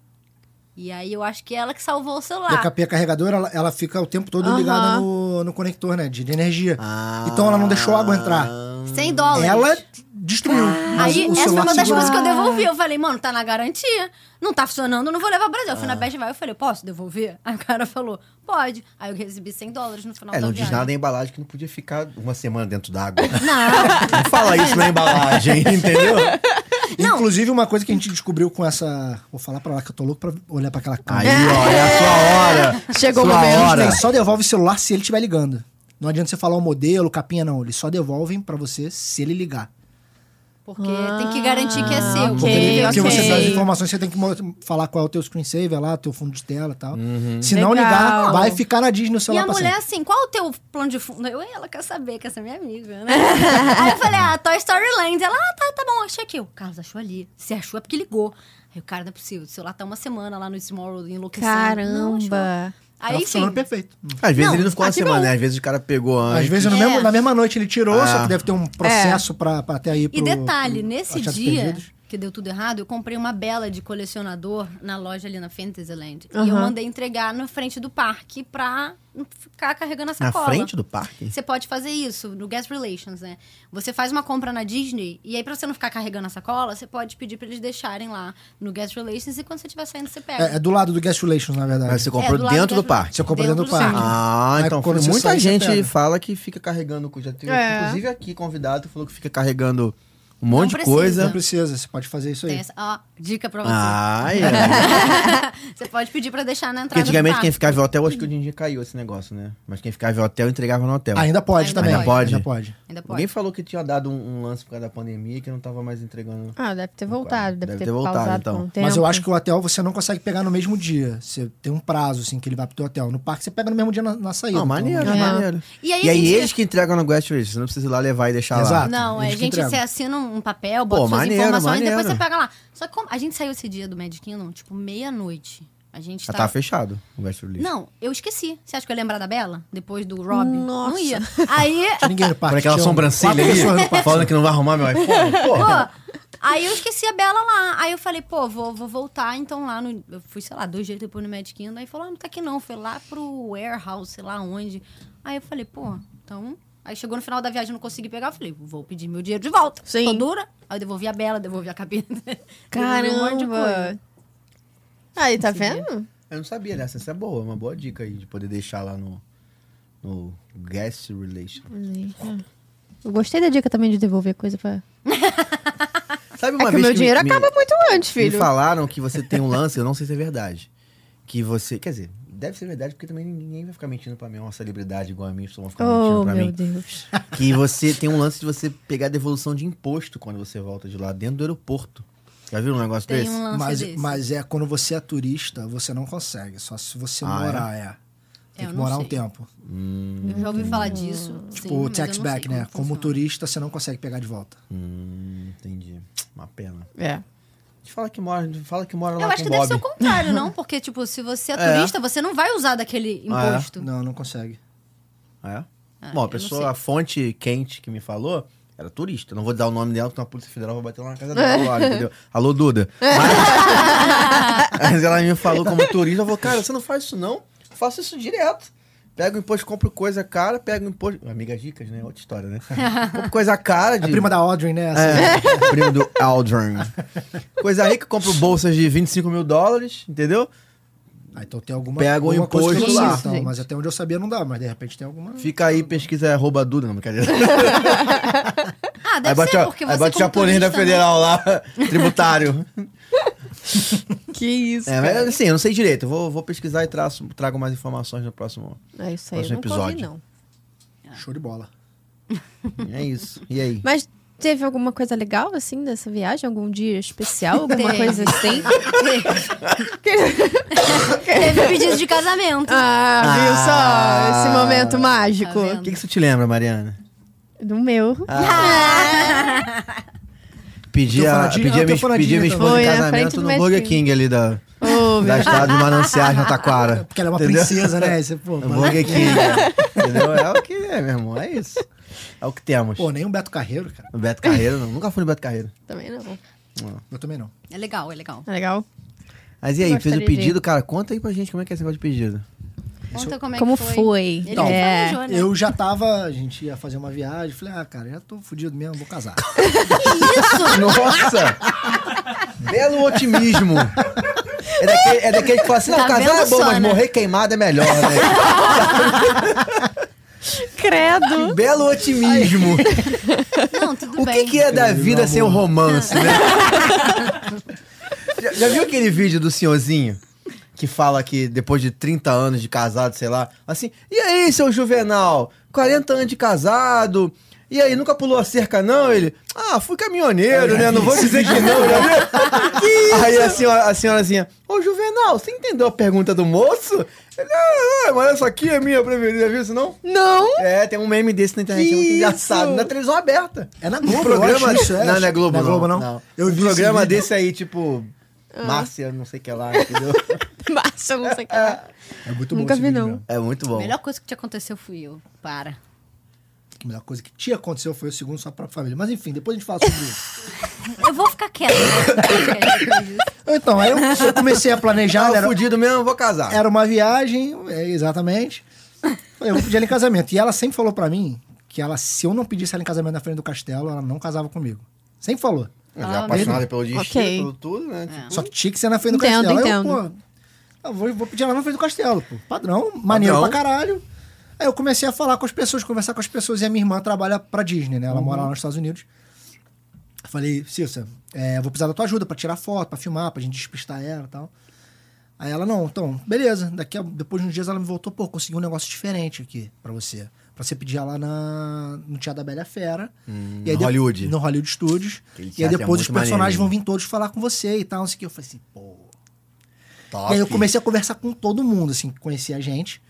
[SPEAKER 3] E aí eu acho que é ela que salvou o
[SPEAKER 4] E a
[SPEAKER 3] celular.
[SPEAKER 4] capinha carregadora, ela, ela fica o tempo todo ligada
[SPEAKER 1] Aham.
[SPEAKER 4] no, no conector, né? De de energia.
[SPEAKER 2] Ah.
[SPEAKER 4] Então ela não deixou a água entrar.
[SPEAKER 3] 100 dólares.
[SPEAKER 4] Ela destruiu. mas
[SPEAKER 3] Ah. Aí,
[SPEAKER 4] o
[SPEAKER 3] essa foi
[SPEAKER 4] celular
[SPEAKER 3] uma das
[SPEAKER 4] segurou.
[SPEAKER 3] coisas que eu devolvi. Eu falei, mano, tá na garantia. Não tá funcionando, eu não vou levar pro Brasil. Eu fui na Best Buy, eu falei, posso devolver? Aí o cara falou, pode. Aí eu recebi 100 dólares no final
[SPEAKER 2] É,
[SPEAKER 3] da
[SPEAKER 2] não diz
[SPEAKER 3] viagem.
[SPEAKER 2] nada em embalagem que não podia ficar uma semana dentro d'água.
[SPEAKER 3] Não,
[SPEAKER 2] Não fala isso na embalagem, entendeu?
[SPEAKER 4] Inclusive, uma coisa que a gente descobriu com essa. Vou falar pra lá que eu tô louco pra olhar pra aquela
[SPEAKER 2] Aí,
[SPEAKER 4] câmera.
[SPEAKER 2] ó, é a sua hora.
[SPEAKER 1] Chegou o
[SPEAKER 2] sua
[SPEAKER 1] momento.
[SPEAKER 2] hora.
[SPEAKER 4] Disney só devolve o celular se ele estiver ligando. Não adianta você falar o modelo, capinha, não. Eles só devolvem pra você se ele ligar.
[SPEAKER 3] porque tem que garantir que é seu.
[SPEAKER 4] Porque
[SPEAKER 1] ok,
[SPEAKER 4] se você
[SPEAKER 1] ok.
[SPEAKER 4] dá as informações, você tem que mo- falar qual é o teu screensaver lá, teu fundo de tela e tal.
[SPEAKER 2] Uhum.
[SPEAKER 4] Se não
[SPEAKER 1] Legal.
[SPEAKER 4] ligar, vai ficar na Disney no
[SPEAKER 3] E
[SPEAKER 4] celular
[SPEAKER 3] a
[SPEAKER 4] pra
[SPEAKER 3] mulher
[SPEAKER 4] sempre.
[SPEAKER 3] assim, qual o teu plano de fundo? Eu, ela quer saber, quer ser minha amiga, né? Aí eu falei, ah, Toy Story Land. Ela, ah, tá, tá bom, achei aqui. O Carlos achou ali. Se achou é porque ligou. Aí o cara, não é possível. O celular tá uma semana lá no Smallwood enlouquecendo. Não, achou.
[SPEAKER 1] Caramba.
[SPEAKER 4] Ela
[SPEAKER 3] Aí,
[SPEAKER 4] Tá funcionando
[SPEAKER 3] enfim,
[SPEAKER 4] perfeito.
[SPEAKER 2] Às vezes
[SPEAKER 3] Não,
[SPEAKER 2] ele não ficou uma
[SPEAKER 1] ativou.
[SPEAKER 2] semana, né? Às vezes o cara pegou antes.
[SPEAKER 4] Às vezes no
[SPEAKER 3] É.
[SPEAKER 4] mesmo- na mesma noite ele tirou, só
[SPEAKER 2] Ah.
[SPEAKER 4] que deve ter um processo pra, pra até aí pro,
[SPEAKER 3] E detalhe,
[SPEAKER 4] pro
[SPEAKER 3] nesse
[SPEAKER 4] Achados
[SPEAKER 3] dia
[SPEAKER 4] Perdidos.
[SPEAKER 3] que deu tudo errado, eu comprei uma bela de colecionador na loja ali na Fantasyland. E eu
[SPEAKER 1] Aham.
[SPEAKER 3] mandei entregar na frente do parque pra não ficar carregando a
[SPEAKER 2] Na
[SPEAKER 3] sacola.
[SPEAKER 2] frente do parque?
[SPEAKER 3] Você pode fazer isso no Guest Relations, né? Você faz uma compra na Disney e aí pra você não ficar carregando a sacola, você pode pedir pra eles deixarem lá no Guest Relations e quando você estiver saindo, você pega.
[SPEAKER 4] É, é do lado do Guest Relations, na verdade.
[SPEAKER 2] Mas você comprou
[SPEAKER 3] do lado
[SPEAKER 2] dentro do
[SPEAKER 3] Guest-
[SPEAKER 2] parque.
[SPEAKER 4] Você comprou dentro do parque.
[SPEAKER 3] centro.
[SPEAKER 2] Ah,
[SPEAKER 4] Aí
[SPEAKER 2] então
[SPEAKER 4] quando
[SPEAKER 2] filho,
[SPEAKER 4] você
[SPEAKER 2] muita
[SPEAKER 4] sai, você
[SPEAKER 2] gente
[SPEAKER 4] pega.
[SPEAKER 2] fala que fica carregando o cu. Já teve,
[SPEAKER 1] É.
[SPEAKER 2] Inclusive aqui, convidado falou que fica carregando Um monte de
[SPEAKER 3] precisa.
[SPEAKER 4] Não
[SPEAKER 2] coisa.
[SPEAKER 4] precisa, você pode fazer isso
[SPEAKER 3] Tem
[SPEAKER 4] aí.
[SPEAKER 3] essa, ó, dica pra você.
[SPEAKER 2] Ah, é.
[SPEAKER 3] Você pode pedir pra deixar na
[SPEAKER 2] Porque
[SPEAKER 3] entrada
[SPEAKER 2] antigamente
[SPEAKER 3] do
[SPEAKER 2] quem
[SPEAKER 3] carro.
[SPEAKER 2] ficava em hotel, acho que hoje em dia caiu esse negócio, né? Mas quem ficava em hotel entregava no hotel.
[SPEAKER 4] Ainda pode
[SPEAKER 3] Ainda
[SPEAKER 4] também.
[SPEAKER 2] pode.
[SPEAKER 4] Ainda pode.
[SPEAKER 3] Ainda pode.
[SPEAKER 2] Alguém falou que tinha dado um, um lance por causa da pandemia e que não tava mais entregando.
[SPEAKER 1] Ah, deve ter
[SPEAKER 2] Não,
[SPEAKER 1] voltado, deve,
[SPEAKER 2] deve
[SPEAKER 1] ter,
[SPEAKER 2] ter voltado,
[SPEAKER 1] pausado
[SPEAKER 2] então.
[SPEAKER 1] com o tempo.
[SPEAKER 4] Mas eu acho que o hotel você não consegue pegar no mesmo dia. Você tem um prazo, assim, que ele vai pro teu hotel. No parque você pega no mesmo dia na, na saída.
[SPEAKER 2] Não,
[SPEAKER 4] Então,
[SPEAKER 2] maneiro,
[SPEAKER 1] É.
[SPEAKER 2] maneiro.
[SPEAKER 3] E aí,
[SPEAKER 2] E aí
[SPEAKER 3] gente,
[SPEAKER 2] eles que entregam no Guest Register, você não precisa ir lá levar e deixar lá.
[SPEAKER 4] Exato.
[SPEAKER 3] Não, é,
[SPEAKER 4] Eles que
[SPEAKER 3] gente,
[SPEAKER 4] entregam.
[SPEAKER 3] você assina um papel, bota
[SPEAKER 2] Pô,
[SPEAKER 3] suas
[SPEAKER 2] maneiro,
[SPEAKER 3] informações e depois você
[SPEAKER 2] maneiro.
[SPEAKER 3] pega lá. Só que como a gente saiu esse dia do Magic Kingdom, tipo, meia-noite. A gente
[SPEAKER 2] Já
[SPEAKER 3] tá...
[SPEAKER 2] tava fechado o Guest Register.
[SPEAKER 3] Não, eu esqueci. Você acha que eu ia lembrar da Bela? Depois do Rob? Não
[SPEAKER 1] Nossa.
[SPEAKER 3] ia. Aí,
[SPEAKER 4] Tinha ninguém no parque.
[SPEAKER 2] Por aquela
[SPEAKER 4] tinha
[SPEAKER 2] sobrancelha
[SPEAKER 4] quatro pessoas no
[SPEAKER 2] ali,
[SPEAKER 4] parque.
[SPEAKER 2] falando que não vai arrumar meu iPhone. Pô,
[SPEAKER 1] É.
[SPEAKER 3] pô, aí eu esqueci a Bela lá. Aí eu falei, pô, vou, vou voltar então lá no... Eu fui, sei lá, dois dias depois no Magic Kingdom. Aí falou, ah, não tá aqui não. Foi lá pro warehouse, sei lá onde. Aí eu falei, pô, então... Aí chegou no final da viagem, eu não consegui pegar. Eu falei, vou pedir meu dinheiro de volta.
[SPEAKER 1] Sim.
[SPEAKER 3] Tô dura. Aí eu devolvi a Bela, devolvi a cabine. devolvi um monte de coisa.
[SPEAKER 1] Caramba! Aí, tá
[SPEAKER 3] Consegui.
[SPEAKER 1] vendo?
[SPEAKER 2] eu não sabia, né? Essa é boa, uma boa dica aí de poder deixar lá no, no Guest Relation.
[SPEAKER 1] É. Eu gostei da dica também de devolver coisa pra.
[SPEAKER 2] Sabe
[SPEAKER 1] É que o
[SPEAKER 2] uma vez
[SPEAKER 1] meu
[SPEAKER 2] que
[SPEAKER 1] dinheiro
[SPEAKER 2] me,
[SPEAKER 1] acaba
[SPEAKER 2] me,
[SPEAKER 1] muito antes,
[SPEAKER 2] me
[SPEAKER 1] filho.
[SPEAKER 2] falaram que você tem um lance, eu não sei se é verdade. Que você. Quer dizer, deve ser verdade, porque também ninguém vai ficar mentindo pra mim. É uma celebridade igual a mim, só vão ficar mentindo
[SPEAKER 1] Oh,
[SPEAKER 2] pra
[SPEAKER 1] meu
[SPEAKER 2] mim.
[SPEAKER 1] Deus.
[SPEAKER 2] Que você tem um lance de você pegar devolução de imposto quando você volta de lá, dentro do aeroporto. Já viu um negócio
[SPEAKER 3] Tem
[SPEAKER 2] desse?
[SPEAKER 3] um lance
[SPEAKER 4] Mas,
[SPEAKER 3] desse.
[SPEAKER 4] mas é, quando você é turista, você não consegue. Só se você
[SPEAKER 2] Ah,
[SPEAKER 4] morar, é. Tem
[SPEAKER 3] eu
[SPEAKER 4] que
[SPEAKER 3] não
[SPEAKER 4] morar um
[SPEAKER 3] sei.
[SPEAKER 4] tempo.
[SPEAKER 3] Eu já ouvi falar disso.
[SPEAKER 1] Hum.
[SPEAKER 4] Tipo, o tax back, né? Como, turista, você não consegue pegar de volta.
[SPEAKER 2] Hum, entendi. Uma pena.
[SPEAKER 1] É.
[SPEAKER 2] gente Fala que mora, fala que mora
[SPEAKER 3] Eu
[SPEAKER 2] lá
[SPEAKER 3] acho
[SPEAKER 2] com
[SPEAKER 3] que
[SPEAKER 2] o
[SPEAKER 3] deve
[SPEAKER 2] Bob.
[SPEAKER 3] ser o contrário, não? Porque, tipo, se você é
[SPEAKER 2] É.
[SPEAKER 3] turista, você não vai usar daquele
[SPEAKER 2] Ah, é?
[SPEAKER 3] imposto.
[SPEAKER 4] Não, não consegue.
[SPEAKER 2] É?
[SPEAKER 3] Ah,
[SPEAKER 2] Bom,
[SPEAKER 3] eu
[SPEAKER 2] a pessoa,
[SPEAKER 3] não
[SPEAKER 2] a fonte quente que me falou era turista. Não vou dar o nome dela, porque a Polícia Federal vai bater lá na casa dela agora, entendeu? Alô, Duda. Mas, mas ela me falou como turista. Eu falei, cara, você não faz isso não? Eu faço isso direto. Pego o imposto, compro coisa cara, pego o imposto. Amigas dicas, né? Outra história, né? compro coisa cara. De...
[SPEAKER 4] É prima da Audrey, né? Essa-
[SPEAKER 2] É, primo do Aldrin. Coisa rica, compro bolsas de 25 mil dólares, ententendeu?
[SPEAKER 4] Ah, então tem alguma,
[SPEAKER 2] Pega o
[SPEAKER 4] alguma coisa
[SPEAKER 2] imposto
[SPEAKER 4] que eu não
[SPEAKER 2] lá.
[SPEAKER 4] sei, então,
[SPEAKER 1] Gente.
[SPEAKER 4] mas até onde eu sabia não dá, mas de repente tem alguma.
[SPEAKER 2] Fica aí, pesquisa arroba Duda, não brincadeira.
[SPEAKER 3] Ah,
[SPEAKER 2] Aí
[SPEAKER 3] deve
[SPEAKER 2] bate,
[SPEAKER 3] ser, porque
[SPEAKER 2] aí
[SPEAKER 3] você
[SPEAKER 2] bate o
[SPEAKER 3] como
[SPEAKER 2] japonês da
[SPEAKER 3] turista, né?
[SPEAKER 2] federal lá, tributário.
[SPEAKER 1] Que isso.
[SPEAKER 2] é, mas assim, eu não sei direito. Eu Vou, vou pesquisar e traço, trago mais informações no próximo.
[SPEAKER 1] É isso aí, eu
[SPEAKER 2] Próximo
[SPEAKER 1] nunca
[SPEAKER 2] episódio.
[SPEAKER 1] ouvi, não.
[SPEAKER 4] Show de bola.
[SPEAKER 2] É isso. E aí?
[SPEAKER 1] Mas teve alguma coisa legal, assim, dessa viagem? Algum dia especial? Alguma
[SPEAKER 3] Teve.
[SPEAKER 1] coisa assim?
[SPEAKER 3] Teve um pedido de casamento.
[SPEAKER 1] ah, viu só esse momento mágico?
[SPEAKER 3] Tá
[SPEAKER 2] O que, que isso te lembra, Mariana?
[SPEAKER 1] Do meu.
[SPEAKER 2] Ah. Pedi a,
[SPEAKER 4] Telefonadinha,
[SPEAKER 2] pedi a, minha,
[SPEAKER 4] telefonadinha
[SPEAKER 2] pedi a minha esposa
[SPEAKER 1] também.
[SPEAKER 2] em
[SPEAKER 1] Foi, na frente do
[SPEAKER 2] casamento no
[SPEAKER 1] Magic
[SPEAKER 2] Burger King ali da,
[SPEAKER 1] Ô,
[SPEAKER 2] da
[SPEAKER 1] meu
[SPEAKER 2] estrada de Mananciais, na Taquara.
[SPEAKER 4] Porque ela é uma
[SPEAKER 2] Entendeu?
[SPEAKER 4] princesa, né? Esse, pô,
[SPEAKER 2] No
[SPEAKER 4] mas-
[SPEAKER 2] Burger King. né? entendeu? É o que é, meu irmão. É isso. É o que temos.
[SPEAKER 4] pô, nem o Beto Carreiro, cara.
[SPEAKER 2] O Beto Carreiro, não. Nunca fui no Beto Carreiro.
[SPEAKER 1] também não.
[SPEAKER 4] Eu também não.
[SPEAKER 3] É legal, é legal.
[SPEAKER 1] Tá É legal?
[SPEAKER 2] Mas e aí, fez o
[SPEAKER 1] Gostaria de-
[SPEAKER 2] pedido, cara? Conta aí pra gente como é que é esse negócio de pedido.
[SPEAKER 3] Conta como é
[SPEAKER 1] Como
[SPEAKER 3] que foi.
[SPEAKER 1] foi?
[SPEAKER 3] Ele
[SPEAKER 1] Então,
[SPEAKER 3] não
[SPEAKER 1] é.
[SPEAKER 3] planejou, né?
[SPEAKER 4] Eu já tava, a gente ia fazer uma viagem, falei, ah, cara, já tô fudido mesmo, vou casar.
[SPEAKER 2] Nossa! Belo otimismo. É daquele, é daquele que fala assim, não,
[SPEAKER 3] Tá
[SPEAKER 2] casar é
[SPEAKER 3] vendo
[SPEAKER 2] bom,
[SPEAKER 3] só,
[SPEAKER 2] mas
[SPEAKER 3] né?
[SPEAKER 2] morrer queimado é melhor, né?
[SPEAKER 1] Credo!
[SPEAKER 2] Belo otimismo.
[SPEAKER 3] Não, tudo
[SPEAKER 2] o que,
[SPEAKER 3] bem.
[SPEAKER 2] que é da
[SPEAKER 4] Meu
[SPEAKER 2] vida sem o
[SPEAKER 4] amor.
[SPEAKER 2] romance, né? já, já viu aquele vídeo do senhorzinho? Que fala que depois de 30 anos de casado, sei lá, assim, e aí, seu Juvenal? 40 anos de casado. E aí, nunca pulou a cerca, não? Ele, ah, fui caminhoneiro, né? Não vou dizer que não, já viu? Aí a, senhora, a senhorazinha, ô Juvenal, você entendeu a pergunta do moço? Ele, ah, é, mas essa aqui é minha preferida, viu isso não?
[SPEAKER 1] Não!
[SPEAKER 2] É, tem um meme desse na internet, é muito
[SPEAKER 1] Isso!
[SPEAKER 2] engraçado. Na televisão aberta. Um
[SPEAKER 4] É na Globo, eu
[SPEAKER 2] programa,
[SPEAKER 4] acho isso, é.
[SPEAKER 2] Não, não é Globo,
[SPEAKER 4] Não é Globo, não? Eu vi
[SPEAKER 2] um programa
[SPEAKER 4] esse vídeo.
[SPEAKER 2] desse aí, tipo... Márcia, não sei o que lá, entendeu?
[SPEAKER 1] Márcia, não sei o que. lá.
[SPEAKER 4] É muito
[SPEAKER 1] Nunca
[SPEAKER 4] esse
[SPEAKER 1] vi,
[SPEAKER 4] vídeo
[SPEAKER 1] não.
[SPEAKER 4] mesmo.
[SPEAKER 2] é muito
[SPEAKER 3] A
[SPEAKER 2] bom.
[SPEAKER 3] melhor coisa que te aconteceu fui eu. Para.
[SPEAKER 4] A melhor coisa que te aconteceu foi o segundo sua própria família. Mas enfim, depois a gente fala sobre isso.
[SPEAKER 3] Eu vou ficar quieta.
[SPEAKER 4] Então, aí eu, eu comecei a
[SPEAKER 2] Já
[SPEAKER 4] planejar, né,
[SPEAKER 2] era
[SPEAKER 4] era,
[SPEAKER 2] Ah, fudido mesmo, vou casar.
[SPEAKER 4] era uma viagem, é, exatamente. Falei, eu vou pedir ela em casamento. E ela sempre falou pra mim que ela, se eu não pedisse ela em casamento na frente do castelo, ela não casava comigo. Sempre falou.
[SPEAKER 2] Já apaixonada pelo destino,
[SPEAKER 1] Ok.
[SPEAKER 2] pelo tudo, né? Tipo,
[SPEAKER 4] Só que tinha que ser na frente do
[SPEAKER 1] Entendo,
[SPEAKER 4] castelo. Aí Eu,
[SPEAKER 1] entendo.
[SPEAKER 4] pô, eu vou, vou pedir ela na frente do castelo, pô. Padrão, maneiro
[SPEAKER 2] Padrão.
[SPEAKER 4] pra caralho. Aí eu comecei
[SPEAKER 2] Uhum.
[SPEAKER 4] a falar com as pessoas, conversar com as pessoas. E a minha irmã trabalha pra Disney, né? Ela mora lá nos Estados Unidos. Falei, Cissa, é, eu vou precisar da tua ajuda pra tirar foto, pra filmar, pra gente despistar ela e tal. Aí ela, não, então, beleza. Daqui a- depois de uns dias ela me voltou, pô, consegui um negócio diferente aqui pra você. Pra você pedir lá na, no Teatro da Bela e a Fera. e aí
[SPEAKER 2] Hum, no
[SPEAKER 4] de-
[SPEAKER 2] Hollywood.
[SPEAKER 4] No Hollywood Studios.
[SPEAKER 2] Aquele
[SPEAKER 4] E aí
[SPEAKER 2] teatro é
[SPEAKER 4] depois os
[SPEAKER 2] muito maneiro,
[SPEAKER 4] personagens
[SPEAKER 2] né?
[SPEAKER 4] vão vir todos falar com você e tal, não sei o que. Eu falei assim, pô,
[SPEAKER 2] Top.
[SPEAKER 4] e aí eu comecei a conversar com todo mundo, assim, que conhecia a gente.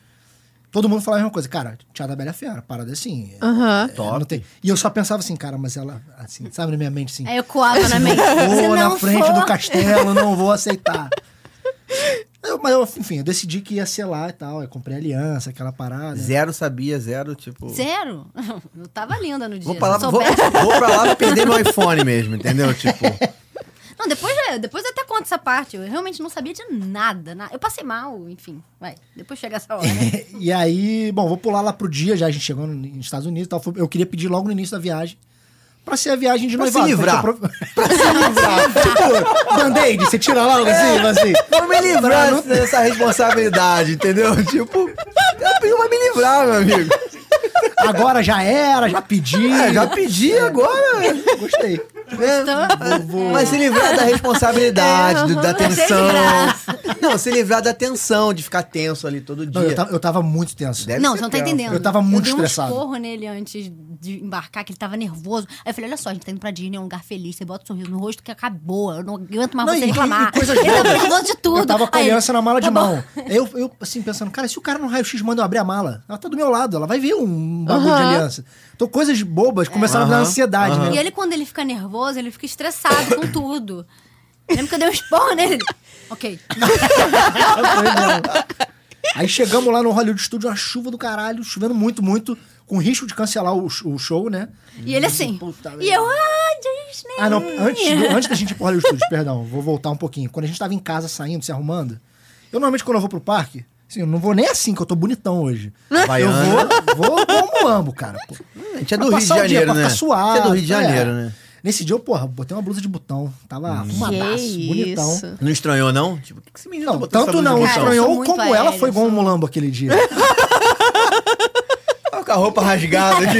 [SPEAKER 4] Todo mundo falava a mesma coisa. Cara, Teatro da Bela e a Fera, parada assim. é-
[SPEAKER 1] Aham.
[SPEAKER 4] é,
[SPEAKER 2] Top.
[SPEAKER 4] não tem- E eu só pensava assim, cara, mas ela, assim, sabe, na minha mente, assim...
[SPEAKER 3] Aí É, eu coava na mente. Se
[SPEAKER 4] Vou na
[SPEAKER 3] não
[SPEAKER 4] frente
[SPEAKER 3] for,
[SPEAKER 4] do castelo, não vou aceitar. Eu- mas, eu, enfim, eu decidi que ia ser lá e tal. Eu comprei aliança, aquela parada. né?
[SPEAKER 2] Zero sabia, zero, tipo.
[SPEAKER 3] Zero. Eu tava linda no dia.
[SPEAKER 2] Vou pra, lá,
[SPEAKER 3] Se
[SPEAKER 2] vou,
[SPEAKER 3] eu soubesse-
[SPEAKER 2] vou pra lá pra perder meu iPhone mesmo, entendeu? Tipo,
[SPEAKER 3] Não, depois, depois eu até conto essa parte. Eu realmente não sabia de nada. na- Eu passei mal, enfim. Vai, depois chega essa hora.
[SPEAKER 4] E aí, bom, vou pular lá pro dia, já a gente chegou no- nos Estados Unidos e tal. Fui- Eu queria pedir logo no início da viagem. Pra ser a viagem de
[SPEAKER 2] Pra se
[SPEAKER 4] noivado.
[SPEAKER 2] livrar.
[SPEAKER 4] Pra, pra se livrar. tipo, band-aid, você tira logo assim,
[SPEAKER 2] É.
[SPEAKER 4] mas assim.
[SPEAKER 2] vou me livrar dessa responsabilidade, entendeu? Tipo, eu pedi pra me livrar, meu amigo.
[SPEAKER 4] Agora já era, já pedi.
[SPEAKER 2] É, já pedi agora.
[SPEAKER 4] Gostei.
[SPEAKER 2] É, Mas se livrar da
[SPEAKER 1] É,
[SPEAKER 2] responsabilidade, do- da
[SPEAKER 1] aham.
[SPEAKER 2] tensão.
[SPEAKER 3] Se
[SPEAKER 2] Não, se livrar da tensão, de ficar tenso ali todo dia.
[SPEAKER 4] Não, eu, tava, eu tava muito tenso.
[SPEAKER 2] Deve
[SPEAKER 3] não,
[SPEAKER 2] ser
[SPEAKER 3] você não tá
[SPEAKER 2] tenso.
[SPEAKER 3] entendendo.
[SPEAKER 4] É Eu tava muito
[SPEAKER 3] eu dei
[SPEAKER 4] estressado.
[SPEAKER 3] um esporro nele antes de embarcar, que ele tava nervoso. Aí eu falei, olha só, a gente tá indo pra Disney, é um lugar feliz. Você bota um sorriso no rosto que acabou. Eu não aguento mais
[SPEAKER 4] Não,
[SPEAKER 3] você
[SPEAKER 4] e-
[SPEAKER 3] reclamar.
[SPEAKER 4] e coisas
[SPEAKER 3] ele tava
[SPEAKER 4] boas.
[SPEAKER 3] nervoso de tudo.
[SPEAKER 4] Eu tava com a
[SPEAKER 3] Aí ele,
[SPEAKER 4] aliança na mala de
[SPEAKER 3] tá bom.
[SPEAKER 4] mão. Eu, eu, assim, pensando, cara, se o cara no raio-x manda eu abrir a mala, ela tá do meu lado, ela vai ver um bagulho de
[SPEAKER 1] Aham.
[SPEAKER 4] aliança. Então, coisas bobas começaram a me dar
[SPEAKER 2] Aham,
[SPEAKER 4] ansiedade,
[SPEAKER 2] aham.
[SPEAKER 4] né?
[SPEAKER 3] E ele, quando ele fica nervoso, ele fica estressado com tudo. Eu Lembro que eu dei um esporro nele. Ele, Ok.
[SPEAKER 4] Eu falei, "Não." Aí chegamos lá no Hollywood Studio, uma chuva do caralho, chovendo muito, muito, com risco de cancelar o, o show, né?
[SPEAKER 3] E ele assim.
[SPEAKER 4] Puta
[SPEAKER 3] E eu, ah, Disney.
[SPEAKER 4] Ah, não, antes, do- antes da gente ir pro Hollywood Studios, perdão, vou voltar um pouquinho. Quando a gente tava em casa saindo, se arrumando, eu normalmente quando eu vou pro parque, assim, eu não vou nem assim, que eu tô bonitão hoje.
[SPEAKER 2] Né? Havaiana.
[SPEAKER 4] Eu vou, vou como amo, cara. pô.
[SPEAKER 2] A gente é
[SPEAKER 4] Pra
[SPEAKER 2] do Rio de
[SPEAKER 4] passar o dia,
[SPEAKER 2] Janeiro,
[SPEAKER 4] pra
[SPEAKER 2] né?
[SPEAKER 4] ficar suado,
[SPEAKER 2] Você é do Rio de
[SPEAKER 4] é.
[SPEAKER 2] Janeiro, né?
[SPEAKER 4] Nesse dia eu, porra, botei uma blusa de botão. Tava arrumadaço,
[SPEAKER 1] Que
[SPEAKER 4] bonitão.
[SPEAKER 1] isso.
[SPEAKER 2] Não estranhou, não? Tipo, o que que esse menino tá
[SPEAKER 4] Não,
[SPEAKER 2] botando essa
[SPEAKER 4] tanto
[SPEAKER 2] blusa
[SPEAKER 4] não
[SPEAKER 2] no
[SPEAKER 3] Cara, eu sou
[SPEAKER 4] estranhou
[SPEAKER 3] muito
[SPEAKER 4] como ela
[SPEAKER 3] aérea,
[SPEAKER 4] foi
[SPEAKER 3] eu
[SPEAKER 4] igual um
[SPEAKER 3] sou-
[SPEAKER 4] mulambo aquele dia.
[SPEAKER 2] Olha com a roupa rasgada aqui.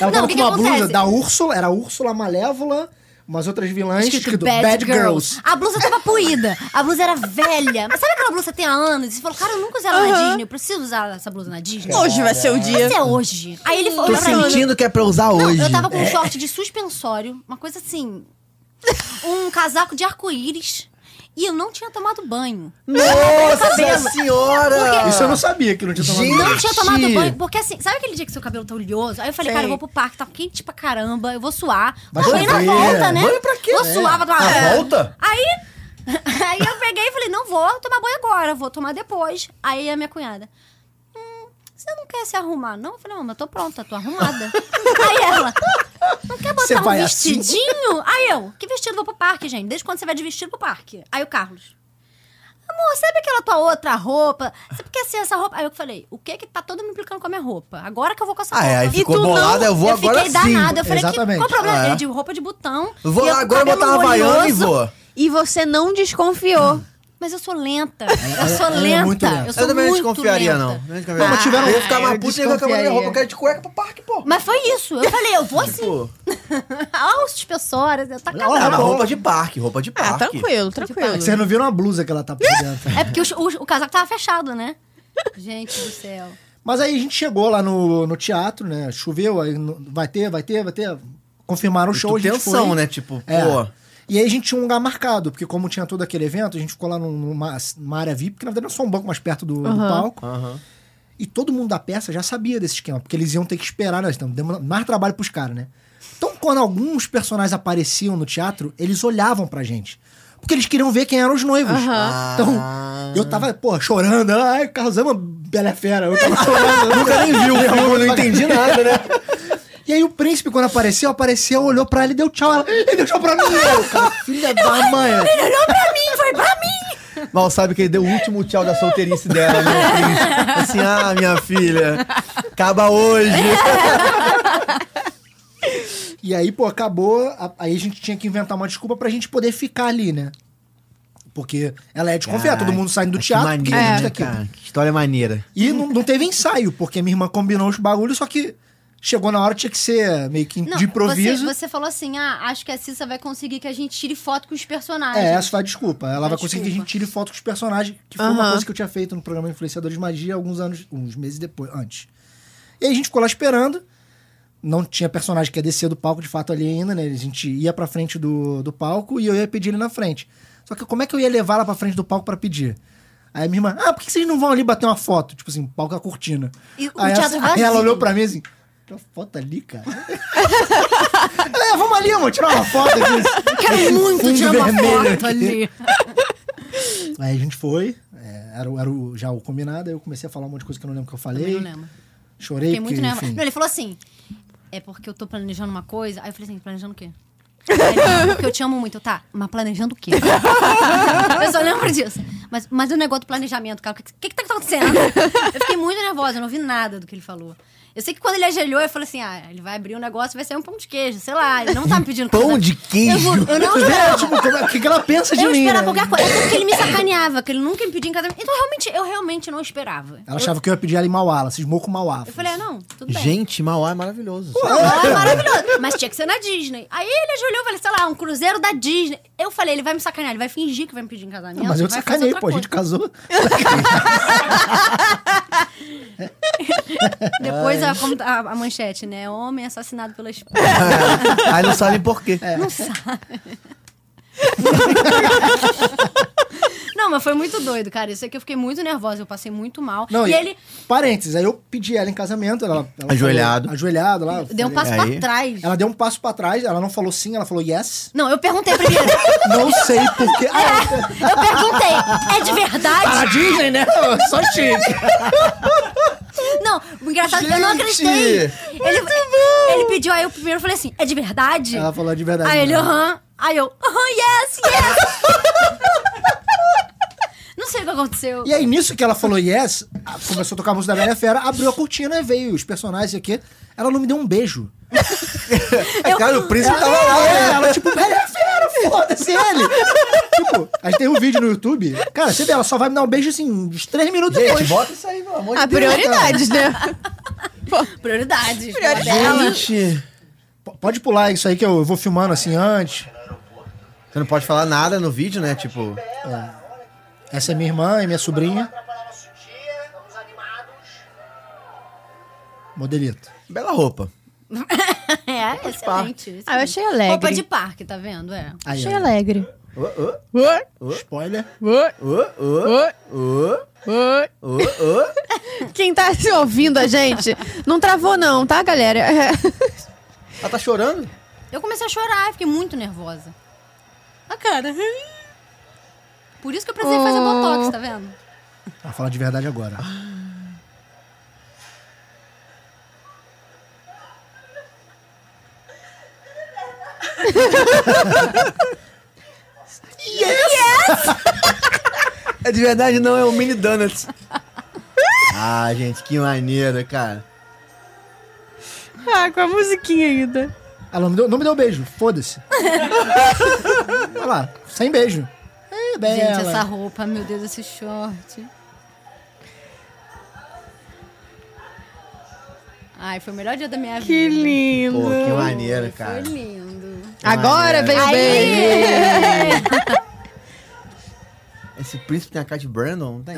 [SPEAKER 4] Ela
[SPEAKER 3] Não,
[SPEAKER 4] tava
[SPEAKER 3] o que
[SPEAKER 4] com
[SPEAKER 3] que
[SPEAKER 4] uma blusa
[SPEAKER 3] acontece?
[SPEAKER 4] da Úrsula, era a Úrsula Malévola, umas outras vilãs, escrito Bad, Girls.
[SPEAKER 3] A blusa tava poída. A blusa era velha. Mas sabe aquela blusa que tem há anos? E você falou, cara, eu nunca usei ela na
[SPEAKER 1] Aham.
[SPEAKER 3] Disney. Eu preciso usar essa blusa na Disney.
[SPEAKER 1] Hoje vai ser o dia.
[SPEAKER 3] Mas é hoje. Aí ele
[SPEAKER 2] Tô
[SPEAKER 3] falou pra mim.
[SPEAKER 2] sentindo que é pra usar hoje. É.
[SPEAKER 3] Eu tava com um short de suspensório, uma coisa assim. Um casaco de arco-íris. E eu não tinha tomado banho.
[SPEAKER 2] Nossa senhora!
[SPEAKER 4] Isso eu não sabia que não tinha tomado.
[SPEAKER 2] Ah. Gente,
[SPEAKER 4] banho.
[SPEAKER 3] Não tinha tomado
[SPEAKER 2] Gente.
[SPEAKER 3] banho, porque assim, sabe aquele dia que seu cabelo tá oleoso? Aí eu falei,
[SPEAKER 1] Sei.
[SPEAKER 3] cara, eu vou pro parque, tá quente pra caramba, eu vou suar.
[SPEAKER 4] Vai
[SPEAKER 3] Vou ir na
[SPEAKER 4] chover.
[SPEAKER 3] volta, né?
[SPEAKER 2] Banho pra quê?
[SPEAKER 3] Vou suar, vou tomar
[SPEAKER 2] Na
[SPEAKER 3] banho.
[SPEAKER 2] volta?
[SPEAKER 3] Aí, aí eu peguei e falei, não vou tomar banho agora, vou tomar depois. Aí a minha cunhada, hum, você não quer se arrumar? Não? Eu falei, não, mas eu tô pronta, tô arrumada. aí ela, não quer
[SPEAKER 4] Você
[SPEAKER 3] botar um
[SPEAKER 4] vai assim?
[SPEAKER 3] vestidinho? Aí eu, que vestido? Vou pro parque, gente. Desde quando você vai de vestido pro parque? Aí o Carlos... Amor, sabe aquela tua outra roupa? Você porque assim, essa roupa. Aí eu falei, o que que tá todo mundo implicando com a minha roupa? Agora que eu vou com essa
[SPEAKER 2] Ah,
[SPEAKER 3] roupa.
[SPEAKER 2] é, aí ficou
[SPEAKER 1] tu não-
[SPEAKER 2] bolada, eu vou
[SPEAKER 3] eu
[SPEAKER 2] agora
[SPEAKER 3] fiquei
[SPEAKER 2] sim.
[SPEAKER 3] danada. Eu falei,
[SPEAKER 4] Exatamente.
[SPEAKER 3] que, qual o problema?
[SPEAKER 2] Ah, é.
[SPEAKER 3] Ele de roupa de botão.
[SPEAKER 2] Vou
[SPEAKER 3] e eu
[SPEAKER 2] lá
[SPEAKER 3] com
[SPEAKER 2] agora
[SPEAKER 3] cabelo
[SPEAKER 2] botar uma Havaiana e
[SPEAKER 3] oleoso.
[SPEAKER 2] vou.
[SPEAKER 1] E você não desconfiou.
[SPEAKER 3] Mas eu sou lenta. Eu
[SPEAKER 4] ela
[SPEAKER 3] sou
[SPEAKER 4] é muito
[SPEAKER 3] lenta.
[SPEAKER 4] lenta.
[SPEAKER 3] Eu sou
[SPEAKER 2] Eu também não
[SPEAKER 3] muito
[SPEAKER 2] desconfiaria,
[SPEAKER 3] lenta.
[SPEAKER 2] não. Eu Não desconfiaria.
[SPEAKER 1] mas tiveram-
[SPEAKER 2] eu ia ficar mais
[SPEAKER 1] eu
[SPEAKER 2] puto e eu ia acabar minha
[SPEAKER 1] desconfiaria.
[SPEAKER 2] roupa, tipo, eu quero de cueca pro parque, pô.
[SPEAKER 3] Mas foi isso. Eu falei, eu vou sim.
[SPEAKER 2] Pô,
[SPEAKER 3] Olha os suspensórios. Eu tá
[SPEAKER 2] ah,
[SPEAKER 3] cagada.
[SPEAKER 2] mas roupa de parque, roupa de
[SPEAKER 1] Ah,
[SPEAKER 2] parque.
[SPEAKER 1] tranquilo, tranquilo.
[SPEAKER 4] Vocês não viram a blusa que ela tá por dentro.
[SPEAKER 3] É porque o, o- o casaco tava fechado, né? Gente do céu.
[SPEAKER 4] Mas aí a gente chegou lá no, no teatro, né? Choveu, aí no- vai ter, vai ter, vai ter. Confirmaram o
[SPEAKER 2] E
[SPEAKER 4] show,
[SPEAKER 2] tu
[SPEAKER 4] a gente
[SPEAKER 2] tensão,
[SPEAKER 4] foi.
[SPEAKER 2] né? Tipo,
[SPEAKER 4] É.
[SPEAKER 2] pô.
[SPEAKER 4] E aí a gente tinha um lugar marcado, porque como tinha todo aquele evento, a gente ficou lá num- numa, numa área VIP, que na verdade era só um banco mais perto do, do palco.
[SPEAKER 2] Aham.
[SPEAKER 4] E todo mundo da peça já sabia desse esquema, porque eles iam ter que esperar, né? Então, demos mais trabalho pros caras, né? Então, quando alguns personagens apareciam no teatro, eles olhavam pra gente. Porque eles queriam ver quem eram os noivos.
[SPEAKER 1] Aham.
[SPEAKER 4] Então, eu tava, pô, chorando. Ai, Carlos Zama, bela fera. Eu tava chorando.
[SPEAKER 2] Nunca nem viu o filme, não entendi nada, né?
[SPEAKER 4] E aí o príncipe, quando apareceu, apareceu, olhou pra ela e deu tchau. Ela, ele deu tchau pra mim. Eu, cara, filha da mãe.
[SPEAKER 2] Mal sabe que ele deu o último tchau da solteirice dela, né? Cris? Assim, ah, minha filha, acaba hoje.
[SPEAKER 4] E aí, pô, acabou. a- Aí a gente tinha que inventar uma desculpa pra gente poder ficar ali, né? Porque ela é desconfiada, todo mundo saindo do
[SPEAKER 2] Que
[SPEAKER 4] teatro. porque
[SPEAKER 2] maneiro,
[SPEAKER 4] a gente
[SPEAKER 2] né,
[SPEAKER 4] tá aqui.
[SPEAKER 2] cara? Que história maneira.
[SPEAKER 4] E não, não teve ensaio, porque minha irmã combinou os bagulhos, só que Chegou na hora, tinha que ser meio que
[SPEAKER 3] Não,
[SPEAKER 4] de improviso.
[SPEAKER 3] Você, você falou assim: ah, acho que a Cissa vai conseguir que a gente tire foto com os personagens.
[SPEAKER 4] É, essa foi a desculpa. Ela vai conseguir que a
[SPEAKER 3] desculpa.
[SPEAKER 4] gente tire foto com os personagens, que foi
[SPEAKER 1] Aham.
[SPEAKER 4] uma coisa que eu tinha feito no programa Influenciadores de Magia alguns anos, uns meses depois, antes. E aí a gente ficou lá esperando. Não tinha personagem que ia descer do palco de fato ali ainda, né? A gente ia pra frente do, do palco e eu ia pedir ele na frente. Só que como é que eu ia levar ela pra frente do palco pra pedir? Aí a minha irmã, ah, por que vocês não vão ali bater uma foto? Tipo assim, palco a cortina.
[SPEAKER 3] E o
[SPEAKER 4] aí
[SPEAKER 3] teatro
[SPEAKER 4] ela, aí
[SPEAKER 3] vazio.
[SPEAKER 4] ela olhou pra mim assim, tem uma foto ali, cara? é, vamos ali, amor, tirar uma foto aqui.
[SPEAKER 3] Quero muito
[SPEAKER 4] Fundo
[SPEAKER 3] tirar uma
[SPEAKER 4] vermelho
[SPEAKER 3] foto
[SPEAKER 4] aqui.
[SPEAKER 3] ali.
[SPEAKER 4] Aí a gente foi, é, era, o- era o- já o combinado, aí eu comecei a falar um monte de coisa que eu não lembro que eu falei.
[SPEAKER 3] Também não lembro.
[SPEAKER 4] Chorei,
[SPEAKER 3] né, Fiquei
[SPEAKER 4] porque,
[SPEAKER 3] muito nervosa.
[SPEAKER 4] enfim.
[SPEAKER 3] Não, ele falou assim: é porque eu tô planejando uma coisa. Aí eu falei assim: planejando o quê? Aí ele, Porque eu te amo muito, Eu, tá? Mas planejando o quê? eu só lembro disso. Mas, mas o negócio do planejamento, cara, o que, que, que tá acontecendo? Eu fiquei muito nervosa, eu não ouvi nada do que ele falou. Eu sei que quando ele ajoelhou, eu falei assim: ah, ele vai abrir um negócio e vai sair um pão de queijo, sei lá, ele não tá me pedindo
[SPEAKER 2] Pão
[SPEAKER 3] coisa.
[SPEAKER 2] de queijo?
[SPEAKER 3] Eu, juro, eu não
[SPEAKER 4] Tu vê,
[SPEAKER 3] esperava.
[SPEAKER 4] tipo, como é- o que, que ela pensa de
[SPEAKER 3] Eu
[SPEAKER 4] mim?
[SPEAKER 3] esperava
[SPEAKER 4] né?
[SPEAKER 3] qualquer coisa. Até porque ele me sacaneava, que ele nunca me pedia em casamento. Então, realmente, eu realmente não esperava.
[SPEAKER 4] Ela achava que eu ia pedir ela em Mauá, ela cismou com Mauá.
[SPEAKER 3] Eu falei, ah, não, tudo bem.
[SPEAKER 2] Gente, Mauá é maravilhoso.
[SPEAKER 3] Mauá é maravilhoso. Mas tinha que ser na Disney. Aí ele ajoelhou e falei, sei lá, um cruzeiro da Disney. Eu falei, ele vai me sacanear, ele vai fingir que vai me pedir em casamento.
[SPEAKER 4] mas eu te
[SPEAKER 3] vai fazer
[SPEAKER 4] sacanei,
[SPEAKER 3] outra
[SPEAKER 4] pô, a gente
[SPEAKER 3] coisa.
[SPEAKER 4] casou.
[SPEAKER 3] Depois
[SPEAKER 4] É.
[SPEAKER 3] a, como- a- a manchete, né? Homem assassinado pela esposa.
[SPEAKER 2] É, Aí não sabem por quê.
[SPEAKER 3] Não, mas foi muito doido, cara. Isso aqui eu fiquei muito nervosa, eu passei muito mal.
[SPEAKER 4] Não,
[SPEAKER 3] e ele
[SPEAKER 4] Parênteses, aí eu pedi ela em casamento, ela... ela
[SPEAKER 2] Ajoelhado.
[SPEAKER 4] falou- ajoelhado, lá. eu
[SPEAKER 3] deu um
[SPEAKER 4] falei-
[SPEAKER 3] passo
[SPEAKER 2] Aí.
[SPEAKER 3] pra trás.
[SPEAKER 4] Ela deu um passo pra trás, ela não falou sim, ela falou yes.
[SPEAKER 3] Não, eu perguntei primeiro.
[SPEAKER 4] Não sei por quê. Ah,
[SPEAKER 3] Eu perguntei, é de
[SPEAKER 4] a
[SPEAKER 3] verdade?
[SPEAKER 4] Disney, né? Só chique.
[SPEAKER 3] Não, o engraçado é que eu não
[SPEAKER 2] Gente!
[SPEAKER 3] acreditei. Ele, ele pediu, aí eu primeiro falei assim, é de verdade?
[SPEAKER 4] Ela falou de verdade.
[SPEAKER 3] Aí ele,
[SPEAKER 4] né?
[SPEAKER 3] aham. Aí eu, aham, yes, yes. não sei o que aconteceu.
[SPEAKER 4] E aí, nisso que ela falou yes, a- começou a tocar a música da Bela e a Fera, abriu a cortina, veio os personagens aqui. Ela não me deu um beijo.
[SPEAKER 2] Cara, É o príncipe tava
[SPEAKER 4] Ela,
[SPEAKER 2] lá. né?
[SPEAKER 4] ela, ela, tipo, Bela e a Fera,
[SPEAKER 2] É.
[SPEAKER 4] foda-se ele! tipo, a gente tem um vídeo no YouTube. Cara, você vê, ela só vai me dar um beijo assim, uns três minutos
[SPEAKER 2] Gente,
[SPEAKER 4] depois.
[SPEAKER 2] bota isso aí, pelo amor de
[SPEAKER 1] A
[SPEAKER 2] Deus.
[SPEAKER 1] Ah, prioridades, né?
[SPEAKER 3] Prioridades. né?
[SPEAKER 1] Prioridades.
[SPEAKER 2] cara. Gente,
[SPEAKER 4] P- Pode pular isso aí que eu vou filmando assim antes.
[SPEAKER 2] você não pode falar nada no vídeo, né? Tipo,
[SPEAKER 4] Essa é minha irmã e minha sobrinha.
[SPEAKER 5] atrapalhar nosso dia, estamos animados.
[SPEAKER 4] Modelito.
[SPEAKER 2] bela roupa.
[SPEAKER 3] É, excelente. excelente.
[SPEAKER 1] Ah, eu achei alegre.
[SPEAKER 3] Roupa de parque, tá vendo? É.
[SPEAKER 4] Aí,
[SPEAKER 1] Achei
[SPEAKER 4] ó.
[SPEAKER 1] alegre.
[SPEAKER 2] Ô, ô,
[SPEAKER 1] Ué,
[SPEAKER 4] Spoiler.
[SPEAKER 1] ué,
[SPEAKER 2] ô, ô,
[SPEAKER 1] ué,
[SPEAKER 2] ô,
[SPEAKER 1] ué.
[SPEAKER 2] ô, ô.
[SPEAKER 1] Quem tá se ouvindo a gente, não travou não, tá, galera? É.
[SPEAKER 2] Ela tá chorando?
[SPEAKER 3] Eu comecei a chorar, fiquei muito nervosa. A cara. Por isso que eu precisei fazer
[SPEAKER 1] Oh.
[SPEAKER 3] botox, tá vendo?
[SPEAKER 4] Ela fala de verdade agora.
[SPEAKER 2] É de verdade, não, é o Mini Donuts. ah, gente, que maneiro, cara.
[SPEAKER 1] Ah, com a musiquinha ainda.
[SPEAKER 4] Ela não me deu, não me deu beijo, foda-se. Olha lá, sem beijo. É,
[SPEAKER 3] Gente,
[SPEAKER 4] Bela.
[SPEAKER 3] essa roupa, meu Deus, esse short. Ai, foi o melhor dia da minha
[SPEAKER 1] Que
[SPEAKER 3] vida.
[SPEAKER 1] lindo.
[SPEAKER 2] Pô, que maneiro,
[SPEAKER 3] Foi
[SPEAKER 2] cara.
[SPEAKER 3] lindo.
[SPEAKER 1] Agora veio o beijo.
[SPEAKER 2] Esse príncipe tem a cara de Brandon, não tem?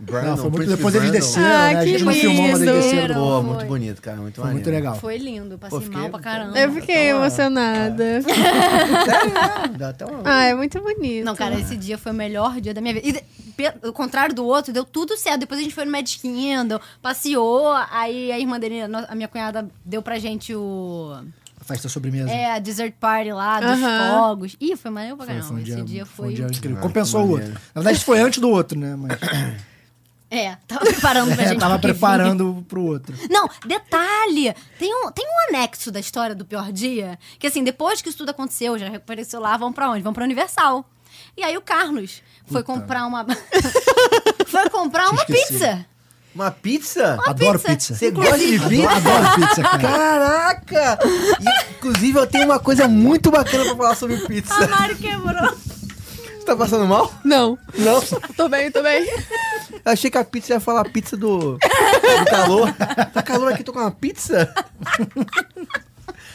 [SPEAKER 2] Brandon,
[SPEAKER 4] Não, foi muito,
[SPEAKER 2] príncipe
[SPEAKER 4] depois eles
[SPEAKER 2] Brandon.
[SPEAKER 4] desceram,
[SPEAKER 1] Ah,
[SPEAKER 4] né? A
[SPEAKER 1] que
[SPEAKER 4] gente não filmou, mas eles
[SPEAKER 1] lindo.
[SPEAKER 4] desceram.
[SPEAKER 2] Pô,
[SPEAKER 3] Foi.
[SPEAKER 2] muito bonito, cara. Muito
[SPEAKER 4] né? Foi
[SPEAKER 2] maneiro.
[SPEAKER 4] muito legal.
[SPEAKER 3] Foi lindo, eu passei
[SPEAKER 2] Pô, fiquei-
[SPEAKER 3] mal pra caramba.
[SPEAKER 1] Eu fiquei emocionada.
[SPEAKER 2] Dá até uma...
[SPEAKER 1] Ah, é muito bonito.
[SPEAKER 3] Não, cara, esse dia foi o melhor dia da minha vida. E, de- pe- ao contrário do outro, deu tudo certo. Depois a gente foi no Magic Kingdom, passeou. Aí a irmã dele, a no- a minha cunhada, deu pra gente o...
[SPEAKER 4] A festa sobremesa.
[SPEAKER 3] É, a dessert party lá, dos
[SPEAKER 1] Aham.
[SPEAKER 3] fogos. Ih, foi maneiro pra
[SPEAKER 4] Foi,
[SPEAKER 3] caramba.
[SPEAKER 4] foi um
[SPEAKER 3] esse
[SPEAKER 4] dia,
[SPEAKER 3] dia,
[SPEAKER 4] foi
[SPEAKER 3] foi...
[SPEAKER 4] um dia incrível.
[SPEAKER 2] Ah,
[SPEAKER 4] Compensou
[SPEAKER 2] que
[SPEAKER 4] o outro.
[SPEAKER 2] maneiro.
[SPEAKER 4] Na verdade, isso foi antes do outro, né? Mas
[SPEAKER 3] É, tava preparando pra
[SPEAKER 4] é,
[SPEAKER 3] gente.
[SPEAKER 4] tava
[SPEAKER 3] porque
[SPEAKER 4] preparando pro outro.
[SPEAKER 3] vinha. Não, detalhe! Tem um, tem um anexo da história do pior dia, que assim, depois que isso tudo aconteceu, já apareceu lá, vão pra onde? Vão pra Universal. E aí o Carlos foi comprar uma... foi comprar uma
[SPEAKER 4] esquecido.
[SPEAKER 3] pizza.
[SPEAKER 2] Uma pizza?
[SPEAKER 4] Adoro
[SPEAKER 3] pizza.
[SPEAKER 4] pizza.
[SPEAKER 2] Você gosta de
[SPEAKER 4] Adoro,
[SPEAKER 2] pizza?
[SPEAKER 4] adoro pizza, cara.
[SPEAKER 2] Caraca! E, inclusive, eu tenho uma coisa muito bacana pra falar sobre
[SPEAKER 3] A
[SPEAKER 2] pizza.
[SPEAKER 3] Mari quebrou.
[SPEAKER 2] Você tá passando mal?
[SPEAKER 1] Não.
[SPEAKER 2] Não?
[SPEAKER 1] Tô bem, tô bem.
[SPEAKER 2] Eu achei que a pizza ia falar pizza do... Do calor. Tá calor aqui, tô com uma pizza?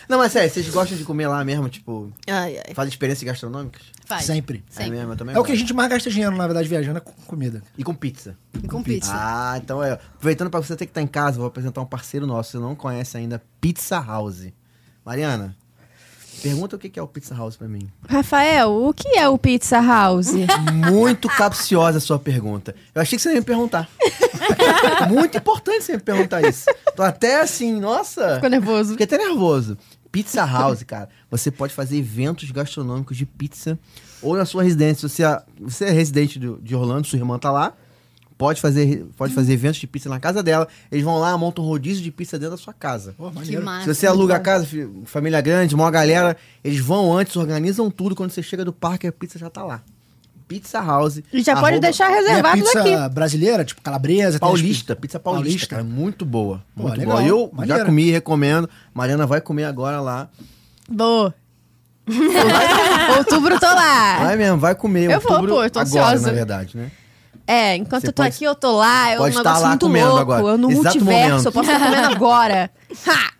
[SPEAKER 2] Não, mas sério, vocês gostam de comer lá mesmo, tipo,
[SPEAKER 1] Ai, ai.
[SPEAKER 2] faz experiências gastronômicas?
[SPEAKER 3] Faz.
[SPEAKER 4] Sempre.
[SPEAKER 2] É
[SPEAKER 3] Sempre.
[SPEAKER 2] mesmo, eu também
[SPEAKER 4] É o que a
[SPEAKER 2] gosto.
[SPEAKER 4] gente mais gasta dinheiro, na verdade, viajando, é com comida.
[SPEAKER 2] E com pizza.
[SPEAKER 3] E com pizza.
[SPEAKER 2] Ah, então é. Aproveitando pra você ter que estar em casa, vou apresentar um parceiro nosso, você não conhece ainda, Pizza House. Mariana, pergunta o que que é o Pizza House pra mim.
[SPEAKER 1] Rafael, o que é o Pizza House?
[SPEAKER 2] Muito capciosa a sua pergunta. Eu achei que você ia me perguntar. Muito importante você me perguntar isso. Tô até assim, nossa.
[SPEAKER 1] Ficou nervoso.
[SPEAKER 2] Fiquei até nervoso. Pizza House, cara. Você pode fazer eventos gastronômicos de pizza ou na sua residência. Você, é- você é residente do- de Orlando, sua irmã tá lá. Pode fazer, pode fazer eventos de pizza na casa dela. Eles vão lá, montam um rodízio de pizza dentro da sua casa.
[SPEAKER 4] Pô,
[SPEAKER 3] Que
[SPEAKER 4] maneiro.
[SPEAKER 2] Se
[SPEAKER 3] massa.
[SPEAKER 2] você aluga a casa, fi- família grande, maior galera, eles vão antes, organizam tudo. Quando você chega do parque, a pizza já tá lá. Pizza House.
[SPEAKER 1] E já pode
[SPEAKER 2] arroba
[SPEAKER 1] deixar
[SPEAKER 4] E é
[SPEAKER 1] reservado
[SPEAKER 4] pizza
[SPEAKER 1] aqui.
[SPEAKER 4] brasileira, tipo calabresa. tem as
[SPEAKER 2] Paulista, pizza paulista,
[SPEAKER 4] Paulista.
[SPEAKER 2] cara, é muito boa.
[SPEAKER 4] Pô,
[SPEAKER 2] muito
[SPEAKER 4] legal,
[SPEAKER 2] boa. Eu já
[SPEAKER 4] maneiro.
[SPEAKER 2] comi, recomendo. Mariana vai comer agora lá.
[SPEAKER 1] Boa. Outubro tô lá.
[SPEAKER 2] Vai mesmo, vai comer.
[SPEAKER 1] É.
[SPEAKER 2] um
[SPEAKER 1] Eu vou,
[SPEAKER 2] Outubro,
[SPEAKER 1] pô, eu tô
[SPEAKER 2] agora,
[SPEAKER 1] ansiosa.
[SPEAKER 2] na verdade, né?
[SPEAKER 1] É, enquanto
[SPEAKER 2] Você
[SPEAKER 1] eu tô
[SPEAKER 2] pode-
[SPEAKER 1] aqui, eu tô lá. É um
[SPEAKER 2] pode estar
[SPEAKER 1] negócio
[SPEAKER 2] lá
[SPEAKER 1] muito
[SPEAKER 2] comendo
[SPEAKER 1] louco.
[SPEAKER 2] agora.
[SPEAKER 1] Eu no
[SPEAKER 2] Exato
[SPEAKER 1] multiverso,
[SPEAKER 2] momento.
[SPEAKER 1] eu posso estar comendo agora. Ha!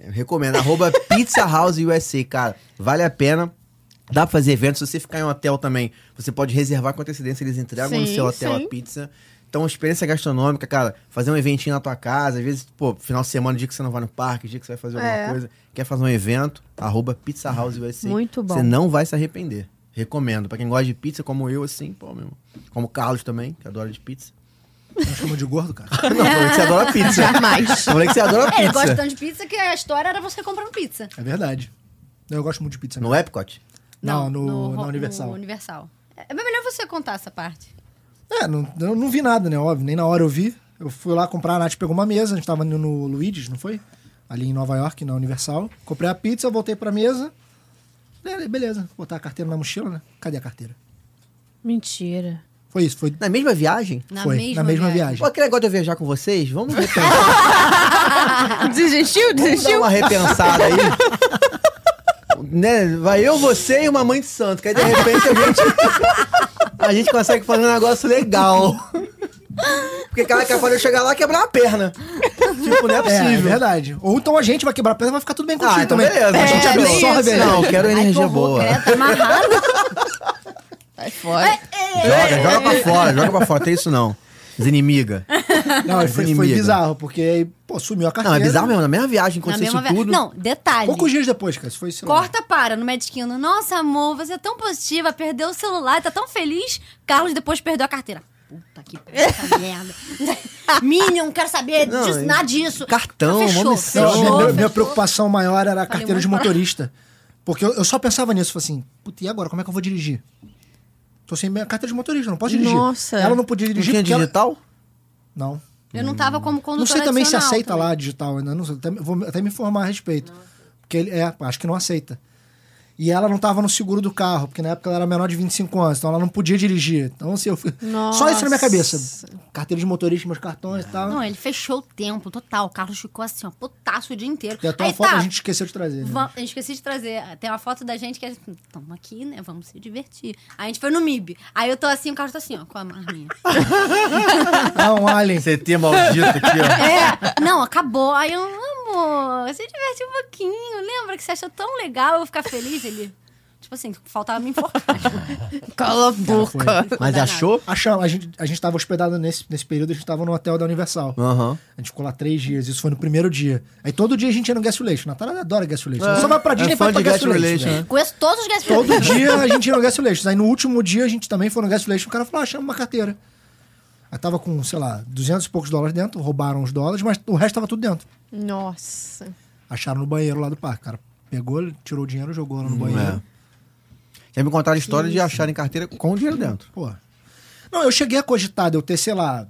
[SPEAKER 2] Eu recomendo. Arroba Pizza House USA, cara. Vale a pena. Dá pra fazer eventos. Se você ficar em um hotel também, você pode reservar com antecedência. Eles entregam no
[SPEAKER 1] Sim,
[SPEAKER 2] seu hotel
[SPEAKER 1] sim.
[SPEAKER 2] a pizza. Então, experiência gastronômica, cara. Fazer um eventinho na tua casa. Às vezes, pô, final de semana, dia que você não vai no parque, dia que você vai fazer alguma
[SPEAKER 1] É.
[SPEAKER 2] coisa. Quer fazer um evento? Arroba Pizza House USA.
[SPEAKER 1] Muito bom.
[SPEAKER 2] Você não vai se arrepender. Recomendo. Pra quem gosta de pizza, como eu, assim, pô, mesmo. Como o Carlos também, que adora de pizza.
[SPEAKER 4] Não chama de gordo, cara.
[SPEAKER 2] Não, falei que você adora pizza.
[SPEAKER 1] Jamais.
[SPEAKER 2] Falei que você adora
[SPEAKER 3] É, Ele gosta
[SPEAKER 2] pizza.
[SPEAKER 3] tanto de pizza que a história era você comprando pizza.
[SPEAKER 4] É verdade. Não, Eu gosto muito de pizza. né?
[SPEAKER 2] No Epcot?
[SPEAKER 4] Não, no,
[SPEAKER 3] Ro-
[SPEAKER 4] na Universal.
[SPEAKER 3] é? no Universal. É é melhor você contar essa parte.
[SPEAKER 4] É, não, eu não vi nada, né? Óbvio, nem na hora eu vi. Eu fui lá comprar, a Nath pegou uma mesa, a gente tava indo no Luigi's, não foi? Ali em Nova York, na Universal. Comprei a pizza, voltei pra mesa. Be- Beleza, vou botar a carteira na mochila, né? Cadê a carteira?
[SPEAKER 1] Mentira.
[SPEAKER 4] Foi isso, foi,
[SPEAKER 2] Na é mesma viagem?
[SPEAKER 3] Na
[SPEAKER 4] foi
[SPEAKER 3] mesma
[SPEAKER 4] na mesma
[SPEAKER 3] viagem.
[SPEAKER 4] viagem.
[SPEAKER 2] Pô, aquele negócio de eu viajar com vocês? Vamos repensar.
[SPEAKER 1] Desistiu?
[SPEAKER 2] Vamos dar
[SPEAKER 1] Desistiu?
[SPEAKER 2] uma repensada aí. né? Vai eu, você e uma mãe de santo. Que aí, de repente, a gente... a gente consegue fazer um negócio legal. Porque cara que eu chegar lá e quebrar a perna. Tipo, não é
[SPEAKER 4] É, é
[SPEAKER 2] possível.
[SPEAKER 4] verdade. Ou então a gente vai quebrar a perna e vai ficar tudo bem contigo
[SPEAKER 2] Ah, então
[SPEAKER 4] também.
[SPEAKER 2] beleza.
[SPEAKER 4] A gente
[SPEAKER 1] É, tem
[SPEAKER 4] absorve
[SPEAKER 1] isso.
[SPEAKER 4] a
[SPEAKER 2] Não,
[SPEAKER 4] energia.
[SPEAKER 2] eu quero energia boa.
[SPEAKER 3] tá
[SPEAKER 1] Sai fora.
[SPEAKER 2] Joga, joga pra fora, joga pra fora. Tem isso não. Desinimiga.
[SPEAKER 4] Não,
[SPEAKER 2] As
[SPEAKER 4] foi, foi
[SPEAKER 2] inimigas.
[SPEAKER 4] bizarro, porque, pô, sumiu a
[SPEAKER 2] Não,
[SPEAKER 4] carteira.
[SPEAKER 2] é bizarro mesmo. Na mesma viagem
[SPEAKER 3] Na
[SPEAKER 2] aconteceu
[SPEAKER 3] mesma
[SPEAKER 2] isso
[SPEAKER 3] viagem.
[SPEAKER 2] tudo.
[SPEAKER 3] Não, detalhe.
[SPEAKER 4] Poucos dias depois, cara, isso foi, sei lá.
[SPEAKER 3] Corta, para no Magic Kingdom. Nossa, amor, você é tão positiva, perdeu o celular, tá tão feliz. Carlos depois perdeu a carteira. Puta que puta merda. Minion, não quero saber
[SPEAKER 2] Não,
[SPEAKER 3] disso,
[SPEAKER 2] é-
[SPEAKER 3] nada disso.
[SPEAKER 2] Cartão,
[SPEAKER 3] Fechou,
[SPEAKER 2] uma missão.
[SPEAKER 4] Não, a minha-
[SPEAKER 3] fechou,
[SPEAKER 4] minha, minha
[SPEAKER 3] fechou.
[SPEAKER 4] preocupação maior era a carteira
[SPEAKER 3] muito
[SPEAKER 4] de
[SPEAKER 3] pra-
[SPEAKER 4] motorista. Porque eu, eu só pensava nisso, falei assim, puta, e agora? Como é que eu vou dirigir? Tô sem minha carteira de motorista, não posso dirigir.
[SPEAKER 1] Nossa.
[SPEAKER 4] Ela não podia
[SPEAKER 2] Não
[SPEAKER 4] dirigir
[SPEAKER 2] tinha
[SPEAKER 4] porque ela-
[SPEAKER 2] digital?
[SPEAKER 4] Não.
[SPEAKER 3] Eu não tava como condutor
[SPEAKER 4] Não sei também se
[SPEAKER 3] adicional
[SPEAKER 4] aceita
[SPEAKER 3] também.
[SPEAKER 4] lá digital ainda. Não sei, até, vou até me informar a respeito. Porque ele é, acho que não aceita. E ela não tava no seguro do carro, porque na época ela era menor de 25 anos, então ela não podia dirigir. Então, assim, eu fui. Só isso na minha cabeça. Carteira de motorista, meus cartões e tal.
[SPEAKER 3] Não, é. ele fechou o tempo total. O Carlos ficou assim, ó, putaço o dia inteiro.
[SPEAKER 4] E até uma
[SPEAKER 3] Aí
[SPEAKER 4] foto
[SPEAKER 3] tá,
[SPEAKER 4] a gente esqueceu de trazer. né?
[SPEAKER 3] Va- Eu esqueci de trazer. Tem uma foto da gente que é assim, tamo aqui, né? Vamos se divertir. Aí a gente foi no MIB. Aí eu tô assim, o Carlos tá assim, ó, com a arminha.
[SPEAKER 4] Ah, um alien.
[SPEAKER 2] CT maldito aqui, ó.
[SPEAKER 3] É, não, acabou. Aí eu, amor, se divertir um pouquinho. Lembra que você achou tão legal eu ficar feliz? Ele, tipo assim, faltava me enforcar.
[SPEAKER 1] Cala a boca.
[SPEAKER 2] Mas
[SPEAKER 3] Danado.
[SPEAKER 2] achou?
[SPEAKER 4] Achamos, a gente, a gente tava hospedado nesse, nesse período, a gente tava no hotel da Universal.
[SPEAKER 2] Aham.
[SPEAKER 4] A gente ficou lá três dias, isso foi no primeiro dia. Aí todo dia a gente ia no Gasolation. Natália adora Gasolation. Ela só vai pra Disney
[SPEAKER 2] é
[SPEAKER 4] e vai
[SPEAKER 2] fã
[SPEAKER 4] pra
[SPEAKER 2] de
[SPEAKER 4] Gasolation.
[SPEAKER 2] Gasolation.
[SPEAKER 4] né?
[SPEAKER 3] Conheço todos os gaspedores.
[SPEAKER 4] Todo dia a gente ia no Gasolation. Aí no último dia a gente também foi no Gasolation. O cara falou, ah, chama uma carteira. Aí tava com, sei lá, 200 e poucos dólares dentro, roubaram os dólares, mas o resto tava tudo dentro.
[SPEAKER 1] Nossa.
[SPEAKER 4] Acharam no banheiro lá do parque. O cara pegou, tirou o dinheiro, jogou
[SPEAKER 2] Hum,
[SPEAKER 4] lá no
[SPEAKER 2] é.
[SPEAKER 4] banheiro.
[SPEAKER 2] Já me contaram a história de acharem carteira com o dinheiro dentro.
[SPEAKER 4] Pô. Não, eu cheguei a cogitar de eu ter, sei lá,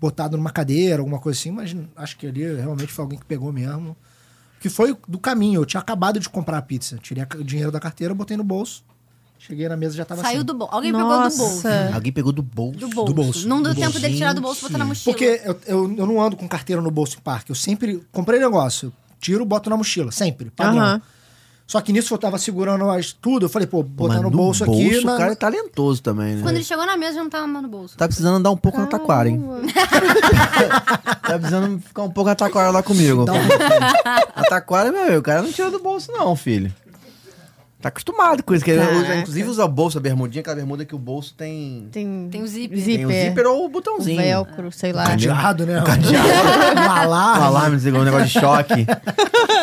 [SPEAKER 4] botado numa cadeira, alguma coisa assim, mas acho que ali realmente foi alguém que pegou mesmo. Que foi do caminho, eu tinha acabado de comprar a pizza. Tirei a ca- o dinheiro da carteira, botei no bolso. Cheguei na mesa já tava
[SPEAKER 3] Saiu
[SPEAKER 4] assim.
[SPEAKER 3] do bolso. Alguém
[SPEAKER 1] Nossa.
[SPEAKER 3] pegou do bolso.
[SPEAKER 2] Alguém pegou do bolso.
[SPEAKER 3] É. Do bolso.
[SPEAKER 4] Do bolso,
[SPEAKER 3] Não deu
[SPEAKER 4] do
[SPEAKER 3] tempo
[SPEAKER 4] bolso.
[SPEAKER 3] dele tirar do bolso e botar na mochila.
[SPEAKER 4] Porque eu, eu, eu não ando com
[SPEAKER 1] Tá
[SPEAKER 4] carteira no bolso em parque. Eu sempre comprei negócio, tiro, boto na mochila, sempre, padrão.
[SPEAKER 1] Aham.
[SPEAKER 4] Só que nisso eu tava segurando as tudo, eu falei, pô, botar
[SPEAKER 2] Mas
[SPEAKER 4] no bolso, aqui.
[SPEAKER 2] O
[SPEAKER 4] na-
[SPEAKER 2] cara é talentoso também, né?
[SPEAKER 3] Quando ele chegou na mesa, já não tava mais no bolso.
[SPEAKER 2] Tá precisando andar um pouco na taquara, hein? tá precisando ficar um pouco na taquara lá comigo.
[SPEAKER 4] Então- um
[SPEAKER 2] a taquara, meu, amigo, o cara não tira do bolso, não, filho. Tá acostumado com isso. Que ele usa-
[SPEAKER 1] Caraca.
[SPEAKER 2] inclusive usa a bolsa, a bermudinha, aquela bermuda que o bolso tem.
[SPEAKER 1] Tem, um
[SPEAKER 3] Tem o zíper.
[SPEAKER 1] zíper.
[SPEAKER 2] Tem o zíper ou um Tá o
[SPEAKER 1] o
[SPEAKER 2] botãozinho.
[SPEAKER 1] velcro, sei lá.
[SPEAKER 2] Entendeu?
[SPEAKER 4] Cadeado, né? Cadeado. um
[SPEAKER 2] Um
[SPEAKER 4] alarme.
[SPEAKER 2] alarme, desligou um negócio de choque.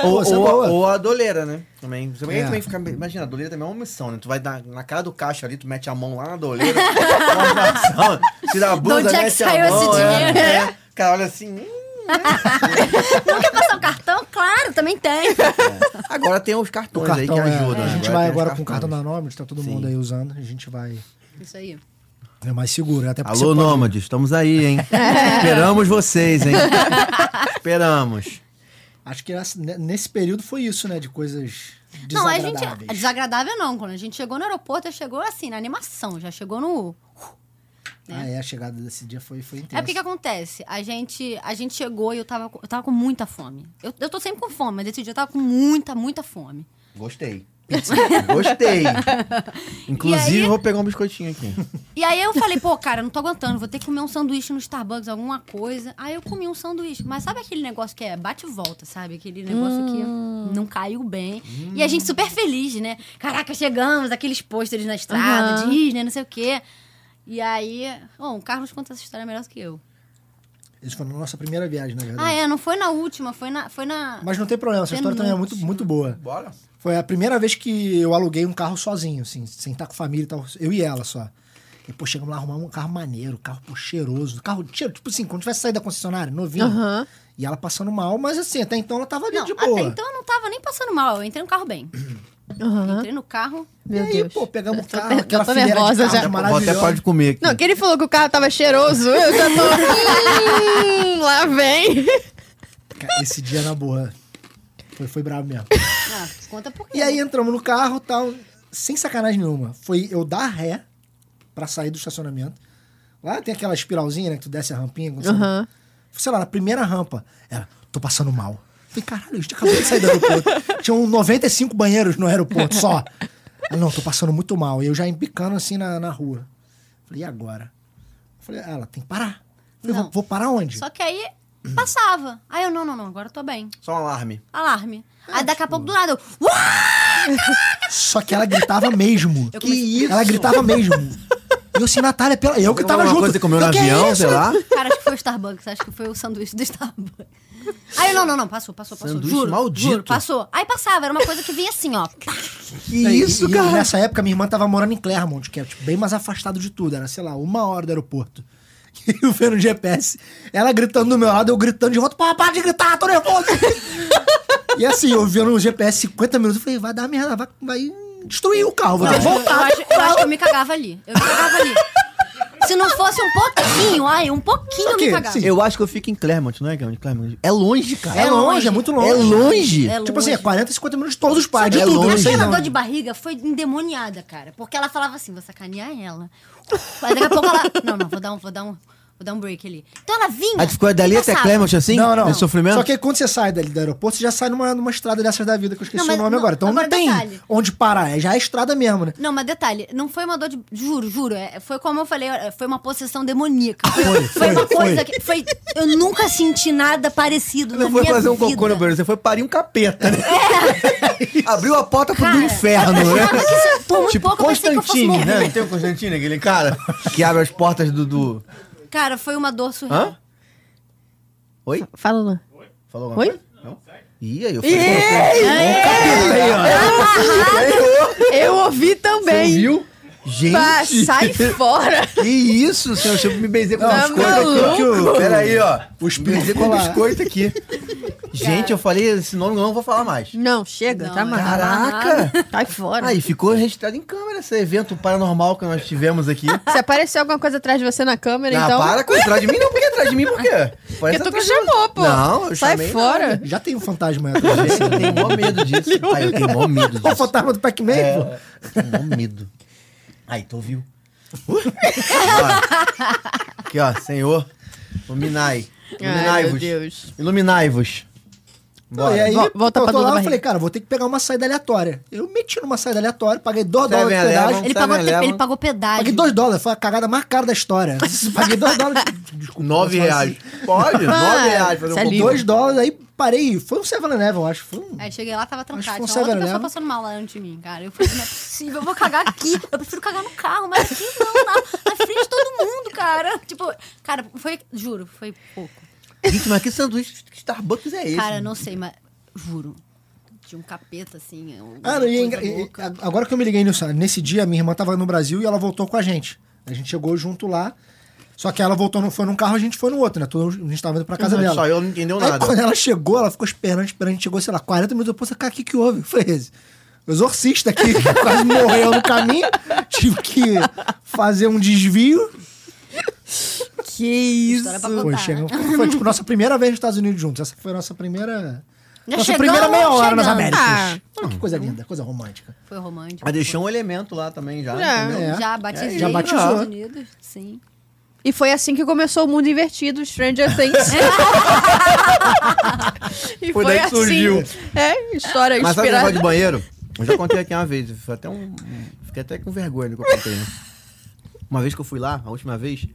[SPEAKER 2] ou,
[SPEAKER 4] Pô, essa é
[SPEAKER 2] ou a-
[SPEAKER 4] boa.
[SPEAKER 2] ou a doleira, né? Também. Você
[SPEAKER 4] É.
[SPEAKER 2] também fica, imagina, a doleira também é uma missão, né? Tu vai na, na cara do caixa ali, tu mete a mão lá na doleira, uma ação, tira a blusa,
[SPEAKER 3] onde é que
[SPEAKER 2] mete
[SPEAKER 3] saiu
[SPEAKER 2] a mão.
[SPEAKER 3] esse
[SPEAKER 2] é,
[SPEAKER 3] dinheiro?
[SPEAKER 2] é. Cara, olha assim. hum.
[SPEAKER 3] Não quer passar o cartão? Claro, também tem.
[SPEAKER 2] Agora tem os cartões aí que
[SPEAKER 4] Cartão, é,
[SPEAKER 2] ajudam.
[SPEAKER 4] A
[SPEAKER 2] né?
[SPEAKER 4] gente
[SPEAKER 2] tem
[SPEAKER 4] vai
[SPEAKER 2] os
[SPEAKER 4] agora com o cartão
[SPEAKER 2] cartões.
[SPEAKER 4] da Nômade, tá todo mundo aí usando. A gente vai.
[SPEAKER 3] Isso aí.
[SPEAKER 4] É mais seguro, até porque.
[SPEAKER 2] Alô,
[SPEAKER 4] você pode- É.
[SPEAKER 2] Nômade, estamos aí, hein? Esperamos vocês, hein? Esperamos.
[SPEAKER 4] Acho que nessa- ne- nesse período foi isso, né? De coisas
[SPEAKER 3] Não, a gente. é
[SPEAKER 4] desagradáveis.
[SPEAKER 3] Desagradável não. Quando a gente chegou no aeroporto, já chegou assim, na animação, já chegou no.
[SPEAKER 4] Ah, é, a chegada desse dia foi, foi intensa.
[SPEAKER 3] É porque o que acontece? A gente, a gente chegou e eu tava, com- eu tava com muita fome. Eu, eu tô sempre com fome, mas esse dia eu tava com muita, muita fome.
[SPEAKER 2] Gostei. Gostei. Inclusive,
[SPEAKER 3] E aí-
[SPEAKER 2] vou pegar um biscoitinho aqui.
[SPEAKER 3] E aí eu falei, pô, cara, não tô aguentando, vou ter que comer um sanduíche no Starbucks, alguma coisa. Aí eu comi um sanduíche. Mas sabe aquele negócio que é bate e volta, sabe? Aquele negócio
[SPEAKER 4] Hum.
[SPEAKER 3] que não caiu bem. E a gente super feliz, né? Caraca, chegamos, aqueles pôsteres na estrada,
[SPEAKER 1] Aham.
[SPEAKER 3] Disney, não sei o quê. E aí. Bom, o Carlos conta essa história melhor que eu.
[SPEAKER 4] Isso foi na nossa primeira viagem, na verdade.
[SPEAKER 3] Ah, é, não foi na última, foi na. Foi na...
[SPEAKER 4] Mas não tem problema, essa história também é muito, muito boa.
[SPEAKER 2] Bora.
[SPEAKER 4] Foi a primeira vez que eu aluguei um carro sozinho, assim, sem estar com família e tal. Eu e ela só. E, pô, chegamos lá arrumar um carro maneiro, carro pô, cheiroso. Carro cheiro, tipo assim, quando tivesse saído da concessionária, novinho.
[SPEAKER 1] Aham.
[SPEAKER 4] E ela passando mal, mas assim, até então ela tava ali
[SPEAKER 3] Não,
[SPEAKER 4] de
[SPEAKER 3] até
[SPEAKER 4] boa.
[SPEAKER 3] então eu não tava nem passando mal. Eu entrei no carro bem.
[SPEAKER 1] Aham.
[SPEAKER 3] Entrei no carro.
[SPEAKER 4] E
[SPEAKER 1] Meu
[SPEAKER 4] aí,
[SPEAKER 1] Deus.
[SPEAKER 4] pô, pegamos o carro,
[SPEAKER 1] eu
[SPEAKER 4] aquela
[SPEAKER 1] tô
[SPEAKER 4] fileira de
[SPEAKER 1] nervosa
[SPEAKER 4] carros
[SPEAKER 1] já.
[SPEAKER 2] Você
[SPEAKER 4] maravilhosa.
[SPEAKER 2] até pode comer aqui.
[SPEAKER 1] Não, que ele falou que o carro tava cheiroso. Eu já tô. hum, lá vem.
[SPEAKER 4] Cara, Esse dia na boa. Foi, foi brabo mesmo.
[SPEAKER 3] Ah, conta por quê.
[SPEAKER 4] E aí entramos no carro tal, sem sacanagem nenhuma. Foi eu dar ré pra sair do estacionamento. Lá tem aquela espiralzinha, né? Que tu desce a rampinha. quando você-
[SPEAKER 1] Aham.
[SPEAKER 4] Sei lá, na primeira rampa, ela, tô passando mal. Falei, caralho, a gente acabou de sair do aeroporto. Tinham 95 banheiros no aeroporto só. Ela, não, tô passando muito mal. E eu já empicando assim na, na rua. Falei, e agora? Falei, ela, tem que parar. Falei,
[SPEAKER 3] Não.
[SPEAKER 4] vou, vou parar onde?
[SPEAKER 3] Só que aí passava. Aí eu, não, não, não, agora eu tô bem.
[SPEAKER 2] Só um alarme.
[SPEAKER 3] Alarme.
[SPEAKER 4] É,
[SPEAKER 3] aí
[SPEAKER 4] tipo
[SPEAKER 3] daqui a pouco do lado, eu, "Uá!"
[SPEAKER 4] Só que ela gritava mesmo.
[SPEAKER 3] Eu
[SPEAKER 4] que
[SPEAKER 3] comecei-
[SPEAKER 4] isso? Ela gritava mesmo. E eu assim, Natália, pela... eu que
[SPEAKER 2] Comeu
[SPEAKER 4] tava
[SPEAKER 2] alguma
[SPEAKER 4] junto.
[SPEAKER 2] coisa, comeu no
[SPEAKER 4] Eu, "Que é
[SPEAKER 2] avião,
[SPEAKER 4] isso?"
[SPEAKER 2] sei lá.
[SPEAKER 3] cara, acho que foi o Starbucks, acho que foi o sanduíche do Starbucks. Aí eu, não, não, não, passou, passou, passou.
[SPEAKER 2] Sanduíche
[SPEAKER 3] juro,
[SPEAKER 2] maldito.
[SPEAKER 3] juro, passou. Aí passava, era uma coisa que vinha assim, ó.
[SPEAKER 2] Que
[SPEAKER 4] E- e Nessa época, minha irmã tava morando em Clermont, que é tipo, bem mais afastado de tudo. Era, sei lá, uma hora do aeroporto. E eu vendo um o GPS, ela gritando do meu lado, eu gritando de volta, pá, para de gritar, tô nervoso. e assim, eu vendo o GPS 50 minutos, eu falei, vai dar merda, vai, vai destruir o carro, vou ter que
[SPEAKER 3] Eu
[SPEAKER 4] voltar.
[SPEAKER 3] acho, eu acho que eu me cagava ali. Eu me cagava ali. Se não fosse um pouquinho, ai, um pouquinho
[SPEAKER 4] Só
[SPEAKER 3] eu me
[SPEAKER 4] que,
[SPEAKER 3] cagava.
[SPEAKER 4] sim.
[SPEAKER 2] Eu acho que eu fico em Clermont, não é, Clermont? Clermont. É longe, cara.
[SPEAKER 4] É longe, é muito longe.
[SPEAKER 2] É longe. É
[SPEAKER 3] É
[SPEAKER 4] Tipo assim, é
[SPEAKER 3] longe.
[SPEAKER 4] 40, 50 minutos de todos os
[SPEAKER 3] Só
[SPEAKER 4] pais,
[SPEAKER 3] que
[SPEAKER 4] de tudo. não sei
[SPEAKER 3] Aquela
[SPEAKER 4] não.
[SPEAKER 3] né? dor de barriga foi endemoniada, cara. Porque ela falava assim, vou sacanear ela. Mas daqui a pouco ela... Não, não, vou dar um, vou dar um, vou dar um break ali. Então ela vinha
[SPEAKER 2] A dificuldade dali
[SPEAKER 3] e
[SPEAKER 2] até
[SPEAKER 3] passava.
[SPEAKER 2] Clermont, assim?
[SPEAKER 4] Não, não.
[SPEAKER 2] Esse sofrimento?
[SPEAKER 4] Só que quando você sai dali do aeroporto, você já sai numa, numa estrada dessas da vida, que eu esqueci
[SPEAKER 3] Não, mas
[SPEAKER 4] o nome
[SPEAKER 3] não-
[SPEAKER 4] agora. Então
[SPEAKER 3] agora
[SPEAKER 4] não tem
[SPEAKER 3] detalhe.
[SPEAKER 4] onde parar, é já é estrada mesmo, né?
[SPEAKER 3] Não, mas detalhe, não foi uma dor de... Juro, juro. é, foi como eu falei, é, foi uma possessão demoníaca. Foi, foi uma
[SPEAKER 4] foi,
[SPEAKER 3] coisa
[SPEAKER 4] foi.
[SPEAKER 3] que... Foi, eu nunca senti nada parecido
[SPEAKER 2] Você
[SPEAKER 3] na
[SPEAKER 2] não foi
[SPEAKER 3] minha
[SPEAKER 2] fazer um
[SPEAKER 3] vida.
[SPEAKER 2] cocô no banheiro, você foi parir um capeta. Né? Abriu a porta pro
[SPEAKER 3] Cara,
[SPEAKER 2] inferno, né?
[SPEAKER 3] Por muito
[SPEAKER 2] tipo
[SPEAKER 3] é um pouco eu pensei que eu fosse
[SPEAKER 2] Constantine, né?
[SPEAKER 3] morrer.
[SPEAKER 2] Não tem o Constantine, aquele cara que abre as portas do... do...
[SPEAKER 3] Cara, foi uma dor surreal.
[SPEAKER 2] Hã? Oi?
[SPEAKER 1] Fala, Luan.
[SPEAKER 2] Falou alguma
[SPEAKER 1] Oi?
[SPEAKER 2] coisa? Não? Ih, aí eu falei... um Ei,
[SPEAKER 1] Eu ouvi também.
[SPEAKER 2] viu? Gente,
[SPEAKER 1] Pá, sai fora.
[SPEAKER 2] que isso, senhor? Deixa eu me benzer com
[SPEAKER 1] Tá
[SPEAKER 2] as coisas aqui.
[SPEAKER 4] maluco?
[SPEAKER 2] Pera aí, ó.
[SPEAKER 4] O
[SPEAKER 2] Me benzer com
[SPEAKER 4] espetacular.
[SPEAKER 2] biscoito aqui. Gente, eu falei esse nome, não vou falar mais.
[SPEAKER 1] Não, chega,
[SPEAKER 3] Não,
[SPEAKER 1] tá
[SPEAKER 3] é.
[SPEAKER 1] amarrado.
[SPEAKER 2] Caraca!
[SPEAKER 1] Sai fora.
[SPEAKER 2] Aí ficou registrado em câmera esse evento paranormal que nós tivemos aqui.
[SPEAKER 1] Se apareceu alguma coisa atrás de você na câmera,
[SPEAKER 2] Ah,
[SPEAKER 1] então.
[SPEAKER 2] para com atrás de mim, não, porque atrás de mim, por quê? Parece
[SPEAKER 1] Porque tu que
[SPEAKER 2] atrás de-
[SPEAKER 1] chamou, pô.
[SPEAKER 2] Não, eu
[SPEAKER 1] Sai
[SPEAKER 2] chamei
[SPEAKER 1] fora.
[SPEAKER 4] Já tem um fantasma aí atrás.
[SPEAKER 2] Gente, eu tenho mó medo disso. Ai, eu tenho mó medo
[SPEAKER 4] Olha o
[SPEAKER 2] disso.
[SPEAKER 4] fantasma do Pac-Man,
[SPEAKER 2] É,
[SPEAKER 4] pô.
[SPEAKER 2] eu tenho mó medo. Aí, tu ouviu? Ó, Aqui, ó, Senhor, iluminai.
[SPEAKER 1] Ai, meu
[SPEAKER 2] Iluminai-vos.
[SPEAKER 1] Deus.
[SPEAKER 2] Iluminai-vos.
[SPEAKER 4] Não, e aí,
[SPEAKER 1] Vol- volta
[SPEAKER 4] eu
[SPEAKER 1] pra Duda
[SPEAKER 4] tô lá, eu
[SPEAKER 1] Barriga.
[SPEAKER 4] falei, cara, vou ter que pegar uma saída aleatória. Eu meti numa saída aleatória, paguei 2
[SPEAKER 2] Seven
[SPEAKER 4] dólares de
[SPEAKER 2] Eleven.
[SPEAKER 4] pedágio.
[SPEAKER 3] Ele
[SPEAKER 2] Sabe,
[SPEAKER 3] pagou,
[SPEAKER 2] leva-
[SPEAKER 3] ele pagou pedágio.
[SPEAKER 4] Paguei 2 dólares, foi a cagada mais cara da história. paguei 2 dólares. Desculpa.
[SPEAKER 2] 9
[SPEAKER 4] eu falo
[SPEAKER 2] reais. assim, Pode? 9 reais. fazer
[SPEAKER 1] isso é
[SPEAKER 2] um
[SPEAKER 4] Assim,
[SPEAKER 1] livre.
[SPEAKER 2] concurso.
[SPEAKER 4] 2 dólares, aí parei. Foi um 7-Eleven, eu acho. Foi um...
[SPEAKER 3] Aí cheguei lá, tava
[SPEAKER 4] Acho que
[SPEAKER 3] trancado.
[SPEAKER 4] foi um
[SPEAKER 3] Tinha outra pessoa
[SPEAKER 4] 7-Eleven.
[SPEAKER 3] passando mal lá antes de mim, cara. Eu falei, não é possível, eu vou cagar aqui. Eu prefiro cagar no carro, mas aqui não, na, na frente de todo mundo, cara. Tipo, cara, foi, juro, foi pouco.
[SPEAKER 2] Gente, mas que sanduíche que Starbucks é esse?
[SPEAKER 3] Cara, não sei, mas juro. Tinha um capeta assim. um-
[SPEAKER 4] Ah, não,
[SPEAKER 3] coisa
[SPEAKER 4] e, é engra- e- e-
[SPEAKER 3] louca.
[SPEAKER 4] agora que eu me liguei nisso, nesse dia minha irmã tava no Brasil e ela voltou com a gente. A gente chegou junto lá. Só que ela voltou, não foi num carro, a gente foi no outro, né? Todo- a gente tava indo pra casa
[SPEAKER 2] Uhum,
[SPEAKER 4] dela.
[SPEAKER 2] só eu não entendeu
[SPEAKER 4] Aí,
[SPEAKER 2] nada.
[SPEAKER 4] Quando ela chegou, ela ficou esperando, esperando. A gente chegou, sei lá, 40 minutos depois. Cara, o que que houve? Foi esse. O exorcista aqui que quase morreu no caminho. Tive que fazer um desvio.
[SPEAKER 1] Que isso.
[SPEAKER 3] História pra contar.
[SPEAKER 4] Foi, chegou- foi tipo nossa primeira vez nos Estados Unidos juntos. Essa foi a nossa primeira.
[SPEAKER 3] Já
[SPEAKER 4] nossa
[SPEAKER 3] chegamos,
[SPEAKER 4] primeira meia hora nas
[SPEAKER 3] chegamos.
[SPEAKER 4] Américas.
[SPEAKER 1] Ah.
[SPEAKER 4] Olha que coisa linda, coisa romântica.
[SPEAKER 3] Foi romântico.
[SPEAKER 2] Ah, deixou um elemento lá também já.
[SPEAKER 1] Já.
[SPEAKER 2] entendeu?
[SPEAKER 4] É.
[SPEAKER 3] Já batizei
[SPEAKER 4] já
[SPEAKER 3] nos
[SPEAKER 4] batizou.
[SPEAKER 3] Estados Unidos, sim.
[SPEAKER 1] E foi assim que começou o mundo invertido, Stranger Things. e
[SPEAKER 2] Foi
[SPEAKER 1] foi,
[SPEAKER 2] daí que
[SPEAKER 1] assim.
[SPEAKER 2] surgiu.
[SPEAKER 1] É, história
[SPEAKER 2] Mas sabe o negócio
[SPEAKER 1] inspirada.
[SPEAKER 2] de banheiro? Eu já contei aqui uma vez. Foi até um, um- fiquei até com vergonha do que eu contei, né? Uma vez que eu fui lá, a última vez.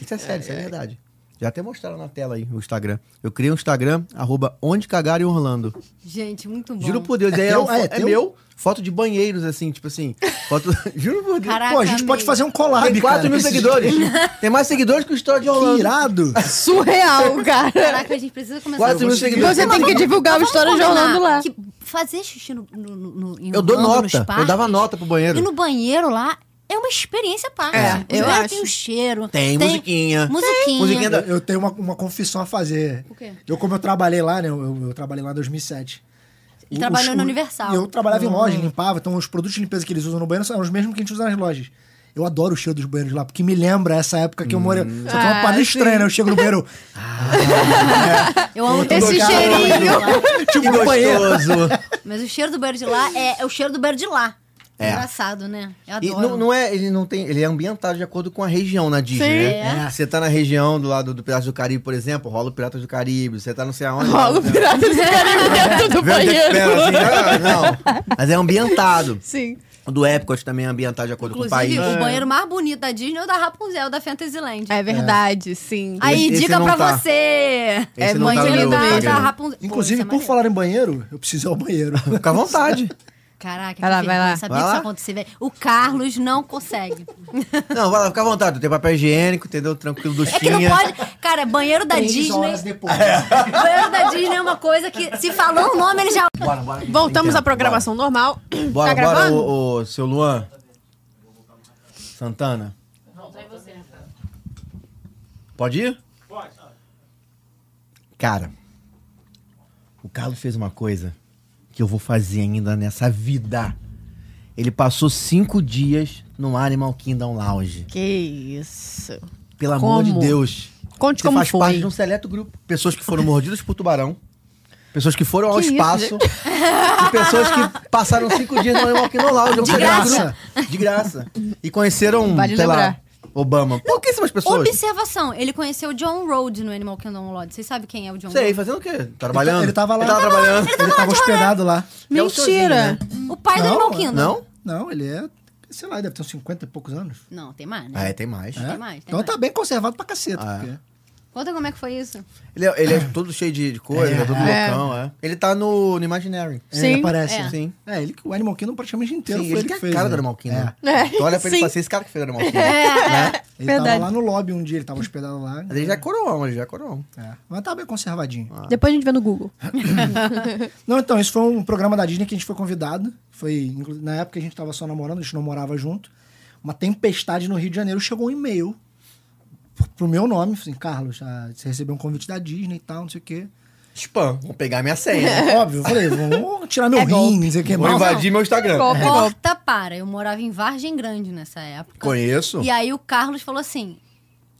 [SPEAKER 2] Isso é sério, isso é verdade. Já até mostraram na tela aí o Instagram. Eu criei um Instagram, arroba onde cagar em Orlando.
[SPEAKER 3] Gente, muito bom.
[SPEAKER 2] Juro por Deus.
[SPEAKER 4] É
[SPEAKER 2] e aí É,
[SPEAKER 4] teu?
[SPEAKER 2] um fo-
[SPEAKER 4] Ah, é
[SPEAKER 2] é
[SPEAKER 4] teu?
[SPEAKER 2] meu, foto de banheiros, assim, tipo assim. Foto... Juro por Deus.
[SPEAKER 3] Caraca,
[SPEAKER 4] Pô, a gente pode
[SPEAKER 3] amei.
[SPEAKER 4] fazer um collab,
[SPEAKER 2] Tem 4
[SPEAKER 4] cara,
[SPEAKER 2] mil
[SPEAKER 4] com esses-
[SPEAKER 2] seguidores. Tem mais seguidores que o Story de
[SPEAKER 4] Que
[SPEAKER 2] Orlando.
[SPEAKER 4] irado.
[SPEAKER 1] Surreal, cara.
[SPEAKER 3] Caraca, a gente precisa começar
[SPEAKER 2] Quatro mil
[SPEAKER 3] seguir.
[SPEAKER 2] seguidores.
[SPEAKER 1] Você
[SPEAKER 2] Mas
[SPEAKER 1] tem que divulgar o
[SPEAKER 3] Mas
[SPEAKER 1] história
[SPEAKER 3] vamos
[SPEAKER 1] de Orlando
[SPEAKER 3] combinar
[SPEAKER 1] lá.
[SPEAKER 3] que fazer xixi no, no, no, em
[SPEAKER 2] Eu dou
[SPEAKER 3] Orlando, nos
[SPEAKER 2] nota. Eu
[SPEAKER 3] parques,
[SPEAKER 2] dava nota pro banheiro.
[SPEAKER 3] E no banheiro lá é uma experiência parte.
[SPEAKER 1] É,
[SPEAKER 3] o
[SPEAKER 1] eu
[SPEAKER 3] banheiro
[SPEAKER 1] acho.
[SPEAKER 3] tem o cheiro.
[SPEAKER 2] Tem musiquinha.
[SPEAKER 3] Musiquinha.
[SPEAKER 2] Musiquinha da-
[SPEAKER 4] Eu, eu tenho uma, uma confissão a fazer.
[SPEAKER 3] O quê?
[SPEAKER 4] Eu, como eu trabalhei lá, né? Eu, eu- eu trabalhei lá em 2007.
[SPEAKER 3] E
[SPEAKER 4] O-
[SPEAKER 3] trabalhou
[SPEAKER 4] os-
[SPEAKER 3] na
[SPEAKER 4] o-
[SPEAKER 3] Universal. Hum.
[SPEAKER 4] Eu trabalhava em loja, limpava. Então, os produtos de limpeza que eles usam no banheiro são os mesmos que a gente usa nas lojas. Eu adoro o cheiro dos banheiros lá, porque me lembra essa época que eu morei.
[SPEAKER 2] Hum.
[SPEAKER 4] Só que é uma
[SPEAKER 1] Ah,
[SPEAKER 4] parada estranha, né? Eu chego no banheiro.
[SPEAKER 3] Eu amo
[SPEAKER 1] Esse
[SPEAKER 3] todo lugar.
[SPEAKER 2] é
[SPEAKER 1] cheirinho.
[SPEAKER 2] Que
[SPEAKER 4] tipo, no banheiro.
[SPEAKER 2] um gostoso.
[SPEAKER 3] Mas o cheiro do um banheiro de lá é, é o cheiro do banheiro de lá.
[SPEAKER 2] É.
[SPEAKER 3] Engraçado, né? Eu
[SPEAKER 2] E
[SPEAKER 3] adoro.
[SPEAKER 2] não, não é, ele não tem, ele é ambientado de acordo com a região na Disney,
[SPEAKER 3] é.
[SPEAKER 2] né? Você tá na região do lado do Piratas do Caribe, por exemplo, rola o Piratas do Caribe, você tá não sei aonde.
[SPEAKER 1] Rola o pirata do Caribe dentro do
[SPEAKER 2] Vê onde é que
[SPEAKER 1] banheiro.
[SPEAKER 2] pega, assim, ah, não, mas é ambientado.
[SPEAKER 1] Sim.
[SPEAKER 2] O do Epcot também é ambientado de acordo
[SPEAKER 3] Inclusive,
[SPEAKER 2] com o país.
[SPEAKER 3] o banheiro mais bonito da Disney é o da Rapunzel, da Fantasyland.
[SPEAKER 1] É verdade, sim.
[SPEAKER 3] Aí,
[SPEAKER 2] Esse- esse
[SPEAKER 3] dica
[SPEAKER 2] não
[SPEAKER 3] pra
[SPEAKER 2] tá.
[SPEAKER 3] você.
[SPEAKER 2] Esse
[SPEAKER 3] é
[SPEAKER 2] não
[SPEAKER 3] mãe
[SPEAKER 2] tá no
[SPEAKER 3] da,
[SPEAKER 2] meu
[SPEAKER 3] da,
[SPEAKER 2] Instagram.
[SPEAKER 3] Rapunzel. Pô,
[SPEAKER 4] Inclusive,
[SPEAKER 3] isso é
[SPEAKER 4] por
[SPEAKER 3] maneiro.
[SPEAKER 4] falar em banheiro, eu preciso ir ao banheiro.
[SPEAKER 2] Fica à vontade.
[SPEAKER 3] Caraca,
[SPEAKER 1] Vai lá,
[SPEAKER 3] que
[SPEAKER 1] vai
[SPEAKER 3] vergonha,
[SPEAKER 1] lá.
[SPEAKER 3] sabia
[SPEAKER 2] Vai
[SPEAKER 3] que isso
[SPEAKER 2] lá.
[SPEAKER 3] ia acontecer, velho. O Carlos não consegue.
[SPEAKER 2] Não, vai lá, fica à vontade. Tem papel higiênico, entendeu? Tranquilo,
[SPEAKER 3] É que não
[SPEAKER 2] duchinha.
[SPEAKER 3] pode. Cara, é banheiro da
[SPEAKER 4] Três
[SPEAKER 3] Tá Disney.
[SPEAKER 4] horas depois.
[SPEAKER 3] Banheiro da Disney é uma coisa que, se falou o nome, ele já.
[SPEAKER 2] Bora, bora.
[SPEAKER 1] Voltamos
[SPEAKER 2] Tem
[SPEAKER 1] à
[SPEAKER 2] tempo,
[SPEAKER 1] programação normal.
[SPEAKER 2] Então, Bora,
[SPEAKER 1] tá
[SPEAKER 2] bora, bora
[SPEAKER 1] gravando?
[SPEAKER 2] ô, ô, seu Luan. Santana. Pode ir? Pode. Cara, o Carlos fez uma coisa que eu vou fazer ainda nessa vida. Ele passou cinco dias no Animal Kingdom Lounge.
[SPEAKER 1] Que isso.
[SPEAKER 2] Pelo amor de
[SPEAKER 1] Como?
[SPEAKER 2] Deus.
[SPEAKER 1] Conte
[SPEAKER 2] Você
[SPEAKER 1] como
[SPEAKER 2] faz
[SPEAKER 1] foi.
[SPEAKER 2] parte de um seleto grupo. Pessoas que foram mordidas por tubarão. Pessoas que foram ao
[SPEAKER 1] Que isso,
[SPEAKER 2] espaço. e pessoas que passaram cinco dias no Animal Kingdom Lounge. É um
[SPEAKER 4] De
[SPEAKER 2] seleto
[SPEAKER 4] graça.
[SPEAKER 2] grupo. De graça. E conheceram,
[SPEAKER 1] Vale
[SPEAKER 2] sei lá,
[SPEAKER 1] lembrar.
[SPEAKER 2] Obama. Pouquíssimas pessoas.
[SPEAKER 3] Observação, ele conheceu o John Road no Animal Kingdom Lodge. Vocês sabem quem é o John
[SPEAKER 2] Sei,
[SPEAKER 3] Road?
[SPEAKER 2] fazendo o quê? Trabalhando.
[SPEAKER 4] Ele tava lá.
[SPEAKER 2] Ele tava trabalhando.
[SPEAKER 4] Ele tava hospedado lá.
[SPEAKER 2] É o senhorzinho,
[SPEAKER 1] Mentira.
[SPEAKER 2] né?
[SPEAKER 3] O pai do
[SPEAKER 4] Não,
[SPEAKER 3] Animal Kingdom.
[SPEAKER 2] Não?
[SPEAKER 4] Não, ele é. Sei lá, ele deve ter uns 50 e poucos anos.
[SPEAKER 3] Não, tem mais,
[SPEAKER 2] Ah,
[SPEAKER 3] né?
[SPEAKER 2] é, tem mais.
[SPEAKER 4] É?
[SPEAKER 3] mais, tem
[SPEAKER 4] então
[SPEAKER 3] mais.
[SPEAKER 4] tá bem conservado pra caceta.
[SPEAKER 2] Ah, é.
[SPEAKER 4] porque-
[SPEAKER 3] Conta como é que foi isso.
[SPEAKER 2] Ele, é, ele é todo cheio de, de coisa,
[SPEAKER 4] É.
[SPEAKER 2] todo loucão, é. Ele tá no, no Imaginary.
[SPEAKER 4] Ele
[SPEAKER 1] Sim.
[SPEAKER 4] aparece.
[SPEAKER 3] É.
[SPEAKER 4] né?
[SPEAKER 2] Sim.
[SPEAKER 4] É, ele que o Animal Kingdom praticamente inteiro
[SPEAKER 2] Sim,
[SPEAKER 4] foi
[SPEAKER 2] ele
[SPEAKER 4] ele
[SPEAKER 2] tem a
[SPEAKER 4] que fez.
[SPEAKER 2] cara
[SPEAKER 4] né?
[SPEAKER 2] do Animal Kingdom.
[SPEAKER 4] É.
[SPEAKER 1] É,
[SPEAKER 2] Tu olha
[SPEAKER 1] sim.
[SPEAKER 2] pra ele e
[SPEAKER 1] É.
[SPEAKER 2] fala assim, esse cara que fez o Animal Kingdom. né? É,
[SPEAKER 4] Ele
[SPEAKER 1] Verdade.
[SPEAKER 4] tava lá no lobby um dia, ele tava hospedado lá.
[SPEAKER 2] Mas ele já é coroão, ele já é coroão.
[SPEAKER 4] É, Mas tá bem
[SPEAKER 2] Ah.
[SPEAKER 4] conservadinho.
[SPEAKER 1] Depois a gente vê no Google.
[SPEAKER 4] Não, então, isso foi um programa da Disney que a gente foi convidado. Foi, inclu- na época a gente tava só namorando, a gente não morava junto. Uma tempestade no Rio de Janeiro, chegou um e-mail p- pro meu nome, assim, Carlos, ah, você recebeu um convite da Disney e tal, não sei o quê.
[SPEAKER 2] Spam, vou pegar minha senha.
[SPEAKER 4] Óbvio, eu falei, vamos tirar meu
[SPEAKER 1] É
[SPEAKER 4] rim, não sei o quê.
[SPEAKER 2] Vou
[SPEAKER 4] Não,
[SPEAKER 2] invadir meu Instagram.
[SPEAKER 1] Golpe, golpe.
[SPEAKER 3] Corta para. Eu morava em Vargem Grande nessa época.
[SPEAKER 2] Conheço.
[SPEAKER 3] E aí o Carlos falou assim: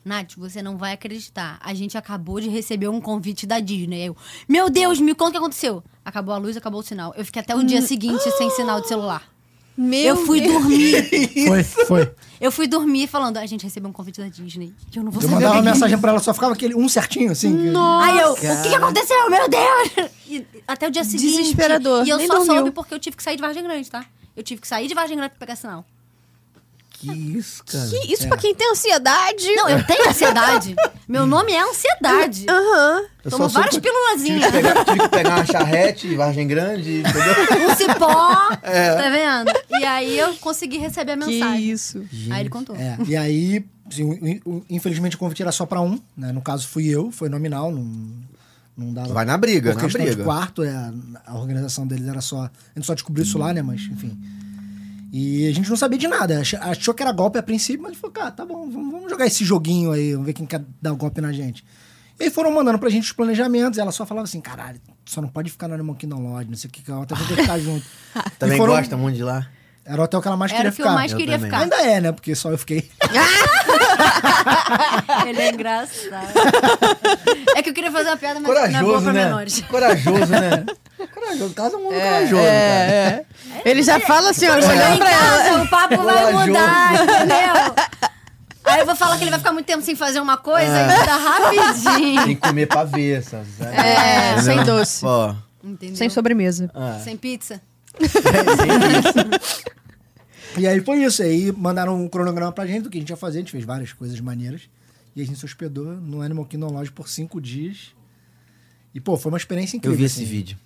[SPEAKER 3] Nath, você não vai acreditar. A gente acabou de receber um convite da Disney. Aí Eu,
[SPEAKER 2] Hum.
[SPEAKER 3] Meu Deus, me conta o que aconteceu. Acabou a luz, acabou o sinal. Eu fiquei até o dia seguinte sem sinal de celular.
[SPEAKER 1] Meu
[SPEAKER 3] eu fui
[SPEAKER 1] Deus.
[SPEAKER 3] dormir.
[SPEAKER 4] Foi, foi.
[SPEAKER 3] Eu fui dormir falando, a gente recebeu um convite da Disney. E eu não vou
[SPEAKER 4] Eu
[SPEAKER 3] saber.
[SPEAKER 4] mandava uma mensagem pra ela, só ficava aquele um certinho, assim. que-
[SPEAKER 3] Aí eu, o que que aconteceu? Meu Deus! E até o dia seguinte.
[SPEAKER 1] Desesperador,
[SPEAKER 3] E eu
[SPEAKER 1] nem
[SPEAKER 3] só
[SPEAKER 1] dormiu.
[SPEAKER 3] soube porque eu tive que sair de Vargem Grande, tá? Eu tive que sair de Vargem Grande pra pegar sinal.
[SPEAKER 2] Que isso, cara.
[SPEAKER 1] Que isso pra quem tem ansiedade?
[SPEAKER 3] Não, eu tenho ansiedade. Meu nome é ansiedade.
[SPEAKER 1] Aham.
[SPEAKER 2] Eu só
[SPEAKER 3] Tomo
[SPEAKER 2] soube
[SPEAKER 3] várias
[SPEAKER 2] que eu Tive
[SPEAKER 3] pílulazinhas.
[SPEAKER 2] que, pegar, tive que pegar uma charrete, Vargem Grande, entendeu?
[SPEAKER 3] Um cipó.
[SPEAKER 2] É.
[SPEAKER 3] Tá vendo? E aí eu consegui receber a mensagem.
[SPEAKER 1] isso.
[SPEAKER 3] Aí ele contou.
[SPEAKER 4] É, e aí, assim, o- o- infelizmente o convite era só pra um, né? No caso fui eu, foi nominal, não, não dava.
[SPEAKER 2] Vai na briga,
[SPEAKER 4] por
[SPEAKER 2] na
[SPEAKER 4] questão
[SPEAKER 2] briga.
[SPEAKER 4] de quarto, é, a organização deles era só. A gente só descobriu isso lá, né? Mas, enfim. E a gente não sabia de nada. ach- Achou que era golpe a princípio, mas falou, cara, tá bom, vamos, vamos jogar esse joguinho aí, vamos ver quem quer dar o golpe na gente. E aí foram mandando pra gente os planejamentos, e ela só falava assim, caralho, só não pode ficar no Animal Kingdom Lodge, não sei o que, que é, até poder ficar junto. E
[SPEAKER 2] Também
[SPEAKER 4] foram-
[SPEAKER 2] gosta muito de lá.
[SPEAKER 4] Era o hotel que ela mais
[SPEAKER 3] Era
[SPEAKER 4] queria
[SPEAKER 3] o que eu
[SPEAKER 4] ficar.
[SPEAKER 3] mais
[SPEAKER 2] Eu
[SPEAKER 3] queria
[SPEAKER 2] também.
[SPEAKER 3] ficar.
[SPEAKER 4] Ainda é, né? Porque só eu fiquei.
[SPEAKER 3] Ele é engraçado. É que eu queria fazer uma piada, mas não é boa
[SPEAKER 2] Corajoso,
[SPEAKER 3] pra
[SPEAKER 2] né?
[SPEAKER 3] menores.
[SPEAKER 2] Corajoso, né? Corajoso, casa é um homem corajoso, cara.
[SPEAKER 1] É, é. Ele já fala assim, ó,
[SPEAKER 3] Chegar
[SPEAKER 1] olhando
[SPEAKER 3] em
[SPEAKER 1] pra ela.
[SPEAKER 3] casa, o papo vai
[SPEAKER 2] Corajoso.
[SPEAKER 3] mudar, entendeu? Aí eu vou falar que ele vai ficar muito tempo sem fazer uma coisa
[SPEAKER 2] É.
[SPEAKER 3] e muda rapidinho.
[SPEAKER 2] Tem que comer pavê, sabe?
[SPEAKER 1] É,
[SPEAKER 2] Entendeu?
[SPEAKER 1] sem doce.
[SPEAKER 2] Ó,
[SPEAKER 3] Entendeu?
[SPEAKER 1] Sem sobremesa.
[SPEAKER 2] é.
[SPEAKER 3] Sem pizza.
[SPEAKER 4] E aí foi isso. Aí mandaram um cronograma pra gente do que a gente ia fazer. A gente fez várias coisas maneiras. E a gente se hospedou no Animal Kingdom Lodge por cinco dias. E, pô, foi uma
[SPEAKER 2] Eu
[SPEAKER 4] experiência incrível.
[SPEAKER 2] vi esse
[SPEAKER 4] assim.
[SPEAKER 2] vídeo.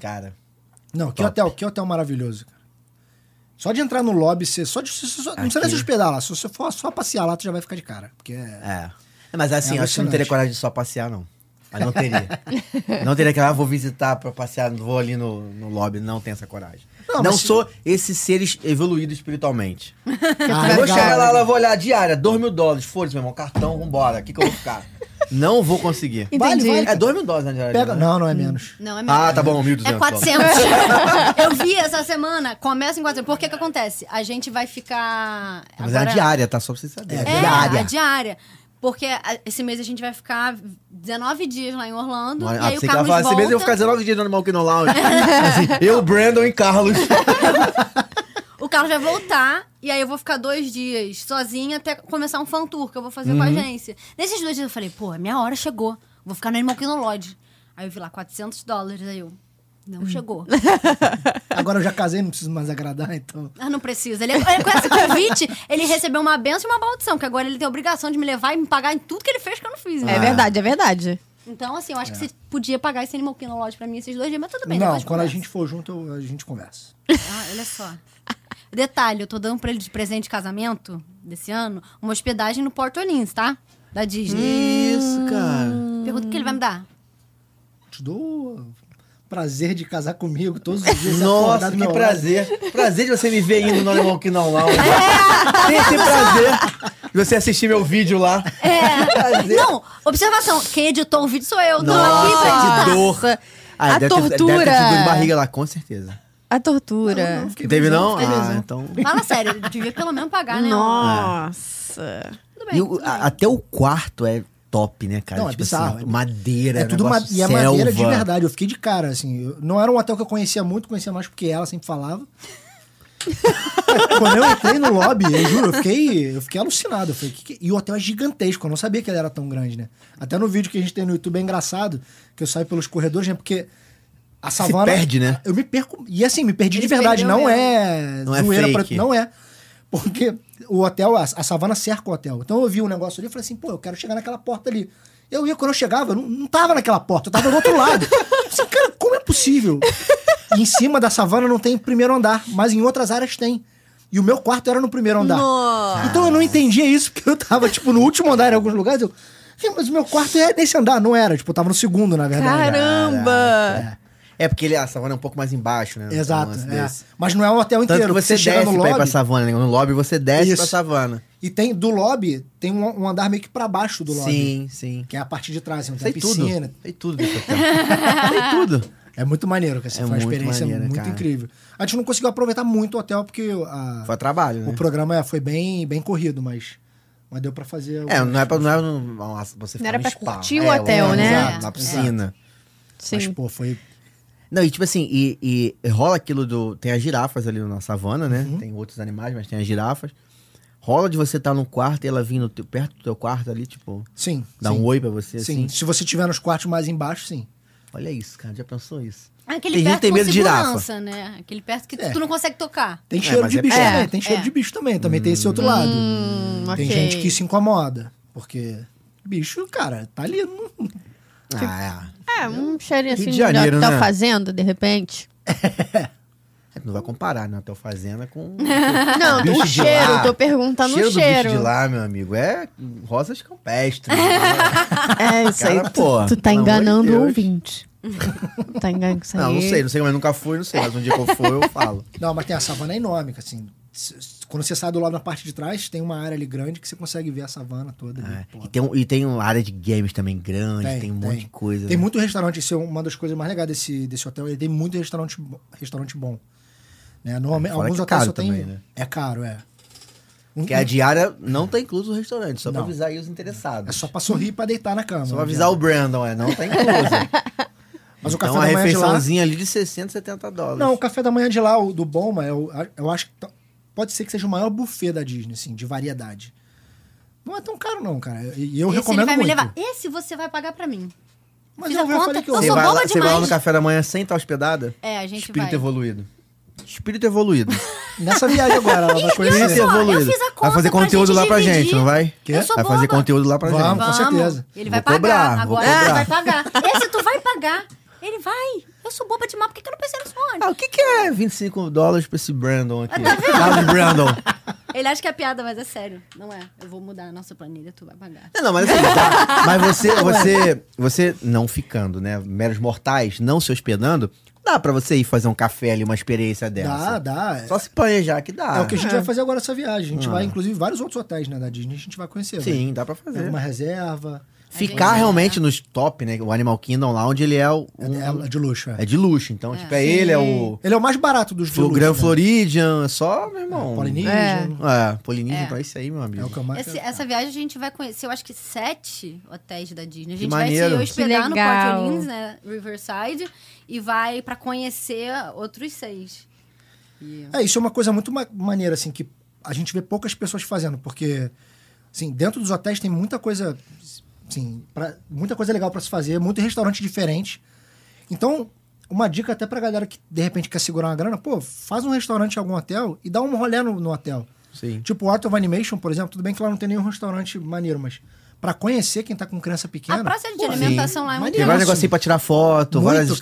[SPEAKER 2] Cara,
[SPEAKER 4] Não, que
[SPEAKER 2] Top.
[SPEAKER 4] hotel, que hotel maravilhoso, cara. Só de entrar no lobby, você, só de, você- você- não precisa nem se
[SPEAKER 2] Aquilo.
[SPEAKER 4] hospedar lá. Se você for só passear lá, tu já vai ficar de cara. Porque é...
[SPEAKER 2] é. É, Mas assim,
[SPEAKER 4] É
[SPEAKER 2] acho que eu não teria
[SPEAKER 4] alucinante.
[SPEAKER 2] coragem de só passear, não. Mas não teria. não teria que, ah, vou visitar pra passear, vou ali no, no lobby. Não tenho essa coragem.
[SPEAKER 4] Não,
[SPEAKER 2] Não,
[SPEAKER 4] mas-
[SPEAKER 2] sou esse ser es- evoluído espiritualmente.
[SPEAKER 4] Ah,
[SPEAKER 2] eu vou
[SPEAKER 4] legal,
[SPEAKER 2] chegar lá,
[SPEAKER 4] legal.
[SPEAKER 2] lá, vou olhar a diária, 2 mil dólares, foda-se, meu irmão, cartão, vambora, aqui que eu vou ficar. não vou conseguir.
[SPEAKER 1] Entendi.
[SPEAKER 4] Vale,
[SPEAKER 2] É 2 mil dólares na diária.
[SPEAKER 4] Pega...
[SPEAKER 2] né?
[SPEAKER 4] Não, não é menos.
[SPEAKER 3] Não, é melhor.
[SPEAKER 2] Ah, tá bom, 1.200.
[SPEAKER 3] É 400. eu vi essa semana, começa em 400. Por que que acontece? A gente vai ficar...
[SPEAKER 2] Mas é a diária, tá? Só pra vocês saberem.
[SPEAKER 3] É, a diária. Porque a- esse mês a gente vai ficar 19 dias lá em Orlando. e aí ah, o
[SPEAKER 2] ah, você
[SPEAKER 3] Carlos
[SPEAKER 2] gravar,
[SPEAKER 3] volta.
[SPEAKER 2] esse mês assim, eu vou ficar 19 dias no Animal Kingdom Lounge. assim, eu, Brandon e Carlos.
[SPEAKER 3] O Carlos vai voltar e aí eu vou ficar dois dias sozinha até começar um fan tour que eu vou fazer
[SPEAKER 4] Uhum.
[SPEAKER 3] com a agência. Nesses dois dias eu falei, pô, a minha hora chegou. Vou ficar no Animal Kingdom Lodge. Aí eu vi lá 400 dólares, aí eu...
[SPEAKER 4] Uhum.
[SPEAKER 3] Não chegou.
[SPEAKER 4] Agora eu já casei, não preciso mais agradar, então...
[SPEAKER 3] Ah, não precisa. Ele, ele- com esse convite, ele recebeu uma benção e uma maldição, que agora ele tem a obrigação de me levar e me pagar em tudo que ele fez que eu não fiz. né?
[SPEAKER 1] É verdade, é verdade.
[SPEAKER 3] Então, assim, eu acho que você podia pagar esse Animal Kingdom Lodge pra mim esses dois dias, mas tudo bem.
[SPEAKER 4] É. não,
[SPEAKER 3] depois
[SPEAKER 4] quando a
[SPEAKER 3] conversa.
[SPEAKER 4] gente for junto, eu- a gente conversa.
[SPEAKER 3] Ah, olha só. Detalhe, eu tô dando pra ele de presente de casamento desse ano uma hospedagem no Porto Orleans, tá? Da Disney.
[SPEAKER 2] Isso, cara.
[SPEAKER 3] Pergunta o que ele vai me dar.
[SPEAKER 4] Te dou o prazer de casar comigo todos os dias.
[SPEAKER 2] Nossa,
[SPEAKER 4] acordado
[SPEAKER 2] que
[SPEAKER 3] né?
[SPEAKER 4] meu
[SPEAKER 2] prazer. Prazer de você me ver indo no Animal Kingdom Lounge. Tem esse prazer de você assistir meu vídeo lá.
[SPEAKER 3] É. Não, observação. Quem editou o vídeo sou
[SPEAKER 4] tá
[SPEAKER 3] eu. Não
[SPEAKER 2] Nossa,
[SPEAKER 3] aqui,
[SPEAKER 2] que
[SPEAKER 3] velho.
[SPEAKER 2] tá dor. Ah,
[SPEAKER 1] A
[SPEAKER 2] deve ter- Deve ter
[SPEAKER 1] tortura.
[SPEAKER 2] tido de barriga lá, com certeza.
[SPEAKER 1] A tortura.
[SPEAKER 4] Fiquei
[SPEAKER 2] Teve não?
[SPEAKER 4] pensando, fiquei
[SPEAKER 2] Ah,
[SPEAKER 4] pensando.
[SPEAKER 2] então...
[SPEAKER 3] É. Fala sério, ele devia pelo menos pagar, né?
[SPEAKER 1] Nossa.
[SPEAKER 3] Tudo
[SPEAKER 2] E
[SPEAKER 3] bem.
[SPEAKER 2] o- a- até o quarto é top, né, cara?
[SPEAKER 4] Não, é bizarro, é-
[SPEAKER 2] madeira,
[SPEAKER 4] É tudo ma-
[SPEAKER 2] negócio
[SPEAKER 4] e é madeira de
[SPEAKER 2] selva.
[SPEAKER 4] verdade. Eu fiquei de cara, assim. Eu- não era um hotel que eu conhecia muito, conhecia mais porque ela sempre falava. Mas Quando eu entrei no lobby, eu juro, eu fiquei, eu fiquei alucinado. Eu falei, "Que que-" E o hotel é gigantesco, eu não sabia que ele era tão grande, né? Até no vídeo que a gente tem no YouTube é engraçado, que eu saio pelos corredores, né? Porque a savana.
[SPEAKER 2] perde, né?
[SPEAKER 4] Eu me perco. E assim, me perdi
[SPEAKER 3] Ele
[SPEAKER 4] de verdade.
[SPEAKER 3] perdeu
[SPEAKER 4] Não
[SPEAKER 3] mesmo.
[SPEAKER 4] é,
[SPEAKER 2] Não é
[SPEAKER 4] zoeira
[SPEAKER 2] fake.
[SPEAKER 4] Não é. Porque o hotel, a, a savana cerca o hotel. Então eu vi um negócio ali e falei assim, pô, eu quero chegar naquela porta ali. Eu ia, quando eu chegava, eu não, não tava naquela porta, eu tava do outro lado. Eu Falei, cara, como é possível? E em cima da savana não tem primeiro andar, mas em outras áreas tem. E o meu quarto era no primeiro andar.
[SPEAKER 1] Nossa.
[SPEAKER 4] Então eu não entendia isso, porque eu tava, tipo, no último andar em alguns lugares. Eu, "Ih, mas o meu quarto é nesse andar, não era. Tipo, eu tava no segundo, na verdade.
[SPEAKER 1] Caramba.
[SPEAKER 2] É porque ele, a savana é um pouco mais embaixo, né?
[SPEAKER 4] Exato.
[SPEAKER 2] Um lance
[SPEAKER 4] é.
[SPEAKER 2] desse.
[SPEAKER 4] Mas não é um hotel
[SPEAKER 2] Tanto que
[SPEAKER 4] inteiro. porque
[SPEAKER 2] você
[SPEAKER 4] chega
[SPEAKER 2] desce
[SPEAKER 4] no
[SPEAKER 2] pra ir pra
[SPEAKER 4] lobby-
[SPEAKER 2] savana, né? No lobby você desce
[SPEAKER 4] Isso.
[SPEAKER 2] pra savana.
[SPEAKER 4] E tem do lobby, tem um, um andar meio que pra baixo do lobby.
[SPEAKER 2] Sim, sim.
[SPEAKER 4] Que é a parte de trás, assim, onde tem
[SPEAKER 2] Sei
[SPEAKER 4] a piscina.
[SPEAKER 2] tudo. Sei tudo desse hotel. Sei tudo.
[SPEAKER 4] É muito maneiro, cara. Assim,
[SPEAKER 2] É
[SPEAKER 4] foi uma
[SPEAKER 2] muito
[SPEAKER 4] experiência
[SPEAKER 2] maneiro,
[SPEAKER 4] muito
[SPEAKER 2] cara.
[SPEAKER 4] incrível. A gente não conseguiu aproveitar muito o hotel, porque a-
[SPEAKER 2] Foi trabalho, né?
[SPEAKER 4] o programa é, foi bem, bem corrido, mas, mas deu pra fazer.
[SPEAKER 2] É,
[SPEAKER 4] algumas
[SPEAKER 2] não é pra, não é, um- nossa, você
[SPEAKER 1] Não
[SPEAKER 2] ficar
[SPEAKER 1] era
[SPEAKER 2] no
[SPEAKER 1] pra
[SPEAKER 2] spa.
[SPEAKER 1] curtir o
[SPEAKER 2] É,
[SPEAKER 1] hotel,
[SPEAKER 2] é,
[SPEAKER 1] né?
[SPEAKER 2] exato, Na piscina.
[SPEAKER 4] Mas,
[SPEAKER 1] Sim.
[SPEAKER 4] pô, foi.
[SPEAKER 2] Não, e tipo assim, e, e rola aquilo do. Tem as girafas ali na savana, né?
[SPEAKER 4] Uhum.
[SPEAKER 2] Tem outros animais, mas tem as girafas. Rola de você estar num quarto e ela vir no teu- perto do teu quarto ali, tipo,
[SPEAKER 4] Sim.
[SPEAKER 2] dar
[SPEAKER 4] sim.
[SPEAKER 2] um oi pra você,
[SPEAKER 4] Sim.
[SPEAKER 2] assim.
[SPEAKER 4] Se você tiver nos quartos mais embaixo, sim.
[SPEAKER 2] Olha isso, cara, já pensou isso?
[SPEAKER 3] Aquele
[SPEAKER 2] Tem gente
[SPEAKER 3] perto
[SPEAKER 2] que tem
[SPEAKER 3] com
[SPEAKER 2] medo de girafa.
[SPEAKER 3] segurança, né? Aquele perto que
[SPEAKER 4] É.
[SPEAKER 3] tu não consegue tocar.
[SPEAKER 4] Tem
[SPEAKER 2] É,
[SPEAKER 4] cheiro
[SPEAKER 2] mas
[SPEAKER 4] de
[SPEAKER 2] é
[SPEAKER 4] bicho
[SPEAKER 2] perto.
[SPEAKER 4] também. Tem cheiro
[SPEAKER 3] É.
[SPEAKER 4] de bicho também. Também tem esse outro lado.
[SPEAKER 1] Hum,
[SPEAKER 4] Tem gente que se incomoda. Porque bicho, cara, tá ali. não-
[SPEAKER 2] Ah,
[SPEAKER 1] É, um cheirinho
[SPEAKER 2] Rio
[SPEAKER 1] assim
[SPEAKER 2] de
[SPEAKER 1] de
[SPEAKER 2] Janeiro,
[SPEAKER 1] hotel
[SPEAKER 2] né?
[SPEAKER 1] fazenda, de repente.
[SPEAKER 2] é. Não vai comparar, né? Hotel Fazenda com.
[SPEAKER 1] Não,
[SPEAKER 2] Bicho
[SPEAKER 1] o
[SPEAKER 2] de
[SPEAKER 1] cheiro,
[SPEAKER 2] lá.
[SPEAKER 1] tô perguntando
[SPEAKER 2] cheiro
[SPEAKER 1] o
[SPEAKER 2] do
[SPEAKER 1] cheiro.
[SPEAKER 2] bicho de lá, meu amigo, é rosas campestres. né?
[SPEAKER 1] É, isso aí.
[SPEAKER 2] Cara,
[SPEAKER 1] tu,
[SPEAKER 2] pô,
[SPEAKER 1] tu tá
[SPEAKER 2] pelo amor de
[SPEAKER 1] enganando o
[SPEAKER 2] Deus.
[SPEAKER 1] ouvinte. tá enganando isso aí.
[SPEAKER 2] Não, não sei, não sei, mas nunca fui, não sei. Mas um dia que eu for, eu falo.
[SPEAKER 4] Não, mas tem a savana enorme, que assim. s- s- Quando você sai do lado na parte de trás, tem uma área ali grande que você consegue ver a savana toda. ali,
[SPEAKER 2] É,
[SPEAKER 4] pô.
[SPEAKER 2] E tem, um- e tem uma área de games também grande, tem,
[SPEAKER 4] Tem,
[SPEAKER 2] um monte de coisa.
[SPEAKER 4] Tem
[SPEAKER 2] né?
[SPEAKER 4] muito restaurante, isso é uma das coisas mais legais desse, desse hotel. Ele tem muito restaurante, bo- restaurante bom. Né? Normalmente,
[SPEAKER 2] fora
[SPEAKER 4] alguns
[SPEAKER 2] que é
[SPEAKER 4] hotéis
[SPEAKER 2] caro
[SPEAKER 4] só tem.
[SPEAKER 2] também, né?
[SPEAKER 4] É caro, é. Um-
[SPEAKER 2] Porque é a diária não tá incluso o restaurante, só pra
[SPEAKER 4] Não.
[SPEAKER 2] avisar aí os
[SPEAKER 4] É
[SPEAKER 2] interessados.
[SPEAKER 4] só pra sorrir e pra deitar na cama.
[SPEAKER 2] Só
[SPEAKER 4] né?
[SPEAKER 2] pra avisar o Brandon, é, não tá incluso.
[SPEAKER 4] Mas o café
[SPEAKER 2] então a
[SPEAKER 4] da manhã de lá.
[SPEAKER 2] refeiçãozinha ali de 60, 70 dólares.
[SPEAKER 4] Não, o café da manhã de lá, o do Boma, eu, eu acho que tá- pode ser que seja o maior buffet da Disney, assim, de variedade. Não é tão caro, não, cara. E eu
[SPEAKER 3] Esse
[SPEAKER 4] recomendo
[SPEAKER 3] ele vai
[SPEAKER 4] muito.
[SPEAKER 3] me levar. Esse você vai pagar pra mim.
[SPEAKER 4] Mas
[SPEAKER 3] Fiz
[SPEAKER 4] eu,
[SPEAKER 3] a
[SPEAKER 4] eu
[SPEAKER 3] conta,
[SPEAKER 4] falei que eu.
[SPEAKER 3] eu
[SPEAKER 2] você
[SPEAKER 3] sou
[SPEAKER 2] vai, lá,
[SPEAKER 3] boba
[SPEAKER 2] você vai lá no
[SPEAKER 3] demais.
[SPEAKER 2] café da manhã sem estar hospedada?
[SPEAKER 3] É, a gente
[SPEAKER 2] Espírito
[SPEAKER 3] vai.
[SPEAKER 2] evoluído. Espírito evoluído.
[SPEAKER 4] Nessa viagem agora, ela vai
[SPEAKER 2] Espírito
[SPEAKER 4] conhecer.
[SPEAKER 2] evoluído.
[SPEAKER 3] fiz a
[SPEAKER 2] vai
[SPEAKER 3] conta
[SPEAKER 2] fazer
[SPEAKER 3] pra
[SPEAKER 2] conteúdo
[SPEAKER 3] gente
[SPEAKER 2] lá pra
[SPEAKER 3] dividir.
[SPEAKER 2] gente, não vai?
[SPEAKER 3] Eu sou
[SPEAKER 2] vai fazer
[SPEAKER 3] boba.
[SPEAKER 2] conteúdo lá pra
[SPEAKER 4] Vamos.
[SPEAKER 2] gente.
[SPEAKER 3] Vamos.
[SPEAKER 4] Com certeza.
[SPEAKER 2] Vou
[SPEAKER 3] Ele vai pagar.
[SPEAKER 2] cobrar, vou
[SPEAKER 3] Agora ele
[SPEAKER 2] cobrar.
[SPEAKER 3] vai pagar. Esse tu vai pagar. Ele vai. Eu sou boba demais. Por que, que eu não pensei nisso antes?
[SPEAKER 2] Ah, o que, que é 25 dólares pra esse Brandon
[SPEAKER 3] Ah,
[SPEAKER 2] aqui?
[SPEAKER 3] tá
[SPEAKER 2] Sabe, Brandon?
[SPEAKER 3] Ele acha que é piada, mas é sério. Não é. Eu vou mudar a nossa planilha, tu vai pagar.
[SPEAKER 2] Não, não, mas assim, tá. mas você, você, você não ficando, né? Meros mortais, não se hospedando, dá pra você ir fazer um café ali, uma experiência
[SPEAKER 4] Dá,
[SPEAKER 2] dessa.
[SPEAKER 4] dá.
[SPEAKER 2] Só se planejar que dá.
[SPEAKER 4] É o que a gente vai fazer agora essa viagem. A gente vai, inclusive, vários outros hotéis né, da Disney, a gente vai conhecer. né?
[SPEAKER 2] Sim, dá pra
[SPEAKER 4] Pega
[SPEAKER 2] fazer.
[SPEAKER 4] uma reserva.
[SPEAKER 2] Ficar realmente nos top, né? O Animal Kingdom Lounge, ele é o. um-
[SPEAKER 4] É de luxo,
[SPEAKER 2] é
[SPEAKER 4] é.
[SPEAKER 2] de luxo, então, tipo, é ele, é o.
[SPEAKER 4] Ele é o mais barato dos de
[SPEAKER 2] Flo,
[SPEAKER 4] luxo.
[SPEAKER 2] Grand
[SPEAKER 4] né?
[SPEAKER 2] Floridian, é só, meu irmão.
[SPEAKER 4] Polynesian.
[SPEAKER 2] É, Polynesian, então é isso aí, meu amigo.
[SPEAKER 4] É o que eu mais...
[SPEAKER 3] Esse- essa viagem a gente vai conhecer, eu acho que sete hotéis da Disney. A
[SPEAKER 2] Que
[SPEAKER 3] gente vai se
[SPEAKER 2] maneiro.
[SPEAKER 1] Que
[SPEAKER 3] hospedar no Port
[SPEAKER 1] legal.
[SPEAKER 3] Orleans, né? Riverside, e vai pra conhecer outros seis. E-
[SPEAKER 4] É, isso é uma coisa muito ma- maneira, assim, que a gente vê poucas pessoas fazendo, porque, assim, dentro dos hotéis tem muita coisa, assim, pra- muita coisa legal pra se fazer, muito restaurante diferente. Então, uma dica até pra galera que, de repente, quer segurar uma grana, pô, faz um restaurante em algum hotel e dá um rolê no, no hotel.
[SPEAKER 2] Sim.
[SPEAKER 4] Tipo, o Art of Animation, por exemplo, tudo bem que lá não tem nenhum restaurante maneiro, mas pra conhecer quem tá com criança pequena...
[SPEAKER 3] A praça de
[SPEAKER 4] pô,
[SPEAKER 3] alimentação lá é muito
[SPEAKER 2] Tem
[SPEAKER 4] Nossa.
[SPEAKER 2] vários negocinhos pra tirar foto,
[SPEAKER 4] Muito,
[SPEAKER 2] várias
[SPEAKER 4] cara.
[SPEAKER 3] A gente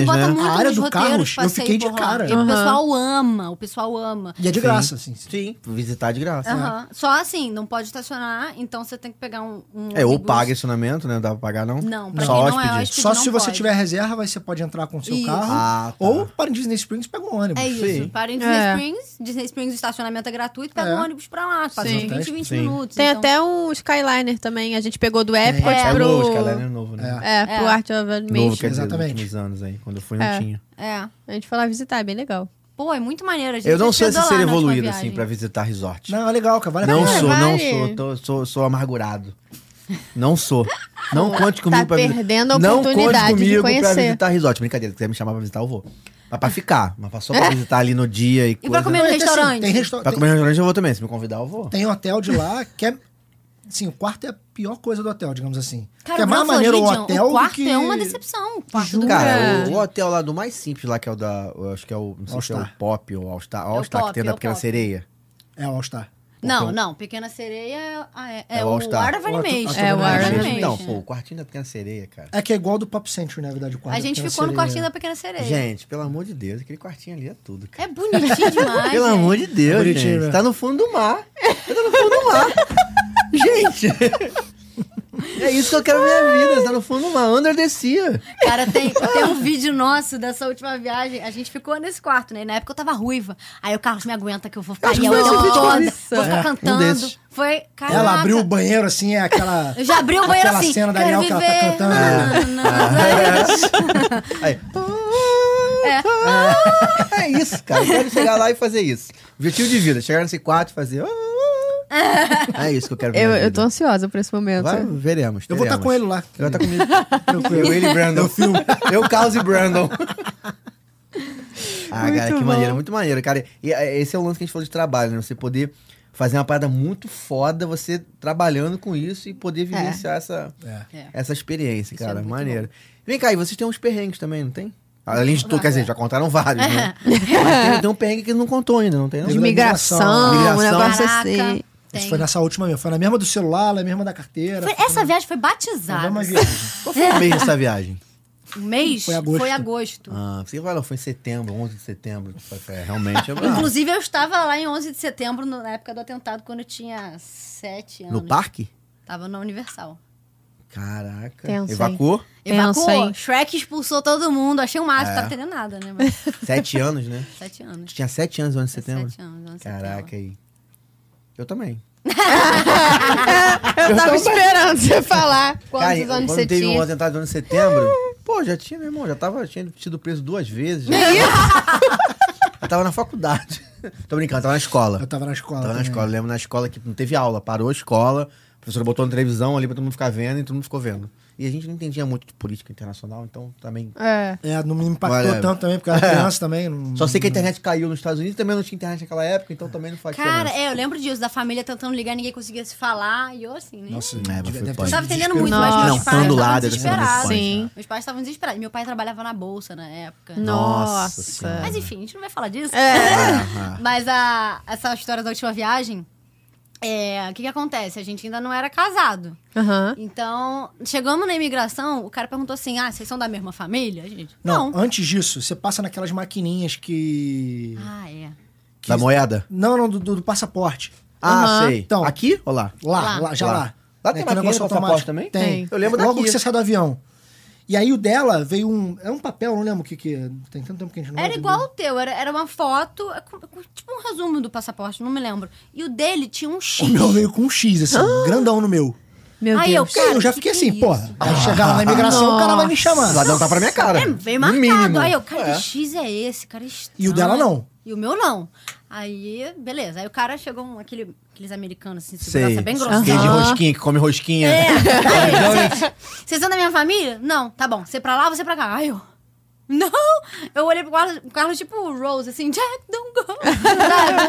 [SPEAKER 2] estatuazinhas,
[SPEAKER 3] bota
[SPEAKER 2] né?
[SPEAKER 3] muito
[SPEAKER 4] A área
[SPEAKER 3] nos
[SPEAKER 4] do
[SPEAKER 3] roteiros
[SPEAKER 4] Carros,
[SPEAKER 3] passeio
[SPEAKER 4] eu fiquei de
[SPEAKER 3] por lá.
[SPEAKER 4] cara.
[SPEAKER 3] E o pessoal ama, o pessoal ama.
[SPEAKER 4] E é de
[SPEAKER 2] Sim.
[SPEAKER 4] graça, assim.
[SPEAKER 3] tipo
[SPEAKER 2] Sim, visitar de graça.
[SPEAKER 3] Aham. Só assim, não pode estacionar, então você tem que pegar um. um
[SPEAKER 2] É, ou
[SPEAKER 3] ônibus.
[SPEAKER 2] paga estacionamento, né? Não dá pra pagar, não?
[SPEAKER 3] Não, pra
[SPEAKER 2] Só
[SPEAKER 3] quem
[SPEAKER 2] hóspede.
[SPEAKER 3] não é hóspede.
[SPEAKER 4] Só
[SPEAKER 3] não
[SPEAKER 4] se você
[SPEAKER 3] pode.
[SPEAKER 4] tiver reserva, aí você pode entrar com o seu
[SPEAKER 3] Isso.
[SPEAKER 4] carro.
[SPEAKER 2] Ah, tá.
[SPEAKER 4] Ou para em Disney Springs, pega um ônibus.
[SPEAKER 3] É isso.
[SPEAKER 2] Sim.
[SPEAKER 3] Para em Disney
[SPEAKER 1] É.
[SPEAKER 3] Springs, Disney Springs o estacionamento é gratuito, pega
[SPEAKER 4] É.
[SPEAKER 3] um ônibus pra lá, faz uns
[SPEAKER 1] Sim.
[SPEAKER 3] 20, 20
[SPEAKER 2] Sim.
[SPEAKER 3] minutos.
[SPEAKER 1] Tem
[SPEAKER 3] então-
[SPEAKER 1] até um Skyliner também. A gente pegou do Epcot
[SPEAKER 2] É
[SPEAKER 1] pro...
[SPEAKER 2] novo, cara, né? Novo, né?
[SPEAKER 1] É, pro Art of
[SPEAKER 2] Novo,
[SPEAKER 1] Animation.
[SPEAKER 2] quer dizer, nos
[SPEAKER 4] Exatamente.
[SPEAKER 2] últimos anos aí. Quando eu fui, não
[SPEAKER 1] É.
[SPEAKER 2] tinha.
[SPEAKER 3] É.
[SPEAKER 1] A gente foi lá visitar, é bem legal.
[SPEAKER 3] Pô, é muito maneiro. A gente
[SPEAKER 2] Eu não sou esse
[SPEAKER 3] hospedou
[SPEAKER 2] ser
[SPEAKER 3] lá na última
[SPEAKER 2] evoluído, assim,
[SPEAKER 3] viagem.
[SPEAKER 2] pra visitar resort.
[SPEAKER 4] Não, é legal, cara. Vale a
[SPEAKER 2] Não
[SPEAKER 4] pena.
[SPEAKER 2] sou, não
[SPEAKER 1] vale.
[SPEAKER 2] sou, tô- sou. Sou amargurado. Não sou. Não conte comigo pra visitar.
[SPEAKER 1] perdendo a
[SPEAKER 2] Não conte
[SPEAKER 1] oportunidade de
[SPEAKER 2] comigo pra
[SPEAKER 1] conhecer.
[SPEAKER 2] visitar resort. Brincadeira, se quiser me chamar pra visitar, eu vou. Mas pra ficar. Mas pra- só pra visitar ali no dia e,
[SPEAKER 3] pra
[SPEAKER 2] coisa.
[SPEAKER 3] comer
[SPEAKER 4] Não,
[SPEAKER 3] no
[SPEAKER 4] é que, assim,
[SPEAKER 3] restaurante.
[SPEAKER 4] tem, resta-
[SPEAKER 2] Pra
[SPEAKER 4] tem-
[SPEAKER 2] comer no restaurante eu vou também. Se me convidar, eu vou.
[SPEAKER 4] tem hotel de lá que é. Assim, o quarto é a pior coisa do hotel, digamos assim.
[SPEAKER 3] Cara,
[SPEAKER 4] que é
[SPEAKER 3] o
[SPEAKER 4] mais
[SPEAKER 3] Grand
[SPEAKER 4] maneiro o
[SPEAKER 3] Floridian,
[SPEAKER 4] hotel
[SPEAKER 3] o quarto
[SPEAKER 4] do que.
[SPEAKER 3] é uma decepção. O quarto é do
[SPEAKER 2] Cara,
[SPEAKER 1] Jura?
[SPEAKER 2] o, o hotel lá do mais simples lá, que é o da. eu acho que é o. Não sei
[SPEAKER 4] All
[SPEAKER 2] se é o
[SPEAKER 4] Star.
[SPEAKER 2] Pop ou All Star. All
[SPEAKER 3] É o
[SPEAKER 2] Star que
[SPEAKER 3] Pop,
[SPEAKER 2] tem
[SPEAKER 3] é
[SPEAKER 2] da
[SPEAKER 3] o
[SPEAKER 2] Pequena
[SPEAKER 3] Pop.
[SPEAKER 2] Sereia.
[SPEAKER 4] É o All-Star.
[SPEAKER 3] Não, não. Pequena Sereia ah, é, é
[SPEAKER 2] É o
[SPEAKER 3] o
[SPEAKER 2] All Star.
[SPEAKER 3] Art of
[SPEAKER 4] O Art-
[SPEAKER 3] Animation.
[SPEAKER 4] Art of É, o Art of
[SPEAKER 2] Mas,
[SPEAKER 4] Animation.
[SPEAKER 2] Então, pô, o quartinho da Pequena Sereia, cara.
[SPEAKER 4] É que é igual do Pop Century, na verdade, o quarto.
[SPEAKER 3] A gente ficou no quartinho da Pequena Sereia.
[SPEAKER 2] Gente, pelo amor de Deus, aquele quartinho ali é tudo, cara.
[SPEAKER 3] É bonitinho demais.
[SPEAKER 2] Pelo
[SPEAKER 3] gente.
[SPEAKER 2] amor de
[SPEAKER 4] É
[SPEAKER 2] Deus,
[SPEAKER 4] bonitinho,
[SPEAKER 2] gente.
[SPEAKER 4] né?
[SPEAKER 2] Tá no fundo do mar. Você tá no fundo do mar. gente. É isso que eu quero na minha vida. Você tá no fundo do mar. Under the sea.
[SPEAKER 3] Cara, tem, tem um vídeo nosso dessa última viagem. A gente ficou nesse quarto, né? E Na época eu tava ruiva. Aí o Carlos me aguenta que eu vou ficar
[SPEAKER 2] Acho que
[SPEAKER 3] ali a
[SPEAKER 2] foi esse
[SPEAKER 3] hora
[SPEAKER 2] vídeo que eu vi.
[SPEAKER 3] toda. Vou
[SPEAKER 2] É,
[SPEAKER 3] ficar
[SPEAKER 2] um
[SPEAKER 3] cantando.
[SPEAKER 2] desses.
[SPEAKER 3] foi, caraca.
[SPEAKER 4] Ela abriu o banheiro, assim, é aquela.
[SPEAKER 3] Eu já abri o banheiro
[SPEAKER 4] aquela
[SPEAKER 3] assim.
[SPEAKER 4] cena da
[SPEAKER 3] quero
[SPEAKER 4] Ariel que ela tá
[SPEAKER 3] viver. Ah.
[SPEAKER 4] cantando. Ah, é,
[SPEAKER 2] Aí. É. isso, cara. Eu quero chegar lá e fazer isso. Objetivo de vida, chegar nesse quarto e fazer. "Ah, É isso que eu quero ver.
[SPEAKER 1] Eu, eu tô ansiosa por esse momento.
[SPEAKER 2] Vai, veremos.
[SPEAKER 4] Eu vou estar
[SPEAKER 2] veremos.
[SPEAKER 4] com ele lá.
[SPEAKER 2] Eu vou estar comigo.
[SPEAKER 4] Tranquilo.
[SPEAKER 2] Eu, ele e Brandon. Eu, Carlos e Brandon. Ah, cara, que
[SPEAKER 1] bom.
[SPEAKER 2] maneiro, muito maneiro, cara. E é, esse é o lance que a gente falou de trabalho, né? Você poder fazer uma parada muito foda, você trabalhando com isso e poder vivenciar essa,
[SPEAKER 4] É.
[SPEAKER 2] essa experiência,
[SPEAKER 3] Isso é
[SPEAKER 2] cara.
[SPEAKER 3] muito
[SPEAKER 2] maneiro. Vem cá, e vocês têm uns perrengues também, não tem? Além de tu, quer dizer, já contaram vários, né? Mas tem, tem um perrengue que não contou ainda, não tem, não?
[SPEAKER 1] De
[SPEAKER 4] Teve da
[SPEAKER 1] migração,
[SPEAKER 4] migração.
[SPEAKER 1] um negócio
[SPEAKER 3] Caraca.
[SPEAKER 1] assim.
[SPEAKER 4] Isso
[SPEAKER 3] Tem.
[SPEAKER 4] foi nessa última mesmo. Foi na mesma do celular, na mesma da carteira.
[SPEAKER 3] Foi- essa
[SPEAKER 4] foi na-
[SPEAKER 3] viagem foi
[SPEAKER 4] na
[SPEAKER 3] batizada.
[SPEAKER 4] mesma viagem.
[SPEAKER 2] Qual é foi o mês dessa viagem?
[SPEAKER 3] O mês
[SPEAKER 4] Foi agosto.
[SPEAKER 3] Foi agosto.
[SPEAKER 2] Ah, você falou, foi em setembro, 11 de setembro. É, realmente, é
[SPEAKER 4] Ah.
[SPEAKER 2] brabo.
[SPEAKER 3] Inclusive, eu estava lá em 11 de setembro, no- na época do atentado, quando eu tinha 7 anos.
[SPEAKER 2] No parque?
[SPEAKER 3] Tava na Universal.
[SPEAKER 2] Caraca.
[SPEAKER 1] Tenso, hein?
[SPEAKER 2] Evacuou?
[SPEAKER 1] Pensa,
[SPEAKER 3] Evacuou.
[SPEAKER 1] hein?
[SPEAKER 3] Shrek expulsou todo mundo. Achei o máximo.
[SPEAKER 4] É.
[SPEAKER 3] Tava entendendo nada, né? Mas
[SPEAKER 2] Sete anos, né?
[SPEAKER 3] 7 anos.
[SPEAKER 2] Tinha sete anos, 11 de
[SPEAKER 4] um-
[SPEAKER 2] setembro.
[SPEAKER 3] Sete anos, 11 de
[SPEAKER 2] Caraca,
[SPEAKER 3] setembro.
[SPEAKER 2] aí. Eu também.
[SPEAKER 1] Eu tava esperando você falar quantos
[SPEAKER 2] Cara,
[SPEAKER 1] anos
[SPEAKER 2] quando
[SPEAKER 1] você
[SPEAKER 2] teve um
[SPEAKER 1] tinha.
[SPEAKER 2] atentado no 11 de setembro, pô, já tinha, meu irmão, já tava, tinha sido preso duas vezes. Já. eu tava na faculdade. Tô brincando, tava na escola.
[SPEAKER 4] Eu tava na escola.
[SPEAKER 2] Tava na
[SPEAKER 4] também.
[SPEAKER 2] escola, eu lembro na escola que não teve aula, parou a escola, a professora botou na televisão ali pra todo mundo ficar vendo e todo mundo ficou vendo. E a gente não entendia muito de política internacional, então também.
[SPEAKER 1] É.
[SPEAKER 4] É, não me impactou
[SPEAKER 2] Olha,
[SPEAKER 4] tanto também, porque eu era
[SPEAKER 2] é.
[SPEAKER 4] criança também. não-
[SPEAKER 2] Só sei que a internet caiu nos Estados Unidos, também não tinha internet naquela época, então também não faz
[SPEAKER 3] Cara,
[SPEAKER 2] diferença.
[SPEAKER 3] é, eu lembro disso, da família tentando ligar, ninguém conseguia se falar, e eu assim, né?
[SPEAKER 4] Nossa,
[SPEAKER 2] é, mas
[SPEAKER 4] deve-
[SPEAKER 2] foi
[SPEAKER 4] deve ter
[SPEAKER 2] foda.
[SPEAKER 3] eu tava
[SPEAKER 4] sido
[SPEAKER 3] entendendo muito, mas
[SPEAKER 1] Nossa.
[SPEAKER 3] meus
[SPEAKER 1] Não,
[SPEAKER 3] pais
[SPEAKER 2] tando
[SPEAKER 3] estavam
[SPEAKER 2] lado,
[SPEAKER 1] assim,
[SPEAKER 2] eles são
[SPEAKER 3] desesperados.
[SPEAKER 2] muito
[SPEAKER 1] Sim.
[SPEAKER 3] Meus pais estavam desesperados. Meu pai trabalhava na bolsa na época.
[SPEAKER 4] Hum.
[SPEAKER 2] Nossa
[SPEAKER 1] Nossa.
[SPEAKER 2] Senhora.
[SPEAKER 3] Mas enfim, a gente não vai falar disso.
[SPEAKER 4] É.
[SPEAKER 2] Ah, ah.
[SPEAKER 3] Mas a, essa história da última viagem, é, o que, que acontece? A gente ainda não era casado.
[SPEAKER 1] Aham.
[SPEAKER 3] Então, chegamos na imigração, o cara perguntou assim: ah, vocês são da mesma família? A gente,
[SPEAKER 4] Não, antes disso, você passa naquelas maquininhas que.
[SPEAKER 3] Ah, é.
[SPEAKER 2] Da moeda?
[SPEAKER 4] Não, não, do, do- do passaporte.
[SPEAKER 2] Ah,
[SPEAKER 1] Aham.
[SPEAKER 2] sei.
[SPEAKER 4] Então-
[SPEAKER 2] Aqui ou lá?
[SPEAKER 4] Lá, lá,
[SPEAKER 3] Lá.
[SPEAKER 4] já
[SPEAKER 2] Lá.
[SPEAKER 4] lá.
[SPEAKER 2] Lá tem
[SPEAKER 4] aquele
[SPEAKER 2] maquininha do passaporte
[SPEAKER 4] automático.
[SPEAKER 2] também?
[SPEAKER 4] Tem.
[SPEAKER 1] Tem.
[SPEAKER 2] Eu lembro
[SPEAKER 4] Logo
[SPEAKER 2] daqui.
[SPEAKER 4] que você sai do avião. E aí o dela veio um. É um papel, eu não lembro o que que. é. Tem tanto tempo que a gente não
[SPEAKER 3] Era
[SPEAKER 4] olha,
[SPEAKER 3] igual
[SPEAKER 4] né?
[SPEAKER 3] o teu, era, era uma foto, é, com- com- tipo um resumo do passaporte, não me lembro. E o dele tinha um X.
[SPEAKER 4] O meu veio com um X, assim, grandão no meu.
[SPEAKER 1] Meu
[SPEAKER 3] Aí eu,
[SPEAKER 1] Deus.
[SPEAKER 4] Cara,
[SPEAKER 3] cara,
[SPEAKER 4] eu já
[SPEAKER 3] que
[SPEAKER 4] fiquei
[SPEAKER 3] que
[SPEAKER 4] assim,
[SPEAKER 3] é
[SPEAKER 4] porra.
[SPEAKER 3] isso?
[SPEAKER 4] Aí chegar lá na imigração, o cara vai me
[SPEAKER 2] O
[SPEAKER 4] chamando.
[SPEAKER 2] ladrão tá pra minha cara.
[SPEAKER 3] É, veio
[SPEAKER 2] No
[SPEAKER 3] marcado.
[SPEAKER 2] mínimo.
[SPEAKER 3] Aí eu, cara,
[SPEAKER 2] É.
[SPEAKER 3] que X é esse? Cara, é estranho.
[SPEAKER 4] E o dela não.
[SPEAKER 3] E o meu não. Aí, beleza. Aí o cara chegou, um, aquele, aqueles americanos, assim, segurança
[SPEAKER 2] Sei.
[SPEAKER 3] bem
[SPEAKER 2] Aquele de
[SPEAKER 3] grosseiro.
[SPEAKER 1] Aham.
[SPEAKER 2] rosquinha, que come rosquinha.
[SPEAKER 3] É.
[SPEAKER 2] Come
[SPEAKER 3] Aí,
[SPEAKER 2] donuts.
[SPEAKER 3] você- Vocês são da minha família? Não. Tá bom. Você pra lá, você pra cá. Ai, eu... Não! Eu olhei pro Carlos, o Carlos tipo o Rose, assim, Jack, don't go!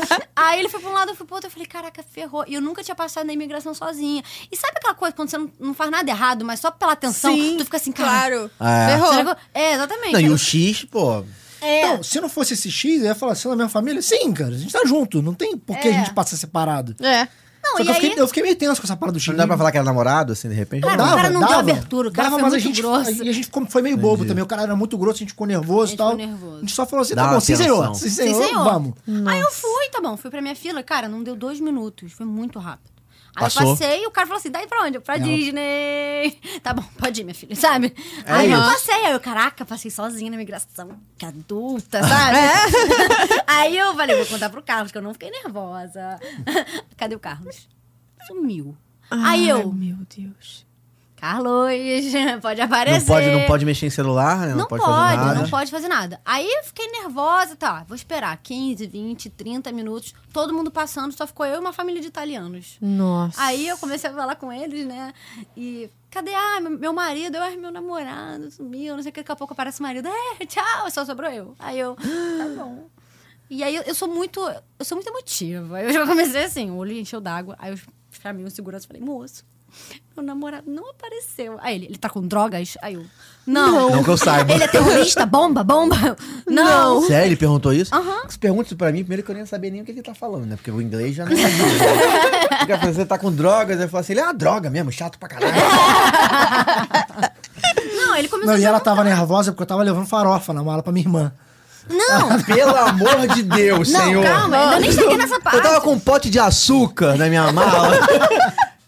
[SPEAKER 3] Sabe? Aí ele foi pra um lado, eu fui pro outro, eu falei, caraca, ferrou. E eu nunca tinha passado na imigração sozinha. E sabe aquela coisa quando você não, não faz nada errado, mas só pela atenção,
[SPEAKER 1] Sim,
[SPEAKER 3] tu fica assim, cara.
[SPEAKER 1] Claro.
[SPEAKER 2] É.
[SPEAKER 1] Ferrou.
[SPEAKER 3] Será que eu- É, exatamente.
[SPEAKER 2] Não, e
[SPEAKER 3] Eu-
[SPEAKER 2] o X, pô.
[SPEAKER 3] é.
[SPEAKER 4] Então, se não fosse esse X, eu ia falar, você é da minha família? Sim, cara, a gente tá junto. Não tem por que a
[SPEAKER 3] É.
[SPEAKER 4] gente passar separado.
[SPEAKER 1] É.
[SPEAKER 3] Não,
[SPEAKER 4] Só
[SPEAKER 3] e
[SPEAKER 4] que eu
[SPEAKER 3] aí-
[SPEAKER 4] fiquei, eu fiquei meio tenso com essa parada do X.
[SPEAKER 2] Não dá pra falar que era namorado, assim, de repente?
[SPEAKER 3] Cara,
[SPEAKER 2] Não.
[SPEAKER 3] o cara não deu abertura, o cara foi
[SPEAKER 4] mas a
[SPEAKER 3] muito
[SPEAKER 4] gente,
[SPEAKER 3] grosso.
[SPEAKER 4] E a gente ficou- foi meio bobo também. O cara era muito grosso, a gente ficou nervoso
[SPEAKER 3] A
[SPEAKER 4] e
[SPEAKER 3] gente
[SPEAKER 4] tal.
[SPEAKER 3] ficou nervoso.
[SPEAKER 4] A gente só falou assim:
[SPEAKER 2] Dá
[SPEAKER 4] tá
[SPEAKER 2] uma
[SPEAKER 4] bom, sim senhor,
[SPEAKER 2] atenção.
[SPEAKER 4] sim senhor, vamos.
[SPEAKER 3] Aí eu fui, tá bom, fui pra minha fila. Cara, não deu dois minutos, foi muito rápido. Aí
[SPEAKER 2] Passou.
[SPEAKER 3] eu passei e o cara falou assim: daí pra onde? Eu, Pra
[SPEAKER 4] Ela-
[SPEAKER 3] Disney. Tá bom, pode ir, minha filha, sabe? aí eu
[SPEAKER 2] É isso.
[SPEAKER 3] passei, aí eu, caraca, passei sozinha na imigração, que adulta, sabe?
[SPEAKER 2] É?
[SPEAKER 3] aí eu falei: vou contar pro Carlos, que eu não fiquei nervosa. Cadê o Carlos? Sumiu.
[SPEAKER 1] Ai,
[SPEAKER 3] aí eu,
[SPEAKER 1] Meu Deus.
[SPEAKER 3] Carlos, pode aparecer.
[SPEAKER 2] Não pode, não pode mexer em celular, né?
[SPEAKER 3] é- Não, pode,
[SPEAKER 2] fazer nada.
[SPEAKER 3] não pode fazer nada. Aí eu fiquei nervosa, tá, vou esperar 15, 20, 30 minutos, todo mundo passando, só ficou eu e uma família de italianos.
[SPEAKER 1] Nossa.
[SPEAKER 3] Aí eu comecei a falar com eles, né? E cadê? Ah, meu- meu marido, eu era meu namorado, sumiu, não sei o que, daqui a pouco aparece o marido, é, tchau, só sobrou eu. Aí eu, tá bom. E aí eu, eu sou muito, eu sou muito emotiva. Eu já comecei assim, o olho encheu d'água, aí eu chamei o segurança e falei, moço, meu namorado não apareceu. Aí ele, ele tá com drogas? Aí eu, não.
[SPEAKER 2] Não que eu saiba.
[SPEAKER 3] Ele é terrorista? Bomba, bomba? Eu, Não.
[SPEAKER 2] Sério, ele perguntou isso?
[SPEAKER 3] Aham.
[SPEAKER 2] Você pergunta isso pra mim, primeiro que eu nem ia saber nem o que ele tá falando, né? Porque o inglês já não sabia. Porque a pessoa, você tá com drogas, aí fala assim, ele é uma droga mesmo, chato pra caralho.
[SPEAKER 3] Não, ele começou
[SPEAKER 4] Não, e
[SPEAKER 3] a
[SPEAKER 4] ela tava nervosa porque eu tava levando farofa na mala pra minha irmã.
[SPEAKER 3] Não,
[SPEAKER 2] Pelo amor de Deus,
[SPEAKER 3] não,
[SPEAKER 2] senhor.
[SPEAKER 3] calma, eu ainda nem cheguei nessa parte.
[SPEAKER 2] Eu tava com um pote de açúcar na minha mala.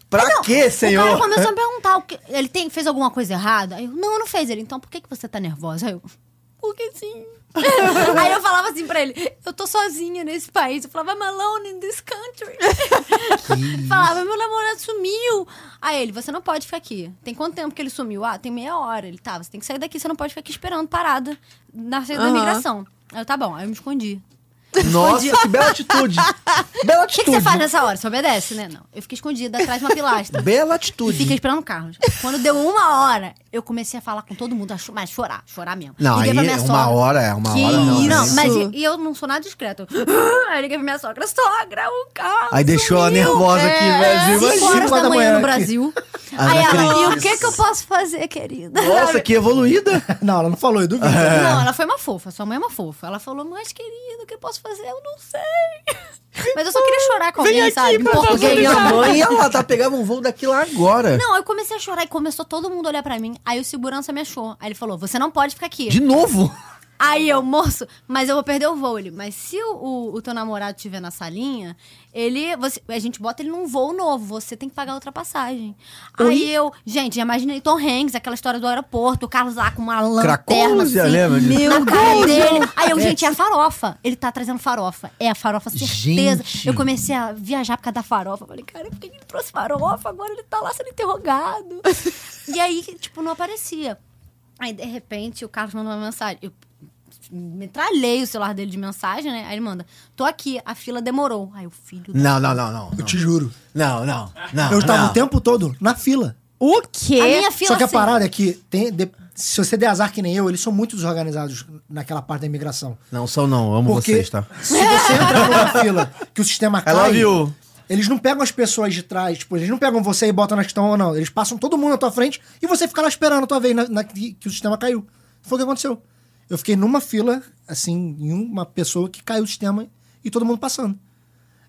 [SPEAKER 2] pra quê,
[SPEAKER 3] O cara
[SPEAKER 2] senhor?
[SPEAKER 3] começou a me perguntar o que, ele tem, fez alguma coisa errada? Aí eu, não, não fez ele. Então por que, que você tá nervosa? Aí eu,
[SPEAKER 1] um
[SPEAKER 3] porque
[SPEAKER 1] assim.
[SPEAKER 3] sim. Aí eu falava assim pra ele, eu tô sozinha nesse país. Eu falava, I'm alone in this country. falava, meu namorado sumiu. Aí ele, você não pode ficar aqui. Tem quanto tempo que ele sumiu? Ah, tem meia hora. Ele, tá, você tem que sair daqui, você não pode ficar aqui esperando parada na saída da
[SPEAKER 1] Aham.
[SPEAKER 3] imigração. Aí eu, tá bom. Aí eu me escondi.
[SPEAKER 2] Nossa, que bela atitude. Bela
[SPEAKER 3] O que,
[SPEAKER 2] atitude.
[SPEAKER 3] que você faz nessa hora? Você obedece, né? Não. Eu fiquei escondida atrás de uma pilastra.
[SPEAKER 2] Bela
[SPEAKER 3] E
[SPEAKER 2] atitude.
[SPEAKER 3] fiquei esperando o Carlos. Quando deu uma hora, eu comecei a falar com todo mundo, a cho- mas chorar, chorar mesmo.
[SPEAKER 2] Não, aí
[SPEAKER 3] Liguei pra minha
[SPEAKER 2] uma
[SPEAKER 3] sogra.
[SPEAKER 2] hora é, uma
[SPEAKER 1] Que
[SPEAKER 2] hora não.
[SPEAKER 1] isso?
[SPEAKER 2] né?
[SPEAKER 3] Não, mas
[SPEAKER 1] Isso.
[SPEAKER 3] e, e eu não sou nada discreto. Aí eu liguei pra minha sogra, sogra, o Carlos.
[SPEAKER 2] Aí deixou ela
[SPEAKER 3] sumiu. É.
[SPEAKER 2] nervosa aqui, velho.
[SPEAKER 3] Cinco
[SPEAKER 2] Imagina.
[SPEAKER 3] horas
[SPEAKER 4] Cinco
[SPEAKER 3] da manhã
[SPEAKER 4] da manhã
[SPEAKER 3] no
[SPEAKER 4] aqui.
[SPEAKER 3] Brasil.
[SPEAKER 2] Ah,
[SPEAKER 3] Aí
[SPEAKER 2] não
[SPEAKER 3] ela, e
[SPEAKER 2] acredito.
[SPEAKER 3] o que que eu posso fazer, querida?
[SPEAKER 2] Nossa, que É. evoluída.
[SPEAKER 4] Não, ela não falou, eu duvido.
[SPEAKER 3] Não, ela foi uma fofa, sua mãe é uma fofa. Ela falou, mas querida, o que eu posso fazer? Eu não sei. Mas eu só queria chorar com alguém, sabe? Em
[SPEAKER 2] Porque
[SPEAKER 3] português.
[SPEAKER 2] minha mãe ia lá, tá? Pegava um voo daqui lá agora.
[SPEAKER 3] Não, eu comecei a chorar e começou todo mundo a olhar pra mim. Aí o segurança me achou. Aí ele falou, você não pode ficar aqui.
[SPEAKER 2] De novo?
[SPEAKER 3] Aí eu, moço, mas eu vou perder o voo. Ele, mas se o, o- o teu namorado estiver na salinha, ele. você- a gente bota ele num voo novo, você tem que pagar outra passagem. Aí eu, gente, já imaginei Tom Hanks, aquela história do aeroporto, o Carlos lá com uma lanterna.
[SPEAKER 2] Cracóvia,
[SPEAKER 3] Assim,
[SPEAKER 2] lembra disso?
[SPEAKER 3] na cara dele. Aí eu, gente, é a farofa. Ele tá trazendo farofa. É a farofa, certeza.
[SPEAKER 2] Gente.
[SPEAKER 3] Eu comecei a viajar por causa da farofa. Eu Falei, cara, por que ele trouxe farofa? Agora ele tá lá sendo interrogado. e aí, tipo, não aparecia. Aí, de repente, o Carlos mandou uma mensagem. Eu metralhei o celular dele de mensagem, né? Aí ele manda, tô aqui, a fila demorou. Aí o filho...
[SPEAKER 4] Hum.
[SPEAKER 3] da-
[SPEAKER 2] Não, não, não, não.
[SPEAKER 4] Eu te juro.
[SPEAKER 2] Não, não, não.
[SPEAKER 4] Eu estava
[SPEAKER 2] não.
[SPEAKER 4] o tempo todo na fila.
[SPEAKER 1] O quê?
[SPEAKER 3] A minha fila,
[SPEAKER 4] Só que a
[SPEAKER 3] assim,
[SPEAKER 4] parada é que, tem, de- se você der azar que nem eu, eles são muito desorganizados naquela parte da imigração.
[SPEAKER 2] Não, sou não. Amo
[SPEAKER 4] Porque
[SPEAKER 2] vocês, tá?
[SPEAKER 4] se você entrar numa fila que o sistema cai,
[SPEAKER 2] love you.
[SPEAKER 4] eles não pegam as pessoas de trás, tipo, eles não pegam você e botam na questão ou não. Eles passam todo mundo na tua frente e você fica lá esperando a tua vez na, na- que, que o sistema caiu. Foi o que aconteceu. Eu fiquei numa fila, assim, em uma pessoa que caiu o sistema e todo mundo passando.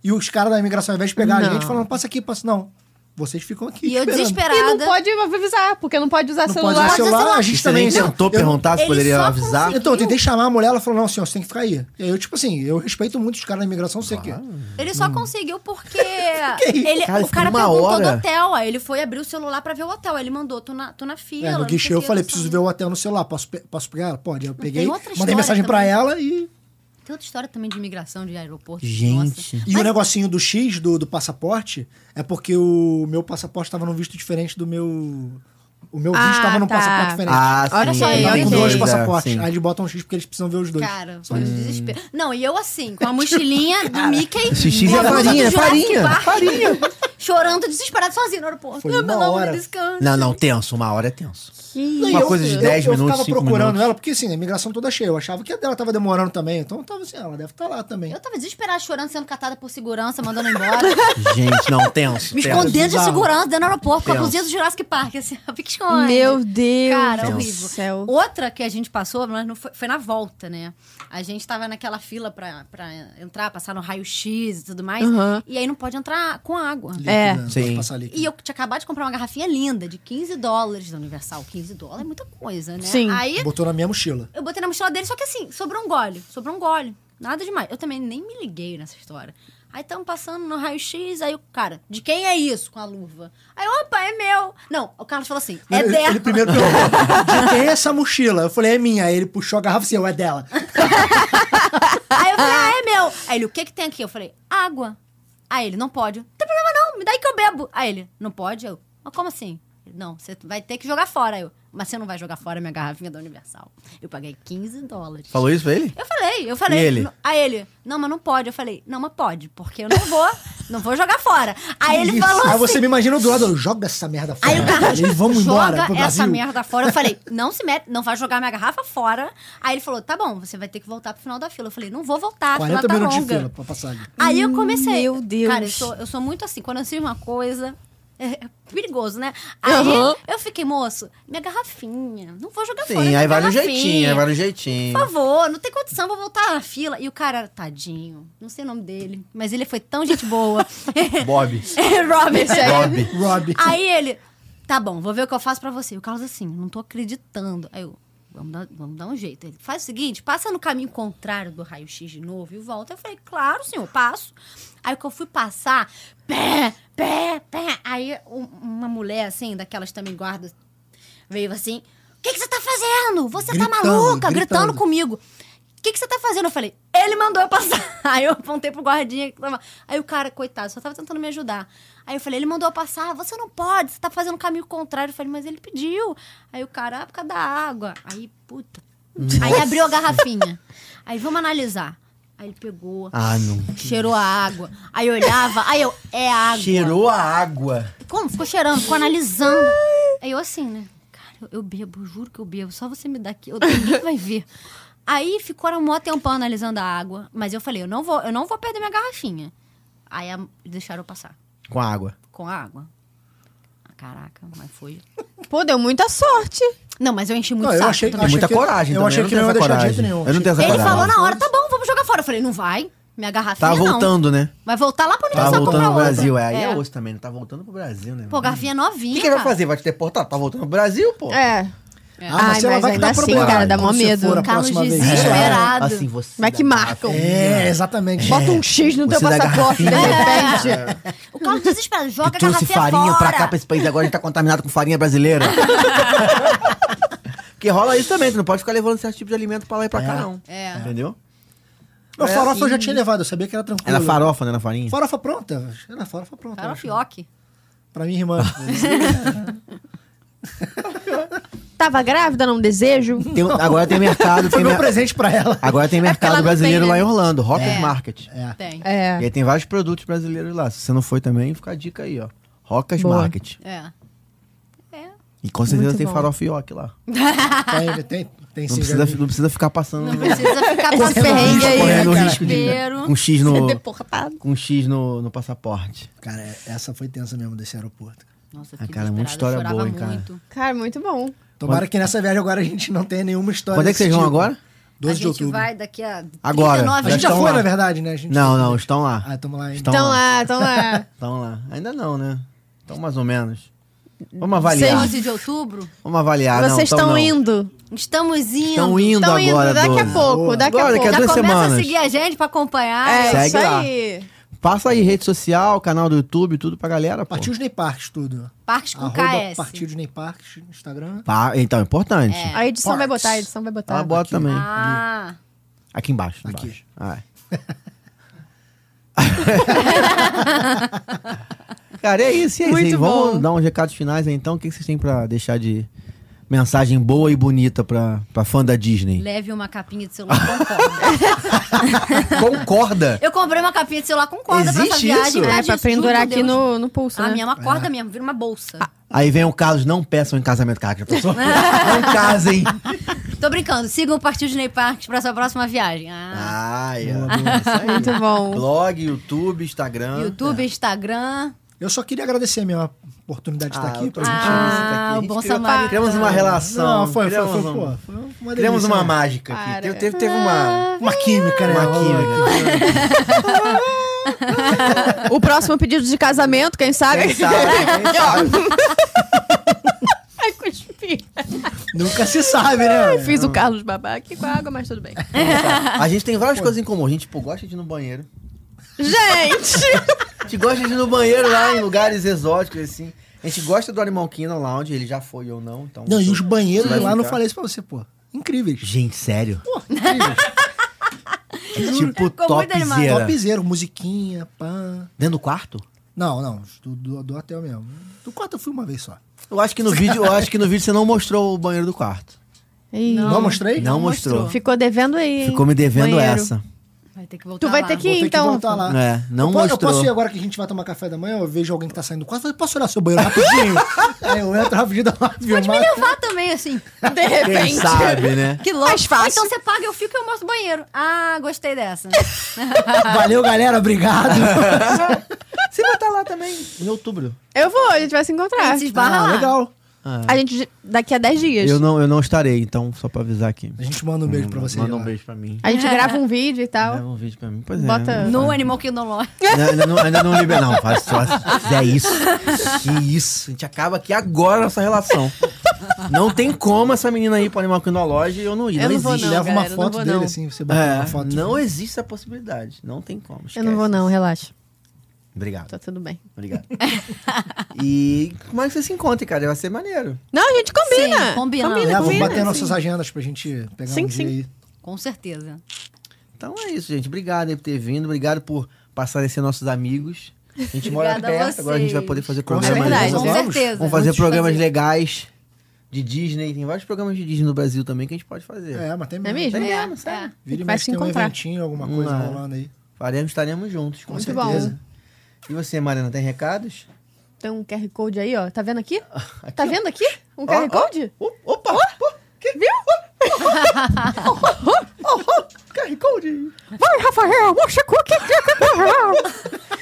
[SPEAKER 4] E os caras da imigração, ao invés de pegar a
[SPEAKER 1] Não.
[SPEAKER 4] gente, falando, passa aqui, passa. Não, vocês ficam aqui.
[SPEAKER 3] E eu
[SPEAKER 4] esperando.
[SPEAKER 3] desesperada.
[SPEAKER 1] E não pode avisar, porque não pode usar
[SPEAKER 4] Não pode
[SPEAKER 1] celular.
[SPEAKER 4] usar
[SPEAKER 3] Pode usar
[SPEAKER 4] celular,
[SPEAKER 3] celular.
[SPEAKER 4] a gente
[SPEAKER 2] Você
[SPEAKER 4] também.
[SPEAKER 2] nem tentou
[SPEAKER 4] eu não-
[SPEAKER 2] perguntar se
[SPEAKER 3] ele
[SPEAKER 2] poderia
[SPEAKER 3] só
[SPEAKER 2] avisar?
[SPEAKER 3] conseguiu-
[SPEAKER 4] Então, eu tentei chamar a mulher, ela falou: não, senhor, você tem que ficar aí. E aí eu, tipo assim, eu respeito muito os caras da imigração, sei que.
[SPEAKER 3] Ele só conseguiu porque
[SPEAKER 4] Hum. isso? tá
[SPEAKER 3] ele,
[SPEAKER 2] Cara,
[SPEAKER 3] o cara
[SPEAKER 2] ficou uma
[SPEAKER 3] perguntou
[SPEAKER 2] hora.
[SPEAKER 3] do hotel. Aí ele foi abrir o celular pra ver o hotel. Aí ele mandou, tô na, tô na fila.
[SPEAKER 4] É,
[SPEAKER 3] não
[SPEAKER 4] no
[SPEAKER 3] sei
[SPEAKER 4] guichê
[SPEAKER 3] o
[SPEAKER 4] eu
[SPEAKER 3] quê,
[SPEAKER 4] falei:
[SPEAKER 3] não
[SPEAKER 4] preciso
[SPEAKER 3] sei.
[SPEAKER 4] ver o hotel no celular. Posso, pe- posso pegar ela? Pode. Aí Eu peguei,
[SPEAKER 3] tem outra
[SPEAKER 4] mandei
[SPEAKER 3] história
[SPEAKER 4] mensagem pra
[SPEAKER 3] também.
[SPEAKER 4] ela e.
[SPEAKER 3] Tem outra história também de imigração, de aeroporto.
[SPEAKER 2] Gente.
[SPEAKER 3] Nossa.
[SPEAKER 4] E o negocinho do X, do, do passaporte, é porque o meu passaporte tava num visto diferente do meu. O meu visto
[SPEAKER 1] Ah,
[SPEAKER 4] tava num
[SPEAKER 1] tá.
[SPEAKER 4] passaporte diferente.
[SPEAKER 2] Ah,
[SPEAKER 1] Olha
[SPEAKER 2] sim,
[SPEAKER 1] só aí,
[SPEAKER 4] Ele tava
[SPEAKER 1] olha
[SPEAKER 4] com
[SPEAKER 1] que
[SPEAKER 4] dois
[SPEAKER 1] doida,
[SPEAKER 4] passaportes.
[SPEAKER 2] sim.
[SPEAKER 4] Aí eles botam um X porque eles precisam ver os dois.
[SPEAKER 3] Cara, foi um desespero. Não, e eu assim,
[SPEAKER 1] Tipo,
[SPEAKER 3] com a mochilinha do Mickey.
[SPEAKER 2] Xixi
[SPEAKER 3] com a
[SPEAKER 2] é
[SPEAKER 3] blusa do
[SPEAKER 2] farinha, é
[SPEAKER 3] Jurassic
[SPEAKER 2] farinha,
[SPEAKER 3] Park,
[SPEAKER 2] farinha.
[SPEAKER 3] Chorando, desesperado, sozinho no aeroporto.
[SPEAKER 4] Foi
[SPEAKER 3] Ah,
[SPEAKER 4] uma
[SPEAKER 3] pelo amor
[SPEAKER 4] hora.
[SPEAKER 3] de descanso.
[SPEAKER 2] Não, não, tenso. Uma hora é tenso.
[SPEAKER 1] Que
[SPEAKER 4] Não, e
[SPEAKER 2] Uma
[SPEAKER 4] eu-
[SPEAKER 2] coisa de
[SPEAKER 4] eu-
[SPEAKER 2] 10 minutos,
[SPEAKER 4] Eu ficava
[SPEAKER 2] cinco
[SPEAKER 4] procurando
[SPEAKER 2] minutos.
[SPEAKER 4] ela, porque assim, a imigração toda cheia. Eu achava que a dela tava demorando também. Então eu tava assim, ah, ela deve estar lá também.
[SPEAKER 3] Eu tava desesperada, chorando, sendo catada por segurança, mandando embora.
[SPEAKER 2] Gente, não, tenso.
[SPEAKER 3] Me
[SPEAKER 2] tenso.
[SPEAKER 3] escondendo de
[SPEAKER 4] bizarro.
[SPEAKER 3] segurança dentro do aeroporto, com a
[SPEAKER 2] Tenso.
[SPEAKER 3] blusinha do Jurassic Park. Assim, fica esconde.
[SPEAKER 1] Meu Deus
[SPEAKER 3] Cara,
[SPEAKER 1] do
[SPEAKER 3] horrível.
[SPEAKER 1] céu.
[SPEAKER 3] Outra que a gente passou, mas não foi, foi na volta, né? A gente tava naquela fila pra, pra entrar, passar no raio-x e tudo mais.
[SPEAKER 1] Aham.
[SPEAKER 3] E aí não pode entrar com água.
[SPEAKER 1] É.
[SPEAKER 4] Líquido, né? Não
[SPEAKER 2] Sim.
[SPEAKER 4] pode passar líquido.
[SPEAKER 3] E eu tinha acabado de comprar uma garrafinha linda de 15 dólares da Universal. 15 dólares é muita coisa, né?
[SPEAKER 1] Sim.
[SPEAKER 3] Aí
[SPEAKER 4] Botou na minha mochila.
[SPEAKER 3] eu botei na mochila dele, só que assim, sobrou um gole. Sobrou um gole. Nada demais. Eu também nem me liguei nessa história. Aí estamos passando no raio-x, aí o cara, de quem é isso com a luva? Aí, opa, é meu. Não, o Carlos falou assim, é
[SPEAKER 4] ele,
[SPEAKER 3] dela.
[SPEAKER 4] ele primeiro perguntou: de quem é essa mochila? Eu falei, é minha. Aí ele puxou a garrafa e disse, é dela.
[SPEAKER 3] Aí eu falei, ah, é meu. Aí ele, o que que tem aqui? Eu falei, água. Aí ele, não pode. Não tem problema não, me dá aí que eu bebo. Aí ele, não pode? Eu, mas como assim? Ele, não, você vai ter que jogar fora. Eu, mas você não vai jogar fora minha garrafinha da Universal. Eu paguei 15 dólares.
[SPEAKER 2] Falou isso pra ele?
[SPEAKER 3] Eu falei, eu falei.
[SPEAKER 2] E ele?
[SPEAKER 3] N- Aí ele, não, mas não pode. Eu falei, não, mas pode, porque eu não vou, não vou jogar fora. Aí ele falou
[SPEAKER 4] Aí
[SPEAKER 3] assim.
[SPEAKER 4] você me imagina do lado, joga essa merda fora.
[SPEAKER 3] Aí o Carlos,
[SPEAKER 4] Falei, vamos embora pro
[SPEAKER 3] joga
[SPEAKER 4] Brasil.
[SPEAKER 3] essa merda fora. Eu falei, não se mete, não vai jogar minha garrafa fora. Aí ele falou, tá bom, você vai ter que voltar pro final da fila. Eu falei, não vou voltar, a fila
[SPEAKER 4] 40
[SPEAKER 3] tá
[SPEAKER 4] minutos de
[SPEAKER 3] longa.
[SPEAKER 4] fila pra passagem.
[SPEAKER 3] Aí eu comecei.
[SPEAKER 1] Meu Deus.
[SPEAKER 3] Cara, eu sou, eu sou muito assim. Quando eu sei uma coisa. É é perigoso, né? Aí
[SPEAKER 1] Aham.
[SPEAKER 3] eu fiquei, moço, minha garrafinha. Não vou jogar fora.
[SPEAKER 2] Sim, aí
[SPEAKER 3] minha
[SPEAKER 2] vai no
[SPEAKER 3] garrafinha.
[SPEAKER 2] jeitinho, aí vai no
[SPEAKER 3] Por
[SPEAKER 2] jeitinho.
[SPEAKER 3] favor, não tem condição, vou voltar na fila. E o cara, tadinho, não sei o nome dele, mas ele foi tão gente boa.
[SPEAKER 2] Bob.
[SPEAKER 3] Robert, aí.
[SPEAKER 2] Bob.
[SPEAKER 4] Rob.
[SPEAKER 3] Aí ele, tá bom, vou ver o que eu faço pra você. E o Carlos assim, não tô acreditando. Aí eu, vamos dar, vamos dar um jeito. Ele, faz o seguinte, passa no caminho contrário do raio-x de novo e volta. Eu falei, claro, senhor, passo. Aí que eu fui passar, pé, pé, pé. Aí um- uma mulher assim, daquelas também guardas, veio assim, o que, que você tá fazendo? Você tá
[SPEAKER 4] Gritando,
[SPEAKER 3] maluca?
[SPEAKER 4] gritando.
[SPEAKER 3] gritando comigo. O que, que você tá fazendo? Eu falei, ele mandou eu passar. Aí eu apontei pro guardinha. que tava- Aí o cara, coitado, só tava tentando me ajudar. Aí eu falei, ele mandou eu passar, você não pode, você tá fazendo o caminho contrário. Eu falei, mas ele pediu. Aí o cara, ah, por causa da água. Aí, puta. Aí abriu a garrafinha. Aí vamos analisar. Aí ele pegou,
[SPEAKER 2] Ah, não.
[SPEAKER 3] cheirou a água. Aí eu olhava, aí eu, é água.
[SPEAKER 2] Cheirou a água.
[SPEAKER 3] Como? Ficou cheirando, ficou analisando. Aí eu assim, né? Cara, eu, eu bebo, eu juro que eu bebo. Só você me dá aqui, eu, ninguém vai ver. Aí ficaram um maior tempão analisando a água. Mas eu falei, eu não vou, eu não vou perder minha garrafinha. Aí a- deixaram eu passar
[SPEAKER 2] Com a água.
[SPEAKER 3] com a água. Ah, Caraca, mas foi...
[SPEAKER 1] Pô, deu muita sorte.
[SPEAKER 3] Não, mas eu enchi muito
[SPEAKER 4] Não, eu
[SPEAKER 3] saco.
[SPEAKER 4] achei-
[SPEAKER 3] também.
[SPEAKER 2] É muita
[SPEAKER 4] que-
[SPEAKER 2] coragem
[SPEAKER 4] eu
[SPEAKER 2] também,
[SPEAKER 4] achei
[SPEAKER 2] não
[SPEAKER 4] que
[SPEAKER 2] tenho
[SPEAKER 4] não
[SPEAKER 2] essa
[SPEAKER 4] ia deixar de
[SPEAKER 2] coragem.
[SPEAKER 4] jeito nenhum.
[SPEAKER 2] Eu não tenho essa
[SPEAKER 4] Ele
[SPEAKER 3] Ele
[SPEAKER 2] coragem.
[SPEAKER 3] falou na hora, tá bom, vamos jogar fora. Eu falei, não vai, minha garrafinha
[SPEAKER 2] Tá
[SPEAKER 3] não.
[SPEAKER 2] voltando, né?
[SPEAKER 3] Vai voltar lá
[SPEAKER 2] Tá
[SPEAKER 3] pro Universal
[SPEAKER 2] voltando
[SPEAKER 3] comprar
[SPEAKER 2] pro
[SPEAKER 3] outra.
[SPEAKER 2] Brasil. É, aí é
[SPEAKER 3] É.
[SPEAKER 2] osso também. Não tá voltando pro Brasil, né?
[SPEAKER 3] Pô, garfinha novinha.
[SPEAKER 2] O que, que ele vai
[SPEAKER 3] cara.
[SPEAKER 2] fazer? Vai te deportar? Tá voltando pro Brasil, pô.
[SPEAKER 1] É.
[SPEAKER 4] Ah,
[SPEAKER 1] Ai,
[SPEAKER 4] mas, ela
[SPEAKER 1] mas
[SPEAKER 4] vai que
[SPEAKER 3] é
[SPEAKER 4] dá
[SPEAKER 1] ainda assim,
[SPEAKER 4] problema.
[SPEAKER 1] cara, dá mó
[SPEAKER 4] Quando você
[SPEAKER 1] medo.
[SPEAKER 4] for a
[SPEAKER 3] Carlos
[SPEAKER 4] próxima vez.
[SPEAKER 3] desiste. né? Desesperado.
[SPEAKER 2] Assim, você
[SPEAKER 1] Mas que
[SPEAKER 2] dá-
[SPEAKER 1] marcam.
[SPEAKER 4] É, exatamente. É.
[SPEAKER 1] Bota um X no teu
[SPEAKER 2] Você dá
[SPEAKER 1] passaporte, né? de repente.
[SPEAKER 3] garrafinha. O Carlos desesperado,
[SPEAKER 2] Que
[SPEAKER 3] joga a
[SPEAKER 2] trouxe
[SPEAKER 3] garrafinha
[SPEAKER 2] farinha
[SPEAKER 3] fora.
[SPEAKER 2] pra cá, pra esse país. Agora a gente tá contaminado com farinha brasileira. Porque rola isso também. Tu não pode ficar levando certo tipo de alimento pra lá e pra cá,
[SPEAKER 4] É.
[SPEAKER 2] não.
[SPEAKER 3] É.
[SPEAKER 2] Entendeu?
[SPEAKER 4] Não,
[SPEAKER 2] É
[SPEAKER 4] farofa
[SPEAKER 2] assim.
[SPEAKER 4] eu já tinha levado, eu sabia que era tranquilo.
[SPEAKER 2] Era farofa, né? Na farinha.
[SPEAKER 4] Farofa pronta? Era farofa pronta. eu
[SPEAKER 3] Era um
[SPEAKER 4] acho.
[SPEAKER 3] fioque.
[SPEAKER 4] Pra minha irmã.
[SPEAKER 1] É. Tava grávida, não desejo?
[SPEAKER 2] Tem um- agora tem mercado.
[SPEAKER 4] Foi
[SPEAKER 2] tem
[SPEAKER 4] meu
[SPEAKER 2] mer-
[SPEAKER 4] presente pra ela.
[SPEAKER 2] Agora tem mercado
[SPEAKER 3] não
[SPEAKER 2] brasileiro
[SPEAKER 3] tem,
[SPEAKER 2] lá
[SPEAKER 3] né?
[SPEAKER 2] em Orlando, Rocker
[SPEAKER 3] É.
[SPEAKER 2] Market.
[SPEAKER 3] Tem.
[SPEAKER 1] É.
[SPEAKER 2] E aí tem vários produtos brasileiros lá. Se você não foi também, fica a dica aí, ó. Rockers
[SPEAKER 1] Boa.
[SPEAKER 2] Market.
[SPEAKER 3] É.
[SPEAKER 2] E com certeza
[SPEAKER 1] Muito
[SPEAKER 2] tem
[SPEAKER 1] bom.
[SPEAKER 2] farofa e ok lá.
[SPEAKER 4] Tem, Então, tem, tem
[SPEAKER 2] Não
[SPEAKER 4] sim.
[SPEAKER 2] precisa,
[SPEAKER 4] já vi.
[SPEAKER 2] não precisa ficar passando
[SPEAKER 3] Não precisa ficar com
[SPEAKER 4] Correndo risco,
[SPEAKER 3] perrengue aí.
[SPEAKER 4] correndo
[SPEAKER 3] né,
[SPEAKER 4] risco de-
[SPEAKER 3] desespero.
[SPEAKER 2] com um X no,
[SPEAKER 1] Deportado.
[SPEAKER 2] com um X no, no passaporte.
[SPEAKER 4] Cara, é- essa foi tensa mesmo desse aeroporto.
[SPEAKER 3] Nossa, eu
[SPEAKER 2] Ah,
[SPEAKER 3] fiquei
[SPEAKER 2] cara, muita
[SPEAKER 3] desesperada,
[SPEAKER 2] história
[SPEAKER 3] chorava
[SPEAKER 2] boa, hein, cara.
[SPEAKER 3] muito.
[SPEAKER 1] Cara, muito bom.
[SPEAKER 4] Tomara que nessa viagem agora a gente não tenha nenhuma história.
[SPEAKER 2] Quando é que
[SPEAKER 4] desse
[SPEAKER 2] vocês vão
[SPEAKER 4] tipo.
[SPEAKER 2] agora?
[SPEAKER 4] 12
[SPEAKER 3] a
[SPEAKER 4] de
[SPEAKER 3] gente
[SPEAKER 4] outubro.
[SPEAKER 3] vai daqui a 39
[SPEAKER 2] Agora.
[SPEAKER 4] A gente já
[SPEAKER 2] Estão
[SPEAKER 4] foi,
[SPEAKER 2] lá.
[SPEAKER 4] na verdade, né? A gente
[SPEAKER 2] Não, não, estão lá.
[SPEAKER 4] Ah, tamo lá ainda.
[SPEAKER 2] Estão
[SPEAKER 1] Então
[SPEAKER 2] lá.
[SPEAKER 1] lá, então lá.
[SPEAKER 2] Estão lá. Ainda não, né? Estão mais ou menos. Vamos avaliar.
[SPEAKER 3] 11 de outubro.
[SPEAKER 2] Vamos avaliar. Ah, não,
[SPEAKER 1] Vocês
[SPEAKER 2] tão
[SPEAKER 1] estão
[SPEAKER 2] não.
[SPEAKER 1] indo.
[SPEAKER 3] Estamos indo.
[SPEAKER 2] Estão indo
[SPEAKER 1] Estão indo,
[SPEAKER 2] agora,
[SPEAKER 1] daqui a
[SPEAKER 2] Duda.
[SPEAKER 1] pouco, daqui
[SPEAKER 2] Agora,
[SPEAKER 1] a
[SPEAKER 2] daqui
[SPEAKER 1] pouco.
[SPEAKER 2] a
[SPEAKER 3] Já
[SPEAKER 2] duas
[SPEAKER 3] começa a
[SPEAKER 2] semanas.
[SPEAKER 3] seguir a gente pra acompanhar.
[SPEAKER 1] É,
[SPEAKER 2] Segue
[SPEAKER 1] isso
[SPEAKER 2] lá.
[SPEAKER 1] aí.
[SPEAKER 2] Passa aí rede social, canal do YouTube, tudo pra galera, pô.
[SPEAKER 4] Partiu Disney Parks, tudo.
[SPEAKER 3] Parques com
[SPEAKER 4] Arroba
[SPEAKER 3] KS.
[SPEAKER 4] Partiu Disney Parks no Instagram.
[SPEAKER 2] Pa- Então, é importante.
[SPEAKER 1] A edição vai
[SPEAKER 4] Parks.
[SPEAKER 1] botar, a edição vai botar.
[SPEAKER 2] Ela bota também.
[SPEAKER 3] Ah,
[SPEAKER 2] Aqui embaixo.
[SPEAKER 4] Aqui.
[SPEAKER 2] embaixo. Ah, é. Cara, é isso, é isso.
[SPEAKER 1] Muito
[SPEAKER 2] hein? Vamos
[SPEAKER 1] bom.
[SPEAKER 2] dar uns recados finais aí, então. O que que vocês têm pra deixar de mensagem boa e bonita pra, pra fã da Disney?
[SPEAKER 3] leve uma capinha de celular com corda.
[SPEAKER 2] Concorda?
[SPEAKER 3] Eu comprei uma capinha de celular com corda pra essa
[SPEAKER 2] Existe
[SPEAKER 3] viagem.
[SPEAKER 2] isso?
[SPEAKER 3] por
[SPEAKER 1] É,
[SPEAKER 3] causa
[SPEAKER 1] pra
[SPEAKER 3] disso,
[SPEAKER 1] pendurar
[SPEAKER 3] juro por
[SPEAKER 1] aqui
[SPEAKER 3] Deus.
[SPEAKER 1] no, no pulso,
[SPEAKER 3] A
[SPEAKER 1] né?
[SPEAKER 3] minha é uma corda mesmo, vira uma bolsa.
[SPEAKER 2] Aí vem o Carlos, não peçam em casamento. Cara, que já pensou? não casem.
[SPEAKER 3] Tô brincando, sigam o Partiu Disney Parks pra sua próxima viagem. Ah,
[SPEAKER 2] Ai,
[SPEAKER 1] Muito bom.
[SPEAKER 2] Blog, YouTube, Instagram.
[SPEAKER 3] YouTube, Instagram.
[SPEAKER 4] Eu só queria agradecer mesmo a oportunidade de
[SPEAKER 2] Ah,
[SPEAKER 4] estar aqui.
[SPEAKER 2] eu tô
[SPEAKER 4] pra gente-
[SPEAKER 2] sentindo isso
[SPEAKER 3] Ah,
[SPEAKER 2] daqui.
[SPEAKER 3] o
[SPEAKER 2] A gente
[SPEAKER 3] bom
[SPEAKER 2] criou-
[SPEAKER 3] samaritano.
[SPEAKER 2] Criamos uma relação.
[SPEAKER 4] Não, foi, foi,
[SPEAKER 2] criamos
[SPEAKER 4] foi,
[SPEAKER 2] um-
[SPEAKER 4] pô, foi uma delícia,
[SPEAKER 2] Criamos uma
[SPEAKER 4] né?
[SPEAKER 2] mágica
[SPEAKER 1] Para.
[SPEAKER 2] aqui. Teve, teve- teve uma,
[SPEAKER 4] Uma química, né?
[SPEAKER 2] uma química.
[SPEAKER 1] O próximo pedido de casamento, quem sabe?
[SPEAKER 2] Quem sabe, quem sabe.
[SPEAKER 1] Ai, cuspi.
[SPEAKER 4] Nunca se sabe,
[SPEAKER 2] É.
[SPEAKER 4] né?
[SPEAKER 1] Fiz o Carlos babar aqui com a água, mas tudo bem.
[SPEAKER 2] A gente tem várias coisas em comum. A gente tipo, gosta de ir no banheiro.
[SPEAKER 1] Gente!
[SPEAKER 2] A gente gosta de ir no banheiro lá em lugares exóticos, assim. A gente gosta do Animal Kingdom Lounge, ele já foi ou não. Então,
[SPEAKER 4] Não, e os banheiros
[SPEAKER 2] Vai
[SPEAKER 4] lá, não
[SPEAKER 2] ficar.
[SPEAKER 4] falei isso pra você, pô. Incríveis.
[SPEAKER 2] Gente, sério? É tipo
[SPEAKER 3] Ficou muito animado.
[SPEAKER 2] topzera.
[SPEAKER 4] Topzera, musiquinha, pã.
[SPEAKER 2] Dentro do quarto?
[SPEAKER 4] Não, não, do, do, do hotel mesmo. Do quarto eu fui uma vez só.
[SPEAKER 2] Eu acho que no vídeo, eu acho que no vídeo você não mostrou o banheiro do quarto.
[SPEAKER 1] Ih,
[SPEAKER 4] Não, mostrei?
[SPEAKER 2] Não, mostrou.
[SPEAKER 1] Ficou devendo aí, hein?
[SPEAKER 2] Ficou me devendo
[SPEAKER 1] Banheiro.
[SPEAKER 2] essa.
[SPEAKER 3] Vai ter que voltar
[SPEAKER 1] Tu vai
[SPEAKER 3] lá.
[SPEAKER 1] ter que
[SPEAKER 4] Vou
[SPEAKER 1] ir,
[SPEAKER 4] ter que
[SPEAKER 1] então.
[SPEAKER 4] voltar lá.
[SPEAKER 2] É, não
[SPEAKER 4] eu posso,
[SPEAKER 2] mostrou.
[SPEAKER 4] Eu posso ir agora que a gente vai tomar café da manhã? Eu vejo alguém que tá saindo do quarto. Eu falei, posso olhar seu banheiro rapidinho? Aí eu entro rapidinho da lá, viu?
[SPEAKER 3] Pode me levar também, assim.
[SPEAKER 1] De repente.
[SPEAKER 2] Quem sabe, né?
[SPEAKER 3] Que louco.
[SPEAKER 1] Mais fácil.
[SPEAKER 3] Ou então você paga, eu fico e eu mostro o banheiro. Ah, gostei dessa.
[SPEAKER 4] Valeu, galera, obrigado.
[SPEAKER 2] Você vai estar lá também em outubro.
[SPEAKER 1] Eu vou, a gente vai se encontrar.
[SPEAKER 3] A gente se esbarra lá.
[SPEAKER 4] Ah, legal.
[SPEAKER 1] A gente, daqui a 10 dias.
[SPEAKER 2] Ah. Eu não, eu não estarei, então, só pra avisar aqui.
[SPEAKER 4] A gente manda um beijo pra você.
[SPEAKER 2] Manda um
[SPEAKER 4] lá.
[SPEAKER 2] beijo pra mim.
[SPEAKER 1] A gente grava um vídeo e tal.
[SPEAKER 2] Leva um vídeo pra mim. Pois
[SPEAKER 1] Bota-
[SPEAKER 2] é.
[SPEAKER 3] No Animal Kingdom Lodge.
[SPEAKER 2] Ainda, ainda não, ainda não libera. Não, faz só se fizer isso. Que isso. A gente acaba aqui agora nossa relação. Não tem como essa menina ir pro Animal Kingdom Lodge e eu não ir.
[SPEAKER 1] Eu
[SPEAKER 2] não,
[SPEAKER 1] não vou,
[SPEAKER 2] existe.
[SPEAKER 1] não.
[SPEAKER 4] Leva uma
[SPEAKER 1] galera, não
[SPEAKER 4] foto
[SPEAKER 1] vou,
[SPEAKER 4] dele
[SPEAKER 1] não.
[SPEAKER 4] assim, você bota uma
[SPEAKER 2] É,
[SPEAKER 4] foto.
[SPEAKER 2] não existe essa possibilidade. Não tem como.
[SPEAKER 1] Eu não vou,
[SPEAKER 2] esquece.
[SPEAKER 1] não, relaxa.
[SPEAKER 2] Obrigado,
[SPEAKER 1] Tá tudo bem.
[SPEAKER 2] obrigado. e como é que você se encontra, cara? Vai ser maneiro.
[SPEAKER 1] Não, a gente combina.
[SPEAKER 3] Sim, combina.
[SPEAKER 4] É,
[SPEAKER 1] Combina,
[SPEAKER 4] vamos
[SPEAKER 1] combina.
[SPEAKER 4] bater nossas agendas pra gente pegar
[SPEAKER 1] assim. Sim,
[SPEAKER 4] um dia
[SPEAKER 1] sim.
[SPEAKER 4] aí.
[SPEAKER 3] Com certeza.
[SPEAKER 2] Então é isso, gente. Obrigado aí por ter vindo. Obrigado por passarem a ser nossos amigos. A gente mora
[SPEAKER 3] Obrigada a
[SPEAKER 2] perto, agora a gente vai
[SPEAKER 3] vocês.
[SPEAKER 2] poder fazer
[SPEAKER 4] Com
[SPEAKER 2] programas
[SPEAKER 1] certeza.
[SPEAKER 2] legais.
[SPEAKER 1] Com
[SPEAKER 2] Vamos
[SPEAKER 3] certeza. É,
[SPEAKER 2] fazer
[SPEAKER 3] Vamos
[SPEAKER 2] programas
[SPEAKER 3] fazer.
[SPEAKER 2] legais de Disney. Tem vários programas de Disney no Brasil também que a gente pode fazer.
[SPEAKER 4] É, mas tem
[SPEAKER 1] É mesmo?
[SPEAKER 2] Tem
[SPEAKER 1] É,
[SPEAKER 2] mesmo, sério.
[SPEAKER 1] é.
[SPEAKER 4] Vira e
[SPEAKER 1] Vai
[SPEAKER 4] mexe
[SPEAKER 1] se
[SPEAKER 4] tem um
[SPEAKER 1] encontrar.
[SPEAKER 4] eventinho, alguma coisa
[SPEAKER 2] Hum, é.
[SPEAKER 4] rolando aí.
[SPEAKER 2] Faremos, estaremos juntos, com
[SPEAKER 1] Muito
[SPEAKER 2] certeza.
[SPEAKER 1] bom.
[SPEAKER 2] E você, Mariana, tem recados?
[SPEAKER 1] Tem um QR Code aí, ó. Tá vendo aqui?
[SPEAKER 2] Ah, Aqui,
[SPEAKER 1] tá
[SPEAKER 2] ó.
[SPEAKER 1] vendo aqui? Um
[SPEAKER 2] Ó,
[SPEAKER 1] QR
[SPEAKER 2] ó.
[SPEAKER 1] Code?
[SPEAKER 2] O- Opa! Opa! Que... Viu? QR Code!
[SPEAKER 1] Vai, Rafael, mostra o que que
[SPEAKER 2] O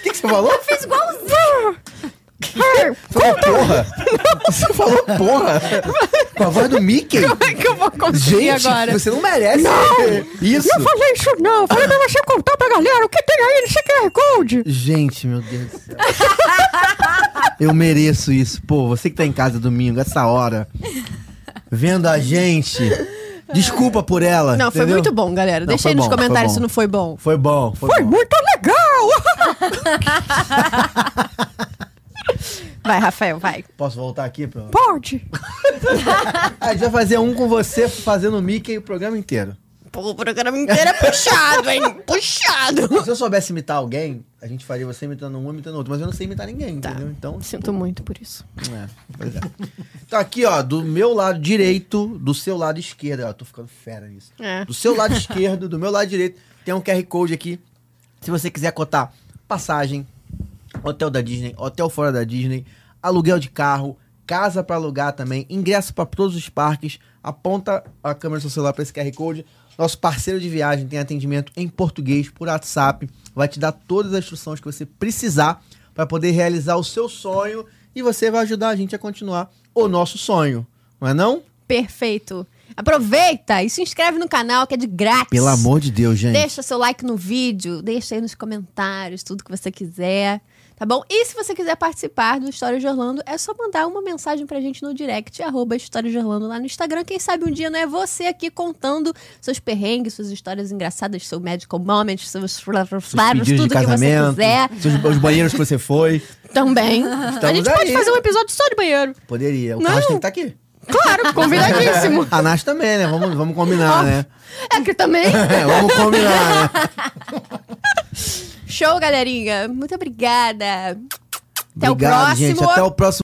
[SPEAKER 2] que, que você falou?
[SPEAKER 1] Fiz igualzinho.
[SPEAKER 2] Você falou porra? Você falou porra? Com a voz do Mickey?
[SPEAKER 1] Como é que eu vou conseguir
[SPEAKER 2] Gente,
[SPEAKER 1] agora?
[SPEAKER 2] você não merece isso.
[SPEAKER 1] Não falei isso não, eu falei pra você contar pra galera o que tem aí nesse QR Code.
[SPEAKER 2] Gente, meu Deus do céu. Eu mereço isso. Pô, você que tá em casa domingo, essa hora, vendo a gente, desculpa por ela.
[SPEAKER 1] Não, foi
[SPEAKER 2] entendeu?
[SPEAKER 1] muito bom, galera.
[SPEAKER 2] Não,
[SPEAKER 1] Deixa
[SPEAKER 2] foi
[SPEAKER 1] aí nos
[SPEAKER 2] bom, foi
[SPEAKER 1] comentários
[SPEAKER 2] bom.
[SPEAKER 1] se não foi bom.
[SPEAKER 2] Foi bom, foi,
[SPEAKER 1] Foi
[SPEAKER 2] bom.
[SPEAKER 1] muito legal! vai, Rafael, vai.
[SPEAKER 2] Posso voltar aqui? Pra...
[SPEAKER 1] Pode!
[SPEAKER 2] A gente vai fazer um com você fazendo o Mickey o programa inteiro.
[SPEAKER 1] Pô, o programa inteiro é puxado, hein? Puxado!
[SPEAKER 2] Se eu soubesse imitar alguém, a gente faria você imitando um, imitando outro. Mas eu não sei imitar ninguém,
[SPEAKER 1] Tá.
[SPEAKER 2] entendeu? Então,
[SPEAKER 1] Sinto muito por isso.
[SPEAKER 2] É, pois é. Então aqui, ó, do meu lado direito, do seu lado esquerdo. Ó, tô ficando fera nisso.
[SPEAKER 1] É.
[SPEAKER 2] Do seu lado esquerdo, do meu lado direito, tem um QR Code aqui. Se você quiser cotar passagem, hotel da Disney, hotel fora da Disney, aluguel de carro, casa pra alugar também, ingresso pra todos os parques, aponta a câmera do seu celular pra esse QR Code. Nosso parceiro de viagem tem atendimento em português por WhatsApp, vai te dar todas as instruções que você precisar pra poder realizar o seu sonho e você vai ajudar a gente a continuar o nosso sonho, não é não?
[SPEAKER 1] Perfeito. Aproveita e se inscreve no canal que é de grátis.
[SPEAKER 2] de Deus, gente.
[SPEAKER 1] Deixa seu like no vídeo, deixa aí nos comentários tudo que você quiser, tá bom? E se você quiser participar do História de Orlando, é só mandar uma mensagem pra gente no direct, arroba História de Orlando lá no Instagram. Quem sabe um dia não é você aqui contando seus perrengues, suas histórias engraçadas, seu medical moment, seus flavors, tudo que você quiser
[SPEAKER 2] seus- os banheiros que você foi.
[SPEAKER 1] também. A gente pode
[SPEAKER 2] aí.
[SPEAKER 1] fazer um episódio só de banheiro.
[SPEAKER 2] Poderia. O
[SPEAKER 1] Não.
[SPEAKER 2] Carlos tem que estar aqui.
[SPEAKER 1] Claro, convidadíssimo.
[SPEAKER 2] A Nath também, né? Vamos, vamos combinar, né?
[SPEAKER 1] É que também.
[SPEAKER 2] É, vamos combinar, né?
[SPEAKER 1] Show, galerinha. Muito obrigada. Até o
[SPEAKER 2] Obrigado,
[SPEAKER 1] próximo.
[SPEAKER 2] gente. Até o próximo.